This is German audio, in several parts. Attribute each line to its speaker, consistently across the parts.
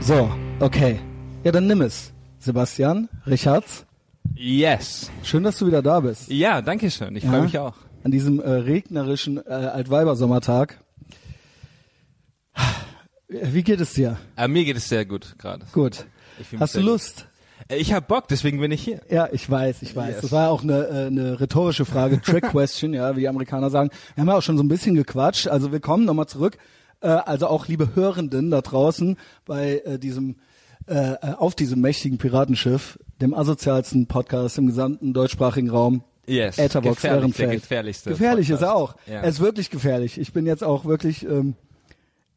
Speaker 1: So, okay. Ja, dann nimm es. Sebastian, Richards,
Speaker 2: Yes.
Speaker 1: schön, dass du wieder da bist.
Speaker 2: Ja, danke schön. Ich
Speaker 1: Ja.
Speaker 2: freue mich auch.
Speaker 1: An diesem äh, regnerischen äh, Altweibersommertag. Wie geht es dir?
Speaker 2: Aber Äh, mir geht es sehr gut gerade.
Speaker 1: Gut.
Speaker 2: Ich fühl mich
Speaker 1: Hast du
Speaker 2: sehr gut.
Speaker 1: Lust?
Speaker 2: Äh, Ich habe Bock, deswegen bin ich hier.
Speaker 1: Ja, ich weiß, ich weiß.
Speaker 2: Yes.
Speaker 1: Das war ja auch eine, äh, eine rhetorische Frage, Trick Question, ja, wie die Amerikaner sagen. Wir haben ja auch schon so ein bisschen gequatscht. Also willkommen nochmal zurück. Äh, also auch liebe Hörenden da draußen bei äh, diesem äh, auf diesem mächtigen Piratenschiff, dem asozialsten Podcast im gesamten deutschsprachigen Raum.
Speaker 2: Yes.
Speaker 1: Etherbox
Speaker 2: Gefährlich,
Speaker 1: Ehrenfeld.
Speaker 2: der gefährlichste
Speaker 1: Gefährlich ist er auch.
Speaker 2: Podcast. Ja.
Speaker 1: Er ist wirklich gefährlich. Ich bin jetzt auch wirklich. Ähm,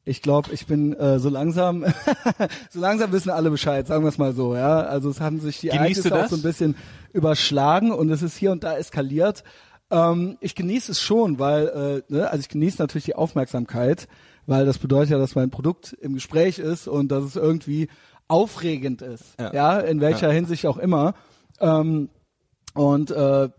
Speaker 1: ich glaube, ich bin äh, so langsam, so langsam wissen alle Bescheid, sagen wir es mal so, ja. Also es haben sich die
Speaker 2: Genießt du
Speaker 1: Ereignisse auch
Speaker 2: das?
Speaker 1: so ein bisschen überschlagen und es ist hier und da eskaliert. Ähm, ich genieße es schon, weil, äh, ne, also ich genieße natürlich die Aufmerksamkeit, weil das bedeutet ja, dass mein Produkt im Gespräch ist und dass es irgendwie aufregend ist, ja,
Speaker 2: Ja.
Speaker 1: in welcher Hinsicht auch immer. Ähm, und äh,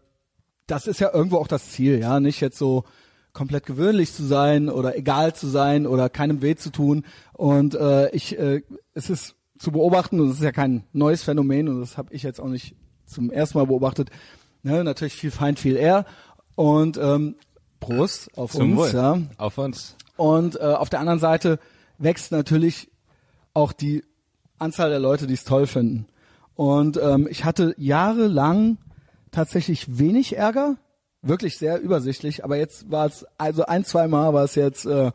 Speaker 1: das ist ja irgendwo auch das Ziel, ja, nicht jetzt so komplett gewöhnlich zu sein oder egal zu sein oder keinem weh zu tun. Und äh, ich, äh, es ist zu beobachten und es ist ja kein neues Phänomen und das habe ich jetzt auch nicht zum ersten Mal beobachtet. Ne, natürlich viel Feind, viel eher und ähm, Prost auf
Speaker 2: Zum
Speaker 1: uns,
Speaker 2: Wohl.
Speaker 1: ja.
Speaker 2: Auf uns.
Speaker 1: Und äh, auf der anderen Seite wächst natürlich auch die Anzahl der Leute, die es toll finden. Und ähm, ich hatte jahrelang tatsächlich wenig Ärger, wirklich sehr übersichtlich, aber jetzt war es, also ein, zweimal war es jetzt äh,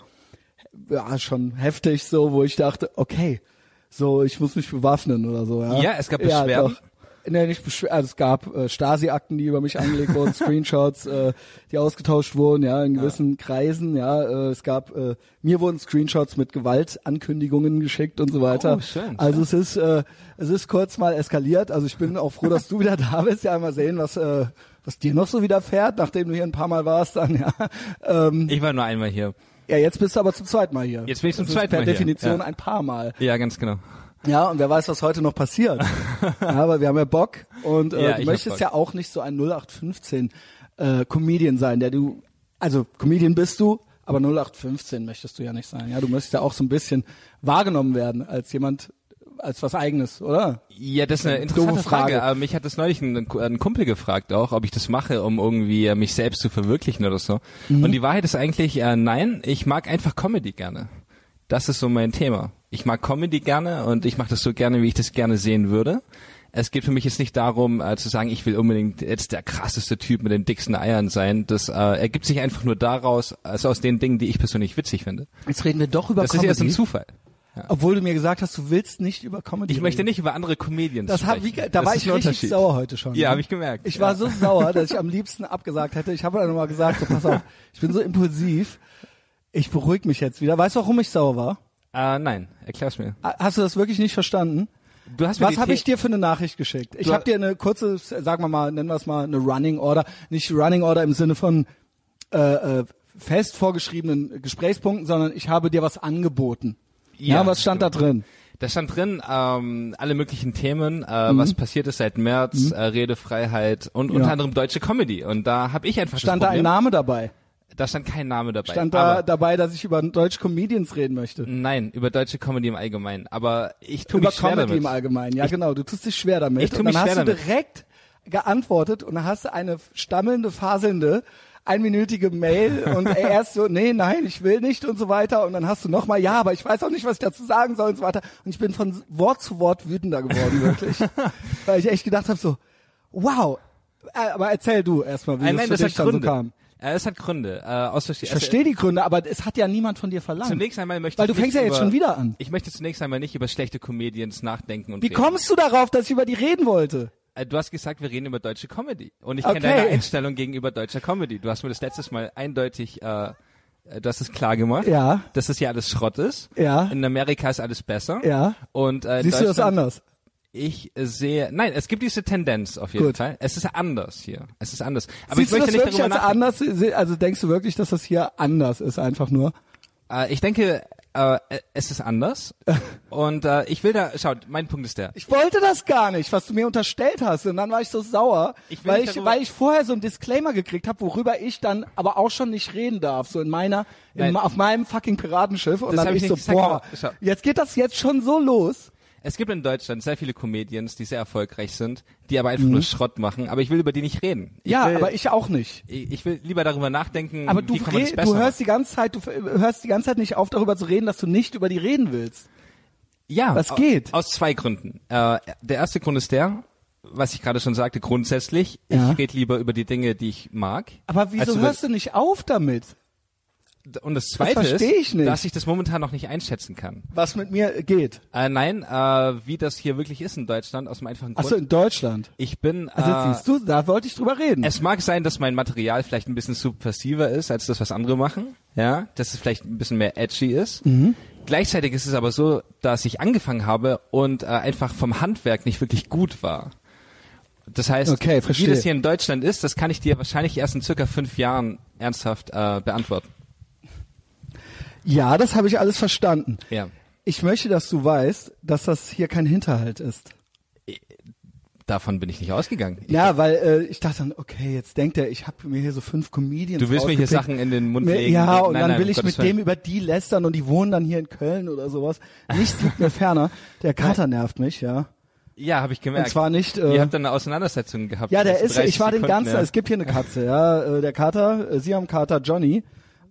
Speaker 1: ja, schon heftig so, wo ich dachte, okay, so ich muss mich bewaffnen oder so. Ja,
Speaker 2: Ja, es gab Beschwerden?
Speaker 1: doch. Nee, nicht Beschwer also es gab äh, Stasi-Akten, die über mich angelegt wurden, Screenshots, äh, die ausgetauscht wurden, ja, in gewissen Kreisen, ja, äh, es gab, äh, mir wurden Screenshots mit Gewaltankündigungen geschickt und so weiter.
Speaker 2: Oh, schön,
Speaker 1: also es ist, äh, es ist kurz mal eskaliert, also ich bin auch froh, dass du wieder da bist, ja, mal sehen, was, äh, was dir noch so widerfährt, nachdem du hier ein paar Mal warst dann, ja. Ähm,
Speaker 2: Ich war nur einmal hier.
Speaker 1: ja, jetzt bist du aber zum zweiten Mal hier.
Speaker 2: Jetzt bin ich zum
Speaker 1: das
Speaker 2: zweiten
Speaker 1: ist per
Speaker 2: Mal hier,
Speaker 1: Definition
Speaker 2: ja.
Speaker 1: ein paar Mal.
Speaker 2: Ja, ganz genau.
Speaker 1: Ja, und wer weiß, was heute noch passiert. ja, aber wir haben ja Bock und äh,
Speaker 2: Ja,
Speaker 1: du
Speaker 2: ich hab
Speaker 1: möchtest
Speaker 2: Bock.
Speaker 1: ja auch nicht so ein 0815 äh, Comedian sein, der du also Comedian bist du, aber 0815 möchtest du ja nicht sein. Ja, du möchtest ja auch so ein bisschen wahrgenommen werden als jemand als was eigenes, oder?
Speaker 2: Ja, das ist eine
Speaker 1: Doofe
Speaker 2: interessante Frage.
Speaker 1: Frage.
Speaker 2: Aber mich hat das neulich ein, ein Kumpel gefragt auch, ob ich das mache, um irgendwie äh, mich selbst zu verwirklichen oder so.
Speaker 1: Mhm.
Speaker 2: Und die Wahrheit ist eigentlich, äh, nein, ich mag einfach Comedy gerne. Das ist so mein Thema. Ich mag Comedy gerne und ich mache das so gerne, wie ich das gerne sehen würde. Es geht für mich jetzt nicht darum, äh, zu sagen, ich will unbedingt jetzt der krasseste Typ mit den dicksten Eiern sein. Das äh, ergibt sich einfach nur daraus, also aus den Dingen, die ich persönlich witzig finde.
Speaker 1: Jetzt reden wir doch über
Speaker 2: Das ist
Speaker 1: Comedy.
Speaker 2: erst ein Zufall.
Speaker 1: obwohl du mir gesagt hast, du willst nicht über Comedy.
Speaker 2: Ich möchte
Speaker 1: reden.
Speaker 2: nicht über andere Comedians
Speaker 1: Das hab,
Speaker 2: sprechen.
Speaker 1: wie, ge- da
Speaker 2: das
Speaker 1: war
Speaker 2: ist
Speaker 1: ich
Speaker 2: ein
Speaker 1: richtig
Speaker 2: Unterschied.
Speaker 1: sauer heute schon.
Speaker 2: Ja,
Speaker 1: ne?
Speaker 2: habe ich gemerkt.
Speaker 1: Ich
Speaker 2: ja.
Speaker 1: war so sauer, dass ich am liebsten abgesagt hätte. Ich habe dann nochmal gesagt, so pass auf, ich bin so impulsiv. Ich beruhige mich jetzt wieder. Weißt du, warum ich sauer war?
Speaker 2: Äh, nein, erklär's mir.
Speaker 1: Ha- Hast du das wirklich nicht verstanden?
Speaker 2: Du hast mir
Speaker 1: Was
Speaker 2: die
Speaker 1: habe
Speaker 2: The-
Speaker 1: ich dir für eine Nachricht geschickt? Ich
Speaker 2: Du-
Speaker 1: habe dir eine kurze, sagen wir mal, nennen wir es mal, eine Running Order. Nicht Running Order im Sinne von äh, äh, fest vorgeschriebenen Gesprächspunkten, sondern ich habe dir was angeboten. Ja,
Speaker 2: Ja, genau.
Speaker 1: was stand da drin?
Speaker 2: Da stand drin ähm, alle möglichen Themen, äh, was passiert ist seit März, äh, Redefreiheit und
Speaker 1: Mhm. Ja.
Speaker 2: unter anderem deutsche Comedy. Und da habe ich einfach
Speaker 1: Stand
Speaker 2: das
Speaker 1: da ein
Speaker 2: Problem,
Speaker 1: Name dabei?
Speaker 2: Da stand kein Name dabei.
Speaker 1: Stand da
Speaker 2: aber,
Speaker 1: dabei, dass ich über deutsche Comedians reden möchte?
Speaker 2: nein, über deutsche Comedy im Allgemeinen. Aber ich tue
Speaker 1: über
Speaker 2: mich schwer
Speaker 1: Comedy
Speaker 2: damit.
Speaker 1: im Allgemeinen. Ja, genau. Du tust dich schwer damit.
Speaker 2: Ich tu
Speaker 1: und dann
Speaker 2: mich
Speaker 1: hast
Speaker 2: schwer
Speaker 1: du
Speaker 2: damit.
Speaker 1: direkt geantwortet und dann hast du eine stammelnde, faselnde, einminütige Mail und er erst so, nee, nein, ich will nicht und so weiter. Und dann hast du nochmal, ja, aber ich weiß auch nicht, was ich dazu sagen soll und so weiter. Und ich bin von Wort zu Wort wütender geworden, wirklich. Weil ich echt gedacht habe, so, wow. Äh, Aber erzähl du erstmal, wie
Speaker 2: Äh,
Speaker 1: es
Speaker 2: nein,
Speaker 1: für
Speaker 2: das
Speaker 1: dich
Speaker 2: hat
Speaker 1: dann so
Speaker 2: Gründe.
Speaker 1: kam.
Speaker 2: Äh, es hat Gründe. Äh, aus Verste-
Speaker 1: Ich verstehe die Gründe, aber es hat ja niemand von dir verlangt.
Speaker 2: Zunächst einmal möchte
Speaker 1: Weil
Speaker 2: ich
Speaker 1: du fängst
Speaker 2: nicht
Speaker 1: ja jetzt
Speaker 2: über,
Speaker 1: schon wieder an.
Speaker 2: Ich möchte zunächst einmal nicht über schlechte Comedians nachdenken und
Speaker 1: Wie
Speaker 2: reden.
Speaker 1: kommst du darauf, dass ich über die reden wollte?
Speaker 2: Äh, Du hast gesagt, wir reden über deutsche Comedy. Und ich
Speaker 1: Okay.
Speaker 2: kenne deine Einstellung gegenüber deutscher Comedy. Du hast mir das letztes Mal eindeutig, äh, äh, du hast es klar gemacht,
Speaker 1: Ja.
Speaker 2: dass das hier alles Schrott ist.
Speaker 1: Ja.
Speaker 2: In Amerika ist alles besser.
Speaker 1: Ja.
Speaker 2: Und äh, in
Speaker 1: Siehst du das
Speaker 2: Deutschland-
Speaker 1: anders?
Speaker 2: Ich äh, sehe, nein, es gibt diese Tendenz auf jeden
Speaker 1: Gut.
Speaker 2: Fall. Es ist anders hier. Es ist anders. Aber
Speaker 1: Siehst
Speaker 2: ich
Speaker 1: du
Speaker 2: möchte
Speaker 1: das
Speaker 2: nicht
Speaker 1: wirklich
Speaker 2: darüber
Speaker 1: als
Speaker 2: nachdenken.
Speaker 1: anders? Also denkst du wirklich, dass das hier anders ist, einfach nur?
Speaker 2: Äh, ich denke, äh, es ist anders. Und äh, ich will da, schaut, mein Punkt ist der.
Speaker 1: Ich wollte das gar nicht, was du mir unterstellt hast. Und dann war ich so sauer,
Speaker 2: Ich will
Speaker 1: weil,
Speaker 2: nicht
Speaker 1: ich,
Speaker 2: darüber-
Speaker 1: weil ich vorher so einen Disclaimer gekriegt habe, worüber ich dann aber auch schon nicht reden darf. So in meiner, in,
Speaker 2: Nein.
Speaker 1: auf meinem fucking Piratenschiff. Und
Speaker 2: Das
Speaker 1: dann
Speaker 2: hab
Speaker 1: bin
Speaker 2: ich
Speaker 1: ich so,
Speaker 2: nicht gesagt,
Speaker 1: boah,
Speaker 2: aber schau.
Speaker 1: jetzt geht das jetzt schon so los.
Speaker 2: Es gibt in Deutschland sehr viele Comedians, die sehr erfolgreich sind, die aber einfach nur Schrott machen, aber ich will über die nicht reden. Ich
Speaker 1: Mhm. ja,
Speaker 2: will,
Speaker 1: aber ich auch nicht.
Speaker 2: ich, ich will lieber darüber nachdenken,
Speaker 1: Aber du,
Speaker 2: wie kann man das
Speaker 1: red-
Speaker 2: besser
Speaker 1: du hörst die ganze Zeit, du f- hörst die ganze Zeit nicht auf, darüber zu reden, dass du nicht über die reden willst.
Speaker 2: Ja,
Speaker 1: Was
Speaker 2: au-
Speaker 1: geht?
Speaker 2: Aus zwei Gründen. Äh, der erste Grund ist der, was ich gerade schon sagte, grundsätzlich,
Speaker 1: Ja.
Speaker 2: ich rede lieber über die Dinge, die ich mag.
Speaker 1: Aber wieso
Speaker 2: als über-
Speaker 1: hörst du nicht auf damit?
Speaker 2: Und das zweite ist,
Speaker 1: verstehe ich nicht.
Speaker 2: dass ich das momentan noch nicht einschätzen kann.
Speaker 1: Was mit mir geht?
Speaker 2: Äh, nein, äh, wie das hier wirklich ist in Deutschland, aus dem einfachen Grund.
Speaker 1: Achso, in Deutschland.
Speaker 2: ich bin,
Speaker 1: Also
Speaker 2: äh,
Speaker 1: siehst du, da wollte ich drüber reden.
Speaker 2: es mag sein, dass mein Material vielleicht ein bisschen subversiver ist, als das, was andere machen. Ja, dass es vielleicht ein bisschen mehr edgy ist.
Speaker 1: Mhm.
Speaker 2: Gleichzeitig ist es aber so, dass ich angefangen habe und äh, einfach vom Handwerk nicht wirklich gut war. Das heißt,
Speaker 1: Okay,
Speaker 2: wie
Speaker 1: verstehe.
Speaker 2: das hier in Deutschland ist, das kann ich dir wahrscheinlich erst in circa fünf Jahren ernsthaft äh, beantworten.
Speaker 1: Ja, das habe ich alles verstanden.
Speaker 2: Ja.
Speaker 1: Ich möchte, dass du weißt, dass das hier kein Hinterhalt ist.
Speaker 2: Davon bin ich nicht ausgegangen.
Speaker 1: Ja, weil äh, ich dachte dann, okay, jetzt denkt er, ich habe mir hier so fünf Comedians
Speaker 2: Du willst mir hier
Speaker 1: rausgepickt.
Speaker 2: Sachen in den Mund
Speaker 1: Mir-
Speaker 2: legen.
Speaker 1: Ja, und
Speaker 2: Nein,
Speaker 1: dann
Speaker 2: nein,
Speaker 1: will
Speaker 2: um
Speaker 1: ich mit
Speaker 2: Gottes Willen.
Speaker 1: dem über die lästern und die wohnen dann hier in Köln oder sowas. Nichts liegt mir ferner. Der Kater nervt mich, ja.
Speaker 2: Ja, habe ich gemerkt.
Speaker 1: Und zwar nicht... Äh,
Speaker 2: Ihr habt dann eine Auseinandersetzung gehabt.
Speaker 1: Ja, der
Speaker 2: Das
Speaker 1: ist, ich
Speaker 2: 30
Speaker 1: war den
Speaker 2: Sekunden,
Speaker 1: ganzen,
Speaker 2: ja.
Speaker 1: es gibt hier eine Katze, ja, äh, der Kater, äh, sie haben Kater Johnny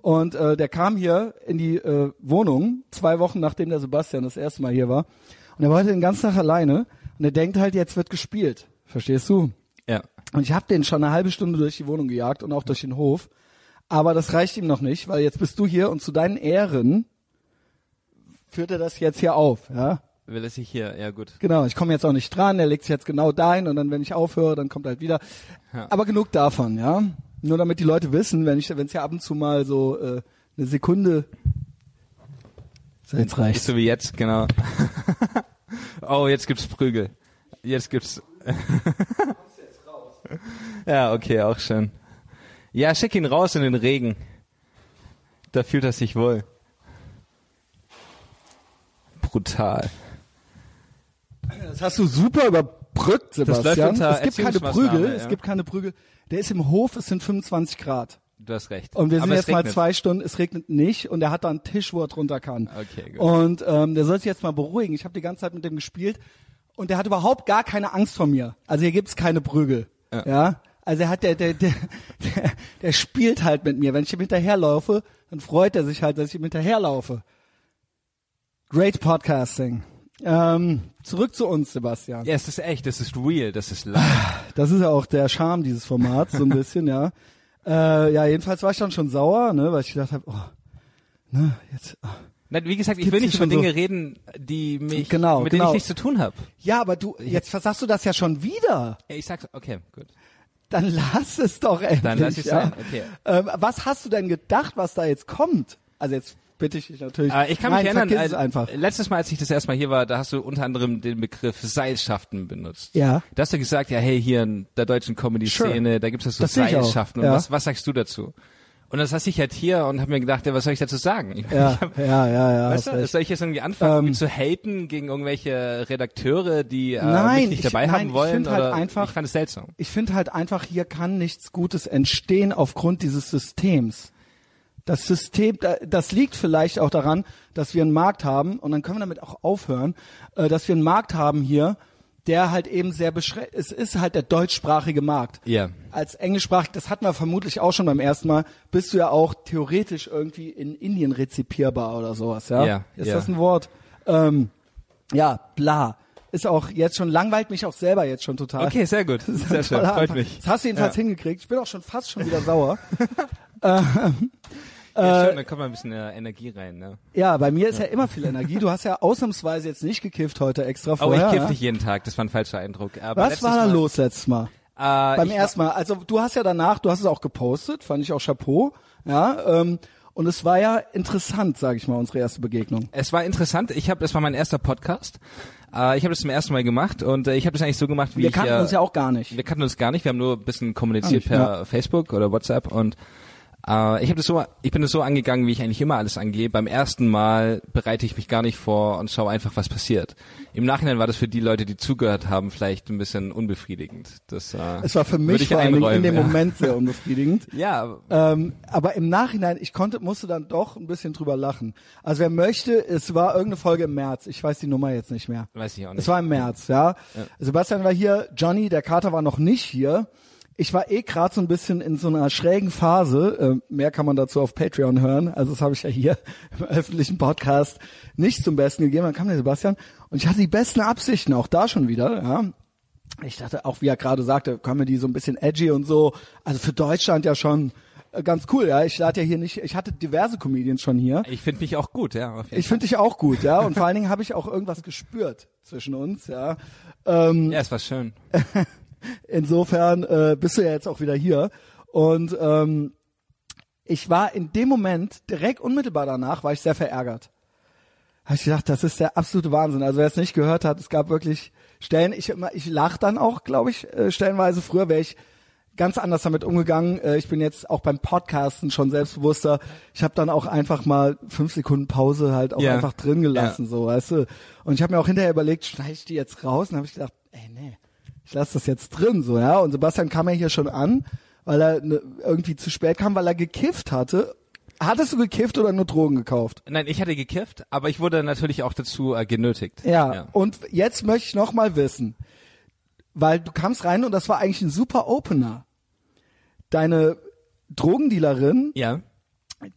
Speaker 1: und äh, der kam hier in die äh, Wohnung zwei Wochen nachdem der Sebastian das erste Mal hier war und er wollte den ganzen Tag alleine und er denkt halt, jetzt wird gespielt, verstehst du?
Speaker 2: Ja.
Speaker 1: Und ich hab den schon eine halbe Stunde durch die Wohnung gejagt und auch durch den Hof, aber das reicht ihm noch nicht, weil jetzt bist du hier und zu deinen Ehren führt er das jetzt hier auf, ja?
Speaker 2: Will es sich hier, ja gut.
Speaker 1: Genau, ich komme jetzt auch nicht dran, er legt sich jetzt genau dahin und dann, wenn ich aufhöre, dann kommt er halt wieder.
Speaker 2: Ja.
Speaker 1: Aber genug davon, ja. Nur damit die Leute wissen, wenn ich, wenn es ja ab und zu mal so äh, eine Sekunde. So, jetzt reicht's.
Speaker 2: So wie jetzt, genau. oh, jetzt gibt's Prügel. Jetzt gibt's. ja, okay, auch schön. Ja, schick ihn raus in den Regen. Da fühlt er sich wohl. Brutal.
Speaker 1: Das hast du super überbrückt, Sebastian.
Speaker 2: läuft unter
Speaker 1: es gibt keine
Speaker 2: Erziehungsmaßnahme,
Speaker 1: Prügel,
Speaker 2: ja.
Speaker 1: es gibt keine Prügel. Der ist im Hof, es sind 25 Grad.
Speaker 2: Du hast recht.
Speaker 1: Und wir sind
Speaker 2: Aber es
Speaker 1: jetzt mal
Speaker 2: regnet.
Speaker 1: zwei Stunden, es regnet nicht und er hat da einen Tisch, wo er drunter kann.
Speaker 2: Okay, gut.
Speaker 1: Und ähm, der soll sich jetzt mal beruhigen. Ich habe die ganze Zeit mit dem gespielt und der hat überhaupt gar keine Angst vor mir. Also hier gibt's keine Prügel. Ja.
Speaker 2: Ja.
Speaker 1: Also er hat der, der, der, der, der spielt halt mit mir. Wenn ich ihm hinterherlaufe, dann freut er sich halt, dass ich ihm hinterherlaufe. Great Podcasting. Ähm, zurück zu uns, Sebastian.
Speaker 2: Ja, es ist echt, das ist real, das ist
Speaker 1: Ah,
Speaker 2: live.
Speaker 1: Das ist ja auch der Charme dieses Formats, so ein bisschen, ja. Äh, ja, jedenfalls war ich dann schon sauer, ne, weil ich gedacht habe, oh, ne, jetzt. ah.
Speaker 2: Nein, wie gesagt, ich
Speaker 1: Gibt's
Speaker 2: will
Speaker 1: hier
Speaker 2: nicht über
Speaker 1: schon so-
Speaker 2: Dinge reden, die mich,
Speaker 1: Genau,
Speaker 2: mit
Speaker 1: genau.
Speaker 2: denen ich nichts zu tun habe.
Speaker 1: Ja, aber du, jetzt versagst du das ja schon wieder.
Speaker 2: Ich sag's, okay, gut.
Speaker 1: Dann lass es doch endlich.
Speaker 2: Dann lass ich's
Speaker 1: ja.
Speaker 2: sein, okay.
Speaker 1: Ähm, was hast du denn gedacht, was da jetzt kommt? Also jetzt bitte ich dich natürlich.
Speaker 2: Äh, ich kann
Speaker 1: Nein,
Speaker 2: mich erinnern,
Speaker 1: vergiss es
Speaker 2: äh,
Speaker 1: einfach.
Speaker 2: letztes Mal, als ich das erste Mal hier war, da hast du unter anderem den Begriff Seilschaften benutzt.
Speaker 1: Ja.
Speaker 2: Da hast du gesagt, ja, hey, hier in der deutschen Comedy-Szene,
Speaker 1: Sure.
Speaker 2: da gibt es so
Speaker 1: Das sehe ich auch,
Speaker 2: Seilschaften.
Speaker 1: ja.
Speaker 2: Und was, was sagst du dazu? Und das saß ich halt hier und habe mir gedacht, ja, was soll ich dazu sagen? Ich-
Speaker 1: Ja,
Speaker 2: ich hab,
Speaker 1: ja, ja, ja. hast
Speaker 2: weißt du,
Speaker 1: recht. Ähm,
Speaker 2: soll ich jetzt irgendwie anfangen, irgendwie zu haten gegen irgendwelche Redakteure, die äh,
Speaker 1: Nein,
Speaker 2: mich nicht
Speaker 1: ich-
Speaker 2: dabei
Speaker 1: nein,
Speaker 2: haben
Speaker 1: ich
Speaker 2: wollen?
Speaker 1: find halt
Speaker 2: oder
Speaker 1: einfach-
Speaker 2: ich fand es seltsam.
Speaker 1: ich finde halt einfach, hier kann nichts Gutes entstehen aufgrund dieses Systems. Das System, da- das liegt vielleicht auch daran, dass wir einen Markt haben, und dann können wir damit auch aufhören, äh, dass wir einen Markt haben hier, der halt eben sehr beschränkt, es ist halt der deutschsprachige Markt.
Speaker 2: Ja. Ja,
Speaker 1: Ist
Speaker 2: ja.
Speaker 1: das ein Wort? Ähm, ja, bla. Ist auch jetzt schon, langweilt mich auch selber jetzt schon total.
Speaker 2: Okay, sehr gut. Sehr schön,
Speaker 1: Toller
Speaker 2: freut
Speaker 1: Anfang.
Speaker 2: mich.
Speaker 1: Das hast du jedenfalls hingekriegt. Ich bin auch schon fast schon wieder sauer.
Speaker 2: Ja, schön, dann kommt mal ein bisschen äh, Energie rein. Ne?
Speaker 1: Ja, bei mir ist ja immer viel Energie. Du hast ja ausnahmsweise jetzt nicht gekifft heute extra
Speaker 2: Aber
Speaker 1: vorher.
Speaker 2: Oh, ich kiff
Speaker 1: ne?
Speaker 2: nicht jeden Tag, das war ein falscher Eindruck. Aber
Speaker 1: Was
Speaker 2: letztes
Speaker 1: war da
Speaker 2: Mal,
Speaker 1: los letztes Mal?
Speaker 2: Äh,
Speaker 1: Beim
Speaker 2: ich-
Speaker 1: ersten Mal. Also du hast ja danach, du hast es auch gepostet, fand ich auch Chapeau. Ja, ähm, und es war ja interessant, sage ich mal, unsere erste Begegnung.
Speaker 2: Es war interessant. Ich habe, das war mein erster Podcast. Äh, ich habe das zum ersten Mal gemacht und äh, ich habe das eigentlich so gemacht, wie
Speaker 1: Wir
Speaker 2: ich.
Speaker 1: kannten
Speaker 2: äh,
Speaker 1: uns ja auch gar nicht.
Speaker 2: Wir kannten uns gar nicht. Wir haben nur ein bisschen kommuniziert
Speaker 1: Gar nicht,
Speaker 2: per Facebook oder WhatsApp und Äh, ich habe das so, ich bin das so angegangen, wie ich eigentlich immer alles angehe. Beim ersten Mal bereite ich mich gar nicht vor und schaue einfach, was passiert. Im Nachhinein war das für die Leute, die zugehört haben, vielleicht ein bisschen unbefriedigend. Das, äh,
Speaker 1: Es war für
Speaker 2: würde
Speaker 1: mich
Speaker 2: ich
Speaker 1: vor allen Dingen in
Speaker 2: einräumen,
Speaker 1: dem
Speaker 2: ja.
Speaker 1: Moment sehr unbefriedigend.
Speaker 2: Ja,
Speaker 1: Ähm, aber im Nachhinein, ich konnte, musste dann doch ein bisschen drüber lachen. Also wer möchte, es war irgendeine Folge im März. Ich weiß die Nummer jetzt nicht mehr.
Speaker 2: weiß ich auch
Speaker 1: Es
Speaker 2: nicht.
Speaker 1: war im März, ja. Sebastian war hier, Johnny, der Kater war noch nicht hier. Ich war eh gerade so ein bisschen in so einer schrägen Phase. Äh, mehr kann man dazu auf Patreon hören. Also das habe ich ja hier im öffentlichen Podcast nicht zum Besten gegeben. Dann kam der Sebastian und ich hatte die besten Absichten, auch da schon wieder. Ja. Ich dachte auch, wie er gerade sagte, Comedy so ein bisschen edgy und so. Also für Deutschland ja schon äh, ganz cool. Ja, ich lade ja hier nicht. Ich hatte diverse Comedians schon hier.
Speaker 2: Ich finde mich auch gut, ja. auf jeden
Speaker 1: Ich finde dich auch gut, ja. Und vor allen Dingen habe ich auch irgendwas gespürt zwischen uns, ja. Ähm,
Speaker 2: Fall. Ja, es war schön.
Speaker 1: Insofern äh, bist du ja jetzt auch wieder hier. Und ähm, ich war in dem Moment, direkt unmittelbar danach, war ich sehr verärgert. Habe ich gedacht, das ist der absolute Wahnsinn. Also wer es nicht gehört hat, es gab wirklich Stellen, ich, immer- ich lach dann auch, glaube ich, äh, stellenweise. Früher wäre ich ganz anders damit umgegangen. Äh, ich bin jetzt auch beim Podcasten schon selbstbewusster. Ich habe dann auch einfach mal fünf Sekunden Pause halt auch
Speaker 2: Ja.
Speaker 1: einfach drin gelassen,
Speaker 2: Ja.
Speaker 1: so, weißt du. Und ich habe mir auch hinterher überlegt, schneide ich die jetzt raus? Und habe ich gedacht, ey, nee, ich lasse das jetzt drin, so, ja. Und Sebastian kam ja hier schon an, weil er ne, irgendwie zu spät kam, weil er gekifft hatte. Hattest du gekifft oder nur Drogen gekauft?
Speaker 2: Nein, ich hatte gekifft, aber ich wurde natürlich auch dazu äh, genötigt.
Speaker 1: Ja, und jetzt möchte ich noch mal wissen, weil du kamst rein und das war eigentlich ein super Opener. Deine Drogendealerin,
Speaker 2: ja.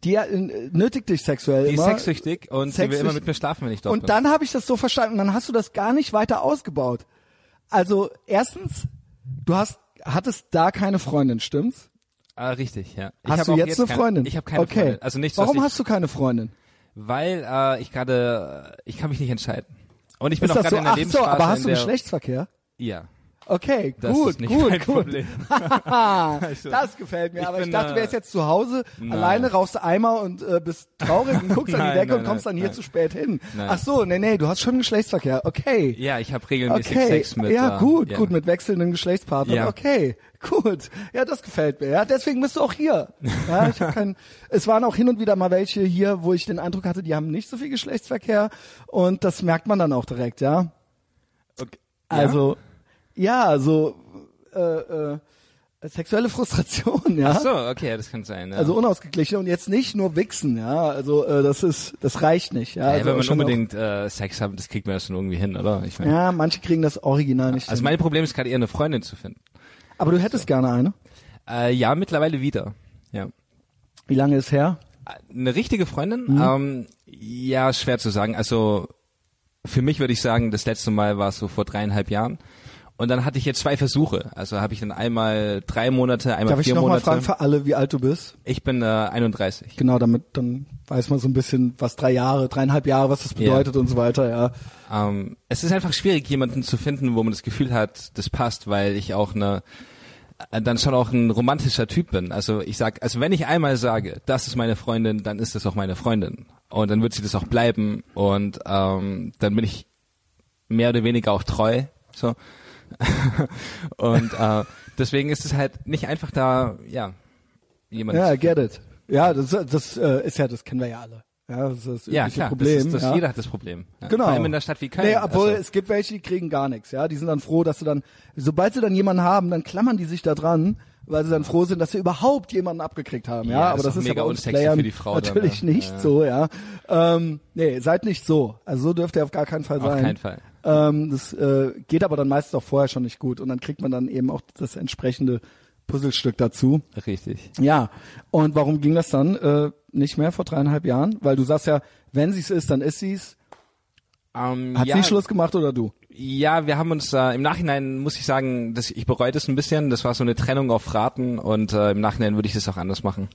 Speaker 1: die äh, nötigt dich sexuell
Speaker 2: Die ist
Speaker 1: immer.
Speaker 2: sexsüchtig und sie will
Speaker 1: Sexsüchtig-
Speaker 2: immer mit mir schlafen, wenn ich dort
Speaker 1: und
Speaker 2: bin.
Speaker 1: dann habe ich das so verstanden, dann hast du das gar nicht weiter ausgebaut. Also erstens, du hast hattest da keine Freundin, stimmt's?
Speaker 2: Ah, richtig, ja. Ich hab
Speaker 1: Hast du
Speaker 2: auch
Speaker 1: jetzt, eine
Speaker 2: keine-
Speaker 1: Freundin?
Speaker 2: Ich habe keine
Speaker 1: okay.
Speaker 2: Freundin. Also nicht, so,
Speaker 1: Warum
Speaker 2: dass
Speaker 1: hast du keine Freundin?
Speaker 2: ich, weil äh, ich gerade, äh, ich kann mich nicht entscheiden. Und ich bin
Speaker 1: Ist
Speaker 2: auch
Speaker 1: das so?
Speaker 2: gerade in der
Speaker 1: Ach so,
Speaker 2: Lebensphase,
Speaker 1: aber hast
Speaker 2: in
Speaker 1: du
Speaker 2: der,
Speaker 1: Geschlechtsverkehr?
Speaker 2: Ja,
Speaker 1: Okay,
Speaker 2: das
Speaker 1: gut,
Speaker 2: ist nicht
Speaker 1: gut,
Speaker 2: mein
Speaker 1: gut.
Speaker 2: Problem.
Speaker 1: Ah,
Speaker 2: du?
Speaker 1: das gefällt mir.
Speaker 2: Also, Ich
Speaker 1: aber ich
Speaker 2: bin,
Speaker 1: dachte, du wärst
Speaker 2: äh,
Speaker 1: jetzt zu Hause, alleine rauchst Eimer und äh, bist traurig und guckst an
Speaker 2: Nein,
Speaker 1: die Decke
Speaker 2: nein,
Speaker 1: und kommst
Speaker 2: nein,
Speaker 1: dann hier
Speaker 2: nein.
Speaker 1: zu spät hin.
Speaker 2: Nein.
Speaker 1: Ach so, nee, nee, du hast schon Geschlechtsverkehr. Okay.
Speaker 2: Ja, ich habe regelmäßig
Speaker 1: Okay,
Speaker 2: Sex mit.
Speaker 1: ja
Speaker 2: äh,
Speaker 1: gut,
Speaker 2: ja.
Speaker 1: gut mit wechselnden Geschlechtspartnern.
Speaker 2: Ja.
Speaker 1: Okay, gut, ja das gefällt mir. Ja, deswegen bist du auch hier. Ja, ich hab kein, es waren auch hin und wieder mal welche hier, wo ich den Eindruck hatte, die haben nicht so viel Geschlechtsverkehr und das merkt man dann auch direkt, ja.
Speaker 2: Okay.
Speaker 1: Also, ja, so äh, äh, sexuelle Frustration, ja.
Speaker 2: Ach so, okay, das kann sein. Ja.
Speaker 1: Also unausgeglichen und jetzt nicht nur wichsen, ja. Also äh, das ist, das reicht nicht, ja.
Speaker 2: ja,
Speaker 1: also
Speaker 2: wenn man
Speaker 1: schon
Speaker 2: unbedingt äh, Sex hat, das kriegt man das schon irgendwie hin, oder? Ich
Speaker 1: Auch,
Speaker 2: meine,
Speaker 1: ja, manche kriegen das Original nicht.
Speaker 2: also
Speaker 1: hin.
Speaker 2: mein Problem ist gerade eher eine Freundin zu finden.
Speaker 1: Aber du hättest gerne eine.
Speaker 2: Äh, ja, mittlerweile wieder. Ja.
Speaker 1: Wie lange ist her?
Speaker 2: Eine richtige Freundin?
Speaker 1: Mhm.
Speaker 2: Ähm, ja, schwer zu sagen. Also für mich würde ich sagen, das letzte Mal war es so vor dreieinhalb Jahren. Und dann hatte ich jetzt zwei Versuche. Also habe ich dann einmal drei Monate, einmal
Speaker 1: Darf ich
Speaker 2: vier
Speaker 1: nochmal
Speaker 2: Monate.
Speaker 1: fragen für alle, wie alt du bist?
Speaker 2: ich bin äh, 31.
Speaker 1: Genau, damit dann weiß man so ein bisschen, was drei Jahre, dreieinhalb Jahre, was das
Speaker 2: Ja.
Speaker 1: bedeutet und so weiter, ja.
Speaker 2: Ähm, es ist einfach schwierig, jemanden zu finden, wo man das Gefühl hat, das passt, weil ich auch eine äh, dann schon auch ein romantischer Typ bin. Also ich sag, also wenn ich einmal sage, das ist meine Freundin, dann ist das auch meine Freundin. Und dann wird sie das auch bleiben und ähm, dann bin ich mehr oder weniger auch treu. So. und äh, deswegen ist es halt nicht einfach da, ja, jemand
Speaker 1: Ja,
Speaker 2: zu
Speaker 1: I get it. Ja, das, das äh, ist ja, das kennen wir ja alle. Ja, das ist das
Speaker 2: ja,
Speaker 1: übliche
Speaker 2: klar,
Speaker 1: Problem.
Speaker 2: das ist, das,
Speaker 1: ja.
Speaker 2: jeder hat das Problem. Ja.
Speaker 1: Genau.
Speaker 2: Vor allem in der Stadt wie Köln.
Speaker 1: Nee, obwohl
Speaker 2: Also-
Speaker 1: es gibt welche, die kriegen gar nichts, ja. Die sind dann froh, dass sie dann, sobald sie dann jemanden haben, dann klammern die sich da dran, weil sie dann froh sind, dass sie überhaupt jemanden abgekriegt haben, ja.
Speaker 2: Ja,
Speaker 1: Aber
Speaker 2: ist
Speaker 1: das
Speaker 2: auch
Speaker 1: ist
Speaker 2: mega
Speaker 1: ja bei uns
Speaker 2: unsexy
Speaker 1: Playern
Speaker 2: für die Frau dann,
Speaker 1: natürlich
Speaker 2: ne?
Speaker 1: nicht
Speaker 2: Ja.
Speaker 1: so, ja. Ähm, nee, seid nicht so. Also so dürft ihr auf gar keinen Fall
Speaker 2: Auf
Speaker 1: sein.
Speaker 2: keinen Fall.
Speaker 1: Ähm, das äh, geht aber dann meistens auch vorher schon nicht gut und dann kriegt man dann eben auch das entsprechende Puzzlestück dazu.
Speaker 2: Richtig.
Speaker 1: Ja, und warum ging das dann äh, nicht mehr vor dreieinhalb Jahren? Weil du sagst ja, wenn sie es ist, dann ist sie es.
Speaker 2: Ähm,
Speaker 1: Hat
Speaker 2: ja,
Speaker 1: sie Schluss gemacht oder du?
Speaker 2: Ja, wir haben uns äh, im Nachhinein muss ich sagen, dass ich bereue das ein bisschen. Das war so eine Trennung auf Raten und äh, im Nachhinein würde ich das auch anders machen.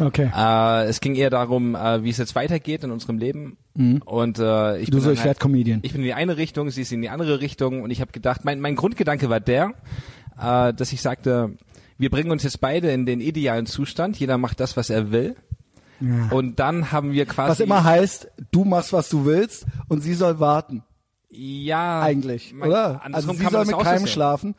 Speaker 1: Okay.
Speaker 2: Äh, es ging eher darum, äh, wie es jetzt weitergeht in unserem Leben. Und äh, ich
Speaker 1: Mhm. Du
Speaker 2: bin
Speaker 1: so,
Speaker 2: dann
Speaker 1: ich
Speaker 2: halt-
Speaker 1: werd Comedian.
Speaker 2: Ich bin in die eine Richtung, sie ist in die andere Richtung und ich habe gedacht, mein mein Grundgedanke war der, äh, dass ich sagte, wir bringen uns jetzt beide in den idealen Zustand. Jeder macht das, was er will. Und dann haben wir quasi
Speaker 1: Was immer heißt, du machst, was du willst und sie soll warten,
Speaker 2: ja
Speaker 1: eigentlich,
Speaker 2: man-
Speaker 1: oder? Also
Speaker 2: Ah, Andersrum
Speaker 1: sie
Speaker 2: kann man
Speaker 1: soll
Speaker 2: das
Speaker 1: mit
Speaker 2: auch so
Speaker 1: keinem
Speaker 2: sehen.
Speaker 1: schlafen.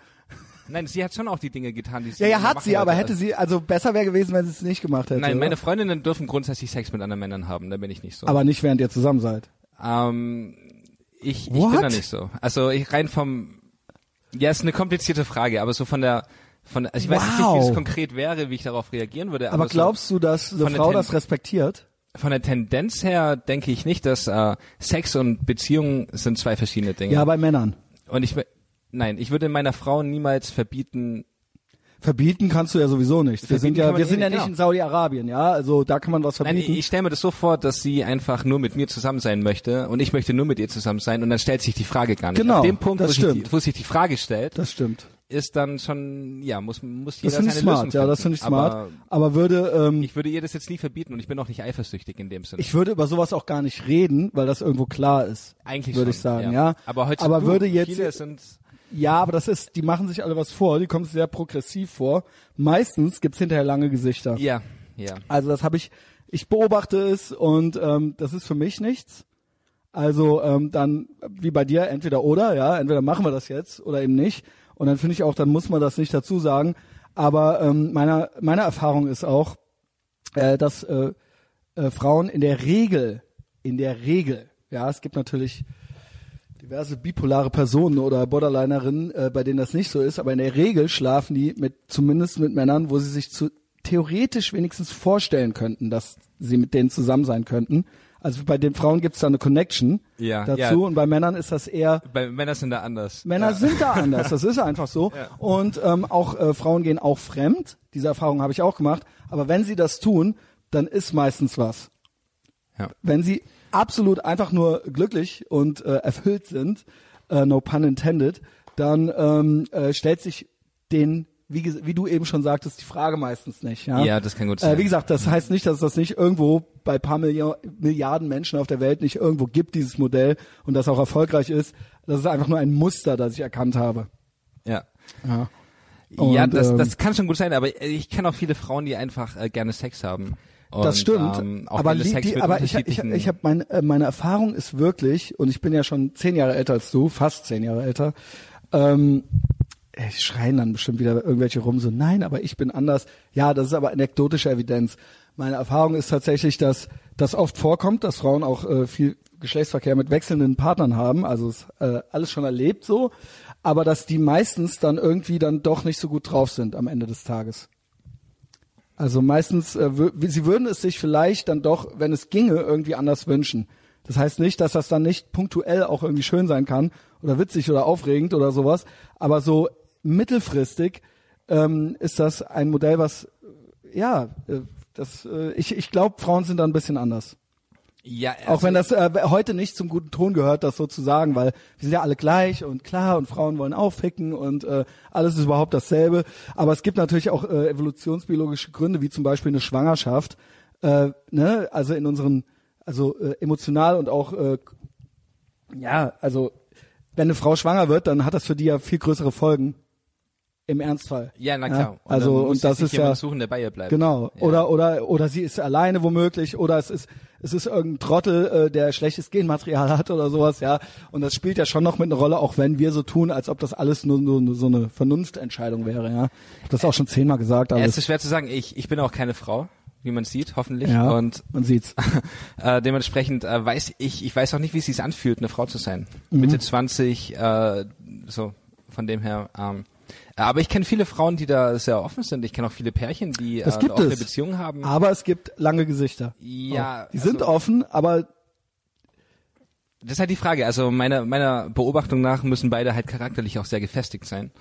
Speaker 2: Nein, sie hat schon auch die Dinge getan, die sie
Speaker 1: Ja, ja,
Speaker 2: immer
Speaker 1: hat
Speaker 2: machen
Speaker 1: sie, aber
Speaker 2: wollte.
Speaker 1: hätte sie, also besser wäre gewesen, wenn sie es nicht gemacht hätte.
Speaker 2: Nein,
Speaker 1: oder?
Speaker 2: meine Freundinnen dürfen grundsätzlich Sex mit anderen Männern haben, da bin ich nicht so.
Speaker 1: aber nicht während ihr zusammen seid.
Speaker 2: Ähm, ich, ich
Speaker 1: What?
Speaker 2: bin da nicht so. Also ich rein vom ja, ist eine komplizierte Frage, aber so von der von also ich weiß jetzt nicht, wie
Speaker 1: Wow.
Speaker 2: es konkret wäre, wie ich darauf reagieren würde.
Speaker 1: Aber
Speaker 2: so
Speaker 1: glaubst du, dass eine
Speaker 2: von der
Speaker 1: Frau
Speaker 2: Ten-
Speaker 1: das respektiert?
Speaker 2: von der Tendenz her denke ich nicht, dass äh, Sex und Beziehung sind zwei verschiedene Dinge.
Speaker 1: Ja, bei Männern.
Speaker 2: und ich nein, ich würde meiner Frau niemals verbieten.
Speaker 1: Verbieten kannst du ja sowieso nicht. Wir
Speaker 2: Verbieten
Speaker 1: sind
Speaker 2: kann
Speaker 1: ja,
Speaker 2: man
Speaker 1: wir
Speaker 2: eh
Speaker 1: sind ja
Speaker 2: nicht,
Speaker 1: nicht
Speaker 2: genau.
Speaker 1: in Saudi-Arabien, ja? Also da kann man was
Speaker 2: Nein, ich,
Speaker 1: verbieten.
Speaker 2: ich stelle mir das so vor, dass sie einfach nur mit mir zusammen sein möchte und ich möchte nur mit ihr zusammen sein und dann stellt sich die Frage gar nicht.
Speaker 1: Genau,
Speaker 2: Ab dem Punkt, wo
Speaker 1: das
Speaker 2: sich, die,
Speaker 1: stimmt.
Speaker 2: wo sich die Frage stellt,
Speaker 1: Das stimmt.
Speaker 2: ist dann schon, ja, muss, muss
Speaker 1: Das
Speaker 2: jeder
Speaker 1: finde
Speaker 2: seine
Speaker 1: ich smart,
Speaker 2: Lösung
Speaker 1: ja,
Speaker 2: finden.
Speaker 1: das finde ich smart.
Speaker 2: Aber
Speaker 1: Aber, würde, ähm, ich,
Speaker 2: ich würde ihr das jetzt nie verbieten und ich bin auch nicht eifersüchtig in dem Sinne.
Speaker 1: würde über sowas auch gar nicht reden, weil das irgendwo klar ist.
Speaker 2: Eigentlich
Speaker 1: würde
Speaker 2: schon,
Speaker 1: ich sagen, ja.
Speaker 2: Aber heute
Speaker 1: Aber würde jetzt-
Speaker 2: viele sind,
Speaker 1: Ja, aber das ist, die machen sich alle was vor, die kommen sehr progressiv vor. Meistens gibt's hinterher lange Gesichter.
Speaker 2: ja, ja.
Speaker 1: Also das habe ich, ich beobachte es und ähm, das ist für mich nichts. Also ähm, dann wie bei dir entweder oder, ja, entweder machen wir das jetzt oder eben nicht. Und dann finde ich auch, dann muss man das nicht dazu sagen. Aber ähm, meiner meine Erfahrung ist auch, äh, dass äh, äh, Frauen in der Regel, in der Regel, ja, es gibt natürlich diverse bipolare Personen oder Borderlinerinnen, äh, bei denen das nicht so ist, aber in der Regel schlafen die mit zumindest mit Männern, wo sie sich zu, theoretisch wenigstens vorstellen könnten, dass sie mit denen zusammen sein könnten. Also bei den Frauen gibt es da eine Connection
Speaker 2: Ja,
Speaker 1: dazu
Speaker 2: ja.
Speaker 1: und bei Männern ist das eher
Speaker 2: Bei Männern sind da anders.
Speaker 1: Männer
Speaker 2: ja.
Speaker 1: sind da anders, das ist einfach so. Und ähm, auch äh, Frauen gehen auch fremd. Diese Erfahrung habe ich auch gemacht. Aber wenn sie das tun, dann ist meistens was.
Speaker 2: Ja.
Speaker 1: Wenn sie absolut einfach nur glücklich und äh, erfüllt sind, äh, no pun intended, dann ähm, äh, stellt sich den, wie, ges- wie du eben schon sagtest, die Frage meistens nicht. Ja,
Speaker 2: Ja, das kann gut
Speaker 1: Äh,
Speaker 2: sein.
Speaker 1: wie gesagt, das heißt nicht, dass das nicht irgendwo bei paar Millio Milliarden Menschen auf der Welt nicht irgendwo gibt, dieses Modell, und das auch erfolgreich ist. Das ist einfach nur ein Muster, das ich erkannt habe.
Speaker 2: Ja.
Speaker 1: Ja.
Speaker 2: ja,
Speaker 1: Und,
Speaker 2: das,
Speaker 1: ähm,
Speaker 2: das kann schon gut sein, aber ich kenne auch viele Frauen, die einfach äh, gerne Sex haben. Und,
Speaker 1: das stimmt.
Speaker 2: Ähm, auch
Speaker 1: aber
Speaker 2: viele
Speaker 1: li-
Speaker 2: Sex
Speaker 1: die,
Speaker 2: mit
Speaker 1: aber ich, ich,
Speaker 2: unterschiedlichen-
Speaker 1: ich habe mein, äh, meine Erfahrung ist wirklich, und ich bin ja schon zehn Jahre älter als du, fast zehn Jahre älter. Ähm, ey, schreien dann bestimmt wieder irgendwelche rum so, nein, aber ich bin anders. Ja, das ist aber anekdotische Evidenz. Meine Erfahrung ist tatsächlich, dass das oft vorkommt, dass Frauen auch äh, viel Geschlechtsverkehr mit wechselnden Partnern haben, also es, äh, alles schon erlebt so, aber dass die meistens dann irgendwie dann doch nicht so gut drauf sind am Ende des Tages. Also meistens, äh, wür- sie würden es sich vielleicht dann doch, wenn es ginge, irgendwie anders wünschen. Das heißt nicht, dass das dann nicht punktuell auch irgendwie schön sein kann oder witzig oder aufregend oder sowas, aber so mittelfristig ähm, ist das ein Modell, was äh, ja, äh, das äh, ich ich glaube, Frauen sind da ein bisschen anders.
Speaker 2: ja,
Speaker 1: Auch
Speaker 2: also-
Speaker 1: wenn das äh, heute nicht zum guten Ton gehört, das so zu sagen, weil wir sind ja alle gleich und klar und Frauen wollen auch ficken und äh, alles ist überhaupt dasselbe. Aber es gibt natürlich auch äh, evolutionsbiologische Gründe, wie zum Beispiel eine Schwangerschaft. Äh, ne? Also in unseren, also äh, emotional und auch äh, ja, also wenn eine Frau schwanger wird, dann hat das für die ja viel größere Folgen. Im Ernstfall.
Speaker 2: Ja, na klar. Und
Speaker 1: also
Speaker 2: dann
Speaker 1: und,
Speaker 2: muss sie
Speaker 1: das
Speaker 2: sich
Speaker 1: ist
Speaker 2: jemanden
Speaker 1: ja
Speaker 2: suchen, der bei ihr bleibt.
Speaker 1: Genau.
Speaker 2: Äh, Ja.
Speaker 1: Oder oder oder sie ist alleine womöglich oder es ist es ist irgendein Trottel, äh, der schlechtes Genmaterial hat oder sowas, ja. Und das spielt ja schon noch mit einer Rolle, auch wenn wir so tun, als ob das alles nur, nur so eine Vernunftentscheidung wäre, ja. Ich hab das auch schon zehnmal gesagt, aber
Speaker 2: Ja, es
Speaker 1: das,
Speaker 2: ist schwer zu sagen. Ich, ich bin auch keine Frau, wie man sieht, hoffentlich.
Speaker 1: ja,
Speaker 2: Und
Speaker 1: man sieht's.
Speaker 2: äh, dementsprechend äh, weiß ich, ich weiß auch nicht, wie es sich anfühlt, eine Frau zu sein.
Speaker 1: Mhm.
Speaker 2: Mitte 20, äh, so von dem her. Ähm, aber ich kenne viele Frauen, die da sehr offen sind. Ich kenne auch viele Pärchen, die
Speaker 1: Das
Speaker 2: äh,
Speaker 1: gibt
Speaker 2: offene
Speaker 1: es.
Speaker 2: Beziehungen haben.
Speaker 1: Aber es gibt lange Gesichter.
Speaker 2: Ja, also,
Speaker 1: Auch. die sind offen, aber
Speaker 2: Das ist halt die Frage. Also meiner meiner Beobachtung nach müssen beide halt charakterlich auch sehr gefestigt sein,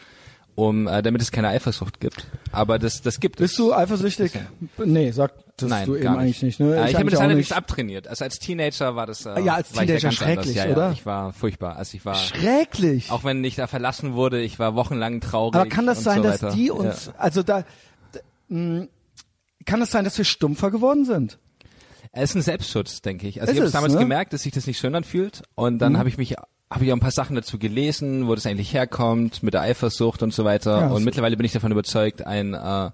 Speaker 2: um äh, damit es keine Eifersucht gibt. Aber das das gibt es.
Speaker 1: bist du eifersüchtig? Nee, sag das
Speaker 2: Nein,
Speaker 1: du eben
Speaker 2: gar
Speaker 1: eigentlich nicht, ne?
Speaker 2: Äh, ich habe mir
Speaker 1: eigentlich auch
Speaker 2: das allerdings
Speaker 1: nicht.
Speaker 2: abtrainiert. Also als Teenager war das äh,
Speaker 1: Ja, als
Speaker 2: war ich da
Speaker 1: Teenager
Speaker 2: ganz anders.
Speaker 1: schrecklich,
Speaker 2: ja, ja,
Speaker 1: oder?
Speaker 2: Ich war furchtbar. Also ich war
Speaker 1: Schrecklich.
Speaker 2: auch wenn ich da verlassen wurde, ich war wochenlang traurig.
Speaker 1: Aber kann das
Speaker 2: und
Speaker 1: sein,
Speaker 2: so
Speaker 1: dass
Speaker 2: weiter.
Speaker 1: die uns,
Speaker 2: Ja.
Speaker 1: also da, d- mh, kann es sein, dass wir stumpfer geworden sind?
Speaker 2: Es ist ein Selbstschutz, denke ich. Also
Speaker 1: Ist
Speaker 2: ich habe
Speaker 1: es,
Speaker 2: damals
Speaker 1: ne? Mhm.
Speaker 2: gemerkt, dass sich das nicht schön anfühlt und dann habe ich mich habe ich auch ein paar Sachen dazu gelesen, wo das eigentlich herkommt mit der Eifersucht und so weiter.
Speaker 1: Ja, so-
Speaker 2: und mittlerweile bin ich davon überzeugt, ein äh,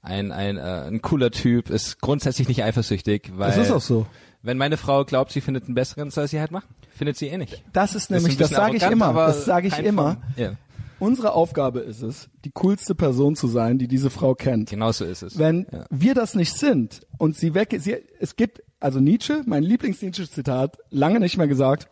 Speaker 2: ein ein, äh, ein cooler Typ ist grundsätzlich nicht eifersüchtig, weil
Speaker 1: Das ist auch so.
Speaker 2: Wenn meine Frau glaubt, sie findet einen besseren, soll sie halt machen. Findet sie eh nicht.
Speaker 1: Das ist
Speaker 2: Ist
Speaker 1: nämlich,
Speaker 2: ein
Speaker 1: das
Speaker 2: bisschen
Speaker 1: sage ich
Speaker 2: arrogant,
Speaker 1: immer,
Speaker 2: aber
Speaker 1: das sage ich
Speaker 2: kein
Speaker 1: immer.
Speaker 2: Form. Ja.
Speaker 1: Unsere Aufgabe ist es, die coolste Person zu sein, die diese Frau kennt.
Speaker 2: Genau so ist es.
Speaker 1: Wenn
Speaker 2: ja.
Speaker 1: wir das nicht sind und sie weg sie, es gibt, also Nietzsche, mein Lieblings-Nietzsche-Zitat, lange nicht mehr gesagt,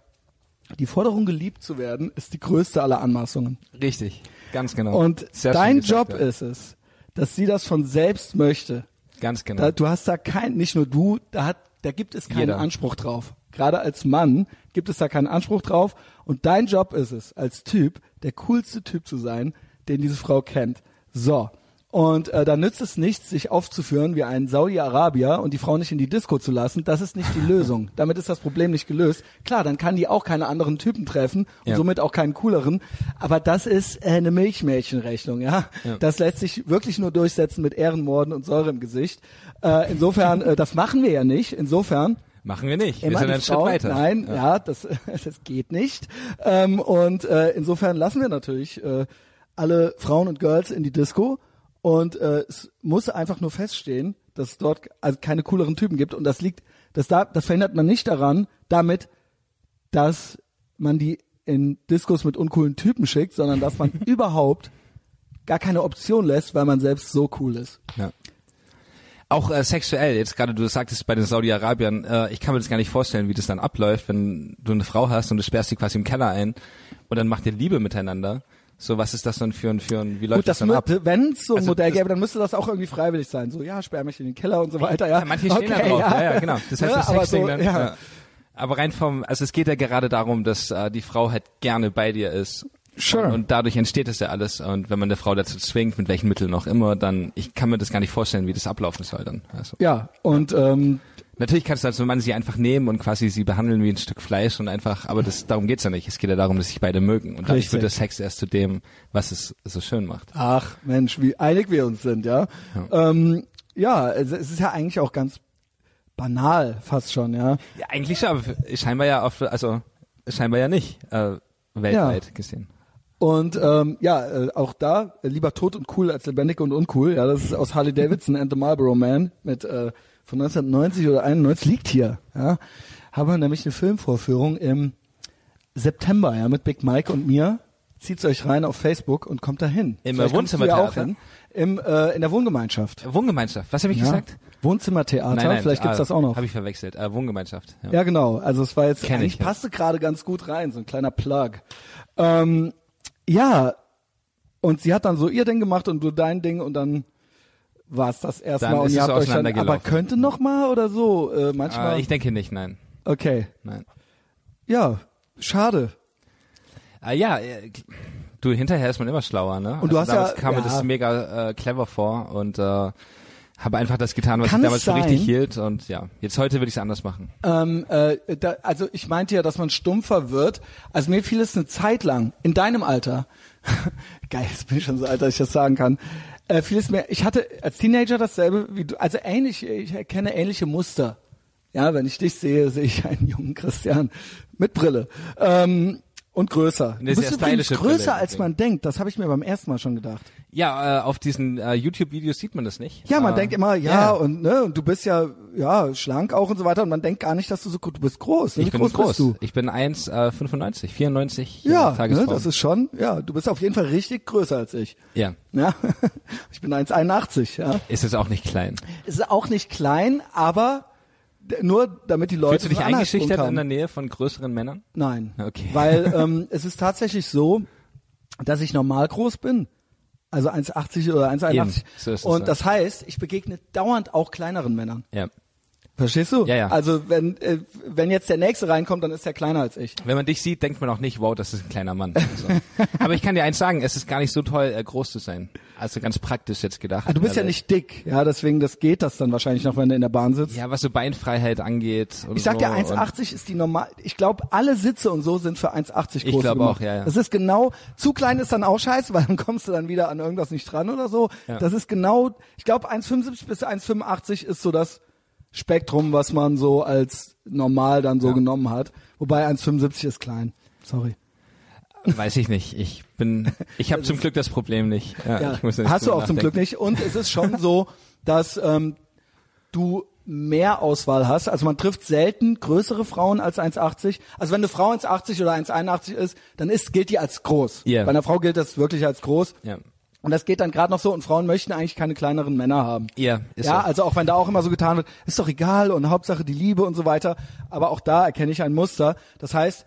Speaker 1: die Forderung, geliebt zu werden, ist die größte aller Anmaßungen.
Speaker 2: Richtig, ganz genau.
Speaker 1: Und
Speaker 2: Sehr schön
Speaker 1: dein
Speaker 2: gesagt,
Speaker 1: Job
Speaker 2: ja.
Speaker 1: ist es, dass sie das von selbst möchte.
Speaker 2: Ganz genau.
Speaker 1: Da, du hast da kein, nicht nur du, da hat, da gibt es keinen
Speaker 2: Jeder.
Speaker 1: Anspruch drauf. Gerade als Mann gibt es da keinen Anspruch drauf. Und dein Job ist es, als Typ der coolste Typ zu sein, den diese Frau kennt. So. Und äh, da nützt es nichts, sich aufzuführen wie ein Saudi-Arabier und die Frau nicht in die Disco zu lassen. Das ist nicht die Lösung. Damit ist das Problem nicht gelöst. Klar, dann kann die auch keine anderen Typen treffen und
Speaker 2: Ja.
Speaker 1: somit auch keinen cooleren. Aber das ist äh, eine Milchmädchenrechnung, ja?
Speaker 2: Ja.
Speaker 1: Das lässt sich wirklich nur durchsetzen mit Ehrenmorden und Säure im Gesicht. Äh, insofern, äh, das machen wir ja nicht. Insofern,
Speaker 2: Machen wir nicht. Wir
Speaker 1: immer
Speaker 2: sind
Speaker 1: die
Speaker 2: einen
Speaker 1: Frau-
Speaker 2: Schritt weiter.
Speaker 1: Nein, ja, das, das geht nicht. Ähm, und äh, insofern lassen wir natürlich äh, alle Frauen und Girls in die Disco. Und äh, es muss einfach nur feststehen, dass es dort also keine cooleren Typen gibt. Und das liegt, das, da, das verhindert man nicht daran, damit, dass man die in Diskos mit uncoolen Typen schickt, sondern dass man überhaupt gar keine Option lässt, weil man selbst so cool ist.
Speaker 2: Ja. Auch äh, sexuell, jetzt gerade du sagtest bei den Saudi-Arabiern, äh, ich kann mir das gar nicht vorstellen, wie das dann abläuft, wenn du eine Frau hast und du sperrst sie quasi im Keller ein und dann macht ihr Liebe miteinander. So, was ist das dann für ein, für ein wie läuft
Speaker 1: Gut, das
Speaker 2: dann Äh, ab?
Speaker 1: wenn es so ein
Speaker 2: Also,
Speaker 1: Modell
Speaker 2: das-
Speaker 1: gäbe, dann müsste das auch irgendwie freiwillig sein. So, ja, sperr mich in den Keller und so weiter. Ja,
Speaker 2: Ja, manche stehen da drauf, ja. ja, genau. Das heißt,
Speaker 1: Ja,
Speaker 2: das
Speaker 1: aber
Speaker 2: Sexding
Speaker 1: so,
Speaker 2: dann,
Speaker 1: ja.
Speaker 2: ja. Aber rein vom, also es geht ja gerade darum, dass äh, die Frau halt gerne bei dir ist.
Speaker 1: Sure.
Speaker 2: Und, und dadurch entsteht das ja alles. Und wenn man eine Frau dazu zwingt, mit welchen Mitteln auch immer, dann, ich kann mir das gar nicht vorstellen, wie das ablaufen soll dann. Also.
Speaker 1: Ja, und ähm,
Speaker 2: Natürlich kannst du als Mann sie einfach nehmen und quasi sie behandeln wie ein Stück Fleisch und einfach, aber das, darum geht's ja nicht. Es geht ja darum, dass sich beide mögen. Und dadurch
Speaker 1: Richtig.
Speaker 2: wird der Sex erst zu dem, was es so schön macht.
Speaker 1: ach Mensch, wie einig wir uns sind, ja. Ja, ähm, ja es, es ist ja eigentlich auch ganz banal fast schon, ja.
Speaker 2: Ja, eigentlich schon, aber scheinbar ja auf, also scheinbar ja nicht, äh, weltweit gesehen.
Speaker 1: Und ähm, ja, äh, auch da äh, lieber tot und cool als lebendig und uncool. Ja, das ist aus Harley Davidson and the Marlboro Man mit äh, von 1990 oder 91 liegt hier. Ja, haben wir nämlich eine Filmvorführung im September ja mit Big Mike und mir. Zieht's euch rein auf Facebook und kommt dahin.
Speaker 2: Im
Speaker 1: Vielleicht kommst du ja
Speaker 2: Wohnzimmertheater?
Speaker 1: auch hin. Im äh, in der Wohngemeinschaft.
Speaker 2: Wohngemeinschaft, was habe ich
Speaker 1: Ja.
Speaker 2: gesagt? also
Speaker 1: Wohnzimmertheater. Vielleicht gibt's das auch noch.
Speaker 2: Habe ich verwechselt. Äh, Wohngemeinschaft. Ja.
Speaker 1: Ja, genau. Also es war jetzt
Speaker 2: Kenn
Speaker 1: eigentlich
Speaker 2: ich, ja.
Speaker 1: passte gerade ganz gut rein, so ein kleiner Plug. Ähm, ja, und sie hat dann so ihr Ding gemacht und du dein Ding und dann war es das erstmal
Speaker 2: Dann
Speaker 1: und
Speaker 2: ist
Speaker 1: ihr
Speaker 2: es
Speaker 1: habt euch dann, aber
Speaker 2: auseinandergelaufen.
Speaker 1: könnte noch mal oder so äh, manchmal.
Speaker 2: Äh, ich denke nicht, nein.
Speaker 1: okay,
Speaker 2: nein.
Speaker 1: ja, schade. Ah,
Speaker 2: Äh, ja, äh, du hinterher ist man immer schlauer, ne?
Speaker 1: Und du hast ja-
Speaker 2: damals kam mir
Speaker 1: ja.
Speaker 2: das mega äh, clever vor und äh, habe einfach das getan, was
Speaker 1: Kann
Speaker 2: ich
Speaker 1: es
Speaker 2: damals für richtig
Speaker 1: sein?
Speaker 2: hielt und ja, jetzt heute würde ich es anders machen.
Speaker 1: Ähm, äh, da, also ich meinte ja, dass man stumpfer wird. Also mir fiel es eine Zeit lang, in deinem Alter, geil, jetzt bin ich schon so alt, dass ich das sagen kann, äh, fiel es mir, ich hatte als Teenager dasselbe wie du, also ähnlich, ich erkenne ähnliche Muster. Ja, wenn ich dich sehe, sehe ich einen jungen Christian mit Brille. Ähm, und größer.
Speaker 2: Eine
Speaker 1: du bist
Speaker 2: sehr
Speaker 1: übrigens
Speaker 2: stylische
Speaker 1: größer,
Speaker 2: Brille,
Speaker 1: als man denkt. Das habe ich mir beim ersten Mal schon gedacht.
Speaker 2: Ja, äh, auf diesen äh, YouTube-Videos sieht man das nicht.
Speaker 1: Ja, man
Speaker 2: äh,
Speaker 1: denkt immer, ja,
Speaker 2: ja.
Speaker 1: und ne, und du bist ja, ja, schlank auch und so weiter. Und man denkt gar nicht, dass du so gut, du bist groß. Ne?
Speaker 2: ich
Speaker 1: wie
Speaker 2: bin
Speaker 1: groß,
Speaker 2: groß.
Speaker 1: bist du?
Speaker 2: Ich bin 1, äh, 95, 94
Speaker 1: Ja, ne,
Speaker 2: Tagesform.
Speaker 1: das ist schon, ja, du bist auf jeden Fall richtig größer als ich.
Speaker 2: ja.
Speaker 1: Ja, ich bin 1,81, ja.
Speaker 2: Ist es auch nicht klein.
Speaker 1: Es ist auch nicht klein, aber d- nur damit die Leute
Speaker 2: Fühlst du dich
Speaker 1: einen Anhaltspunkt
Speaker 2: eingeschüchtert
Speaker 1: haben.
Speaker 2: in der Nähe von größeren Männern?
Speaker 1: Nein.
Speaker 2: Okay.
Speaker 1: Weil ähm, es ist tatsächlich so, dass ich normal groß bin. Also 1,80 oder 1,81.
Speaker 2: Eben, so ist es,
Speaker 1: Und
Speaker 2: ja.
Speaker 1: das heißt, ich begegne dauernd auch kleineren Männern.
Speaker 2: Ja.
Speaker 1: Verstehst du?
Speaker 2: Ja, ja.
Speaker 1: Also wenn, äh, wenn jetzt der Nächste reinkommt, dann ist der kleiner als ich.
Speaker 2: Wenn man dich sieht, denkt man auch nicht, wow, das ist ein kleiner Mann. So. Aber ich kann dir eins sagen, es ist gar nicht so toll, äh, groß zu sein. Also ganz praktisch jetzt gedacht. Also,
Speaker 1: Ah, Du bist ja
Speaker 2: Weil,
Speaker 1: nicht dick, ja, deswegen das geht das dann wahrscheinlich noch, wenn du in der Bahn sitzt.
Speaker 2: Ja, was so Beinfreiheit angeht. Und
Speaker 1: Ich sag dir,
Speaker 2: so und-
Speaker 1: 1,80 ist die normal. Ich glaube, alle Sitze und so sind für 1,80 groß.
Speaker 2: Ich glaub
Speaker 1: gemacht.
Speaker 2: auch, ja, ja.
Speaker 1: Das ist genau, zu klein ist dann auch scheiße, weil dann kommst du dann wieder an irgendwas nicht dran oder so.
Speaker 2: Ja.
Speaker 1: Das ist genau, ich glaube, 1,75 bis 1,85 ist so das Spektrum, was man so als normal dann so
Speaker 2: Ja.
Speaker 1: genommen hat. Wobei 1,75 ist klein. Sorry.
Speaker 2: Weiß ich nicht. Ich bin, ich habe zum Glück das Problem nicht. Ja,
Speaker 1: Ja,
Speaker 2: Ich muss nicht
Speaker 1: hast du
Speaker 2: drüber
Speaker 1: auch zum Glück
Speaker 2: nachdenken.
Speaker 1: nicht. Und es ist schon so, dass ähm, du mehr Auswahl hast. Also man trifft selten größere Frauen als 1,80. Also wenn eine Frau 1,80 oder 1,81 ist, dann ist, gilt die als groß.
Speaker 2: Ja.
Speaker 1: Bei einer Frau gilt das wirklich als groß.
Speaker 2: Ja.
Speaker 1: Und das geht dann gerade noch so und Frauen möchten eigentlich keine kleineren Männer haben.
Speaker 2: Ja, ist
Speaker 1: ja,
Speaker 2: so.
Speaker 1: also auch wenn da auch immer so getan wird, ist doch egal und Hauptsache die Liebe und so weiter. Aber auch da erkenne ich ein Muster. Das heißt,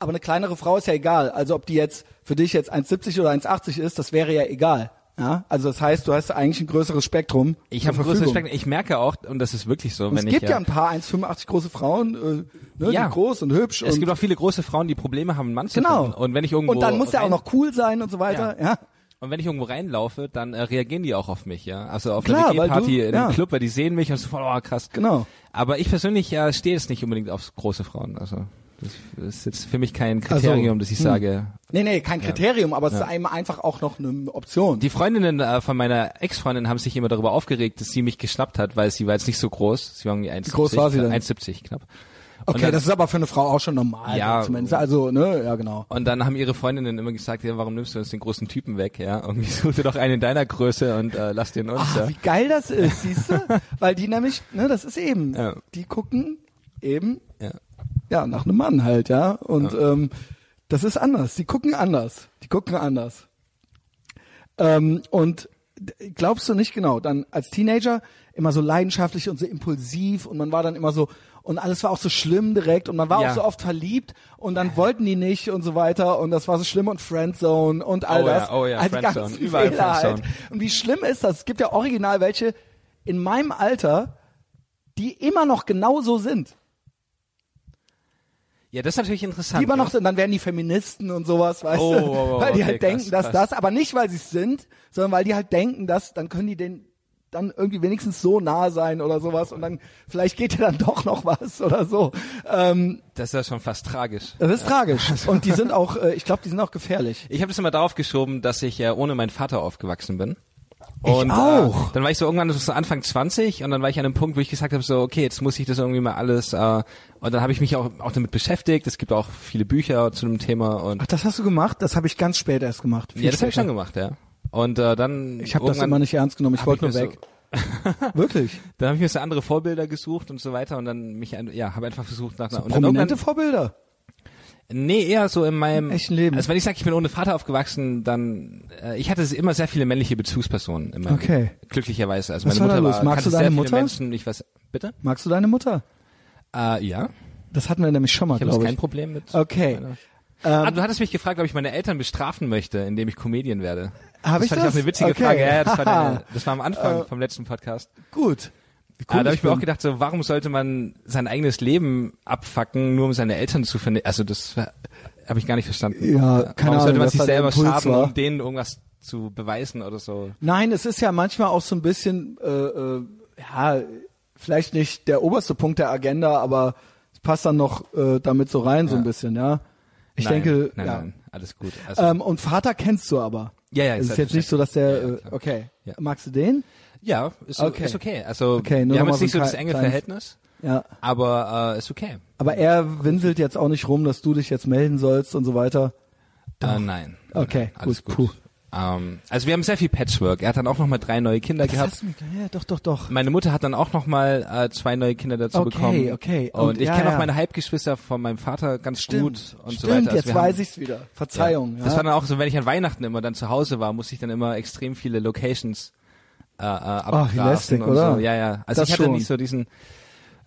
Speaker 1: aber eine kleinere Frau ist ja egal. Also ob die jetzt für dich jetzt 1,70 oder 1,80 ist, das wäre ja egal. Ja, also das heißt, du hast eigentlich ein größeres Spektrum.
Speaker 2: Ich
Speaker 1: zur
Speaker 2: habe großes
Speaker 1: Verfügung.
Speaker 2: Respekt. Ich merke auch, und das ist wirklich so,
Speaker 1: Und
Speaker 2: wenn
Speaker 1: es gibt
Speaker 2: ich
Speaker 1: ja, ein paar 1,85 große Frauen, äh, ne,
Speaker 2: Ja.
Speaker 1: die groß und hübsch.
Speaker 2: es
Speaker 1: und
Speaker 2: gibt auch viele große Frauen, die Probleme haben, einen Mann zu
Speaker 1: genau.
Speaker 2: finden. Und wenn ich irgendwo
Speaker 1: und dann muss der auch
Speaker 2: rein-
Speaker 1: noch cool sein und so weiter. Ja,
Speaker 2: Ja. Und wenn ich irgendwo reinlaufe, dann äh, reagieren die auch auf mich, ja. Also auf
Speaker 1: Klar,
Speaker 2: eine
Speaker 1: weil du-
Speaker 2: WG-Party in einem
Speaker 1: ja.
Speaker 2: Club, weil die sehen mich und so voll, oh krass.
Speaker 1: Genau.
Speaker 2: Aber ich persönlich äh, stehe jetzt nicht unbedingt auf große Frauen. Also das ist jetzt für mich kein
Speaker 1: so. Hm.
Speaker 2: Kriterium, dass ich sage.
Speaker 1: Nee, nee, kein Kriterium, aber es ist einem einfach auch noch eine Option.
Speaker 2: Die Freundinnen äh, von meiner Ex-Freundin haben sich immer darüber aufgeregt, dass sie mich geschnappt hat, weil sie war jetzt nicht so groß. Sie war irgendwie 1,70.
Speaker 1: groß war sie denn?
Speaker 2: 1,70 knapp.
Speaker 1: okay,
Speaker 2: dann-
Speaker 1: das ist aber für eine Frau auch schon normal.
Speaker 2: Ja.
Speaker 1: zumindest. Also, ne, ja, genau.
Speaker 2: Und dann haben ihre Freundinnen immer gesagt, ja, warum nimmst du uns den großen Typen weg, ja? Irgendwie such dir doch einen in deiner Größe und äh, lass den uns,
Speaker 1: Ah,
Speaker 2: ja.
Speaker 1: wie geil das ist, siehst du? Weil die nämlich, ne, das ist eben,
Speaker 2: Ja.
Speaker 1: die gucken eben,
Speaker 2: ja.
Speaker 1: ja, nach einem Mann halt, ja. Und Ähm, das ist anders. Die gucken anders. Die gucken anders. Ähm, und d- glaubst du nicht genau, dann als Teenager immer so leidenschaftlich und so impulsiv und man war dann immer so und alles war auch so schlimm direkt und man war
Speaker 2: Ja.
Speaker 1: auch so oft verliebt und dann wollten die nicht und so weiter und das war so schlimm und Friendzone und all
Speaker 2: Oh ja,
Speaker 1: das.
Speaker 2: oh ja,
Speaker 1: all die
Speaker 2: Friendzone.
Speaker 1: ganzen
Speaker 2: Überall
Speaker 1: Fehler halt.
Speaker 2: Friendzone.
Speaker 1: Und wie schlimm ist das? Es gibt ja original welche in meinem Alter, die immer noch genau so sind.
Speaker 2: Ja, das ist natürlich interessant.
Speaker 1: Die immer
Speaker 2: ja.
Speaker 1: noch sind, dann werden die Feministen und sowas, weißt
Speaker 2: Oh,
Speaker 1: du?
Speaker 2: oh, oh,
Speaker 1: weil die
Speaker 2: okay,
Speaker 1: halt denken,
Speaker 2: krass,
Speaker 1: dass
Speaker 2: krass.
Speaker 1: das, aber nicht, weil sie es sind, sondern weil die halt denken, dass, dann können die den dann irgendwie wenigstens so nah sein oder sowas und dann vielleicht geht ja dann doch noch was oder so. Ähm,
Speaker 2: Das ist ja schon fast tragisch.
Speaker 1: das ist tragisch. Und die sind auch, äh, ich glaube, die sind auch gefährlich.
Speaker 2: Ich habe das immer darauf geschoben, dass ich ja ohne meinen Vater aufgewachsen bin.
Speaker 1: Ich
Speaker 2: Und,
Speaker 1: auch.
Speaker 2: Äh, dann war ich so irgendwann so Anfang 20 und dann war ich an einem Punkt, wo ich gesagt habe, so okay, jetzt muss ich das irgendwie mal alles. Äh, und dann habe ich mich auch, auch damit beschäftigt. Es gibt auch viele Bücher zu dem Thema und
Speaker 1: Ach, das hast du gemacht? Das habe ich ganz spät erst gemacht. Viel
Speaker 2: ja, das habe ich
Speaker 1: später.
Speaker 2: schon gemacht, ja. Und äh, dann
Speaker 1: Ich habe das
Speaker 2: irgendwann-
Speaker 1: immer nicht ernst genommen, ich
Speaker 2: hab
Speaker 1: wollte nur
Speaker 2: ich mir
Speaker 1: weg. Wirklich.
Speaker 2: Dann habe ich mir so andere Vorbilder gesucht und so weiter und dann mich ein- ja, habe einfach versucht nach einer und dann
Speaker 1: Prominente
Speaker 2: irgendwann-
Speaker 1: Vorbilder.
Speaker 2: Nee, eher so in meinem
Speaker 1: Im echten Leben.
Speaker 2: Also wenn ich sage, ich bin ohne Vater aufgewachsen, dann äh, ich hatte immer sehr viele männliche Bezugspersonen in meinem
Speaker 1: Okay.
Speaker 2: glücklicherweise. Also
Speaker 1: Was
Speaker 2: meine
Speaker 1: war da
Speaker 2: Mutter
Speaker 1: los?
Speaker 2: war
Speaker 1: Magst du
Speaker 2: kannte
Speaker 1: deine
Speaker 2: sehr
Speaker 1: Mutter?
Speaker 2: viele Menschen, ich weiß bitte?
Speaker 1: Magst du deine Mutter?
Speaker 2: Äh, ja,
Speaker 1: Das hatten wir nämlich schon mal,
Speaker 2: ich habe
Speaker 1: glaube
Speaker 2: kein
Speaker 1: ich.
Speaker 2: Problem mit.
Speaker 1: Okay.
Speaker 2: meiner-
Speaker 1: Ähm,
Speaker 2: ah, du hattest mich gefragt, ob ich meine Eltern bestrafen möchte, indem ich Comedian werde.
Speaker 1: Hab
Speaker 2: das
Speaker 1: ich
Speaker 2: fand
Speaker 1: das?
Speaker 2: Ich auch eine witzige
Speaker 1: Okay.
Speaker 2: Frage. Ja, ja, das, war
Speaker 1: Haha.
Speaker 2: deine, das war am Anfang vom letzten Podcast.
Speaker 1: Gut. Wie
Speaker 2: Ah, da habe
Speaker 1: ich
Speaker 2: ich mir
Speaker 1: bin.
Speaker 2: auch gedacht, so warum sollte man sein eigenes Leben abfacken, nur um seine Eltern zu vernichten? Also das habe ich gar nicht verstanden.
Speaker 1: Ja,
Speaker 2: warum
Speaker 1: keine Ahnung,
Speaker 2: sollte man
Speaker 1: was
Speaker 2: sich
Speaker 1: da der
Speaker 2: selber
Speaker 1: Impuls
Speaker 2: schaden,
Speaker 1: war.
Speaker 2: um denen irgendwas zu beweisen oder so?
Speaker 1: Nein, es ist ja manchmal auch so ein bisschen, äh, äh, ja, vielleicht nicht der oberste Punkt der Agenda, aber es passt dann noch äh, damit so rein, so ein bisschen, ja. Ich
Speaker 2: nein,
Speaker 1: denke,
Speaker 2: nein,
Speaker 1: ja.
Speaker 2: nein, alles gut. Also,
Speaker 1: Ähm, und Vater kennst du aber.
Speaker 2: Ja, ja,
Speaker 1: Es ist
Speaker 2: exakt,
Speaker 1: jetzt nicht so, dass der,
Speaker 2: Ja, ja,
Speaker 1: äh,
Speaker 2: klar.
Speaker 1: okay.
Speaker 2: Ja.
Speaker 1: Magst du den?
Speaker 2: ja, ist
Speaker 1: okay.
Speaker 2: okay. Ist okay. Also
Speaker 1: Okay, nur
Speaker 2: wir haben
Speaker 1: noch mal
Speaker 2: jetzt nicht
Speaker 1: so
Speaker 2: so
Speaker 1: ein
Speaker 2: das
Speaker 1: klei-
Speaker 2: enge
Speaker 1: kleines-
Speaker 2: Verhältnis,
Speaker 1: Ja.
Speaker 2: aber äh, ist okay.
Speaker 1: Aber er winselt jetzt auch nicht rum, dass du dich jetzt melden sollst und so weiter.
Speaker 2: Äh, nein.
Speaker 1: Okay,
Speaker 2: nein, alles
Speaker 1: gut,
Speaker 2: gut.
Speaker 1: puh.
Speaker 2: Ähm, also wir haben sehr viel Patchwork. Er hat dann auch noch mal drei neue Kinder
Speaker 1: Das
Speaker 2: gehabt.
Speaker 1: hast du mir- ja, doch, doch, doch.
Speaker 2: Meine Mutter hat dann auch nochmal äh, zwei neue Kinder dazu
Speaker 1: Okay,
Speaker 2: bekommen.
Speaker 1: okay.
Speaker 2: Und,
Speaker 1: Und
Speaker 2: ich
Speaker 1: ja,
Speaker 2: kenne
Speaker 1: ja.
Speaker 2: auch meine Halbgeschwister von meinem Vater ganz gut
Speaker 1: Stimmt,
Speaker 2: und so weiter. Also
Speaker 1: jetzt
Speaker 2: wir haben-
Speaker 1: weiß ich's wieder. Verzeihung. Ja.
Speaker 2: Das war dann auch so, wenn ich an Weihnachten immer dann zu Hause war, musste ich dann immer extrem viele Locations äh, äh, abgrasen
Speaker 1: lästig,
Speaker 2: und
Speaker 1: oder?
Speaker 2: so. Ja, ja. Also
Speaker 1: Das
Speaker 2: ich hatte
Speaker 1: schon.
Speaker 2: nicht so diesen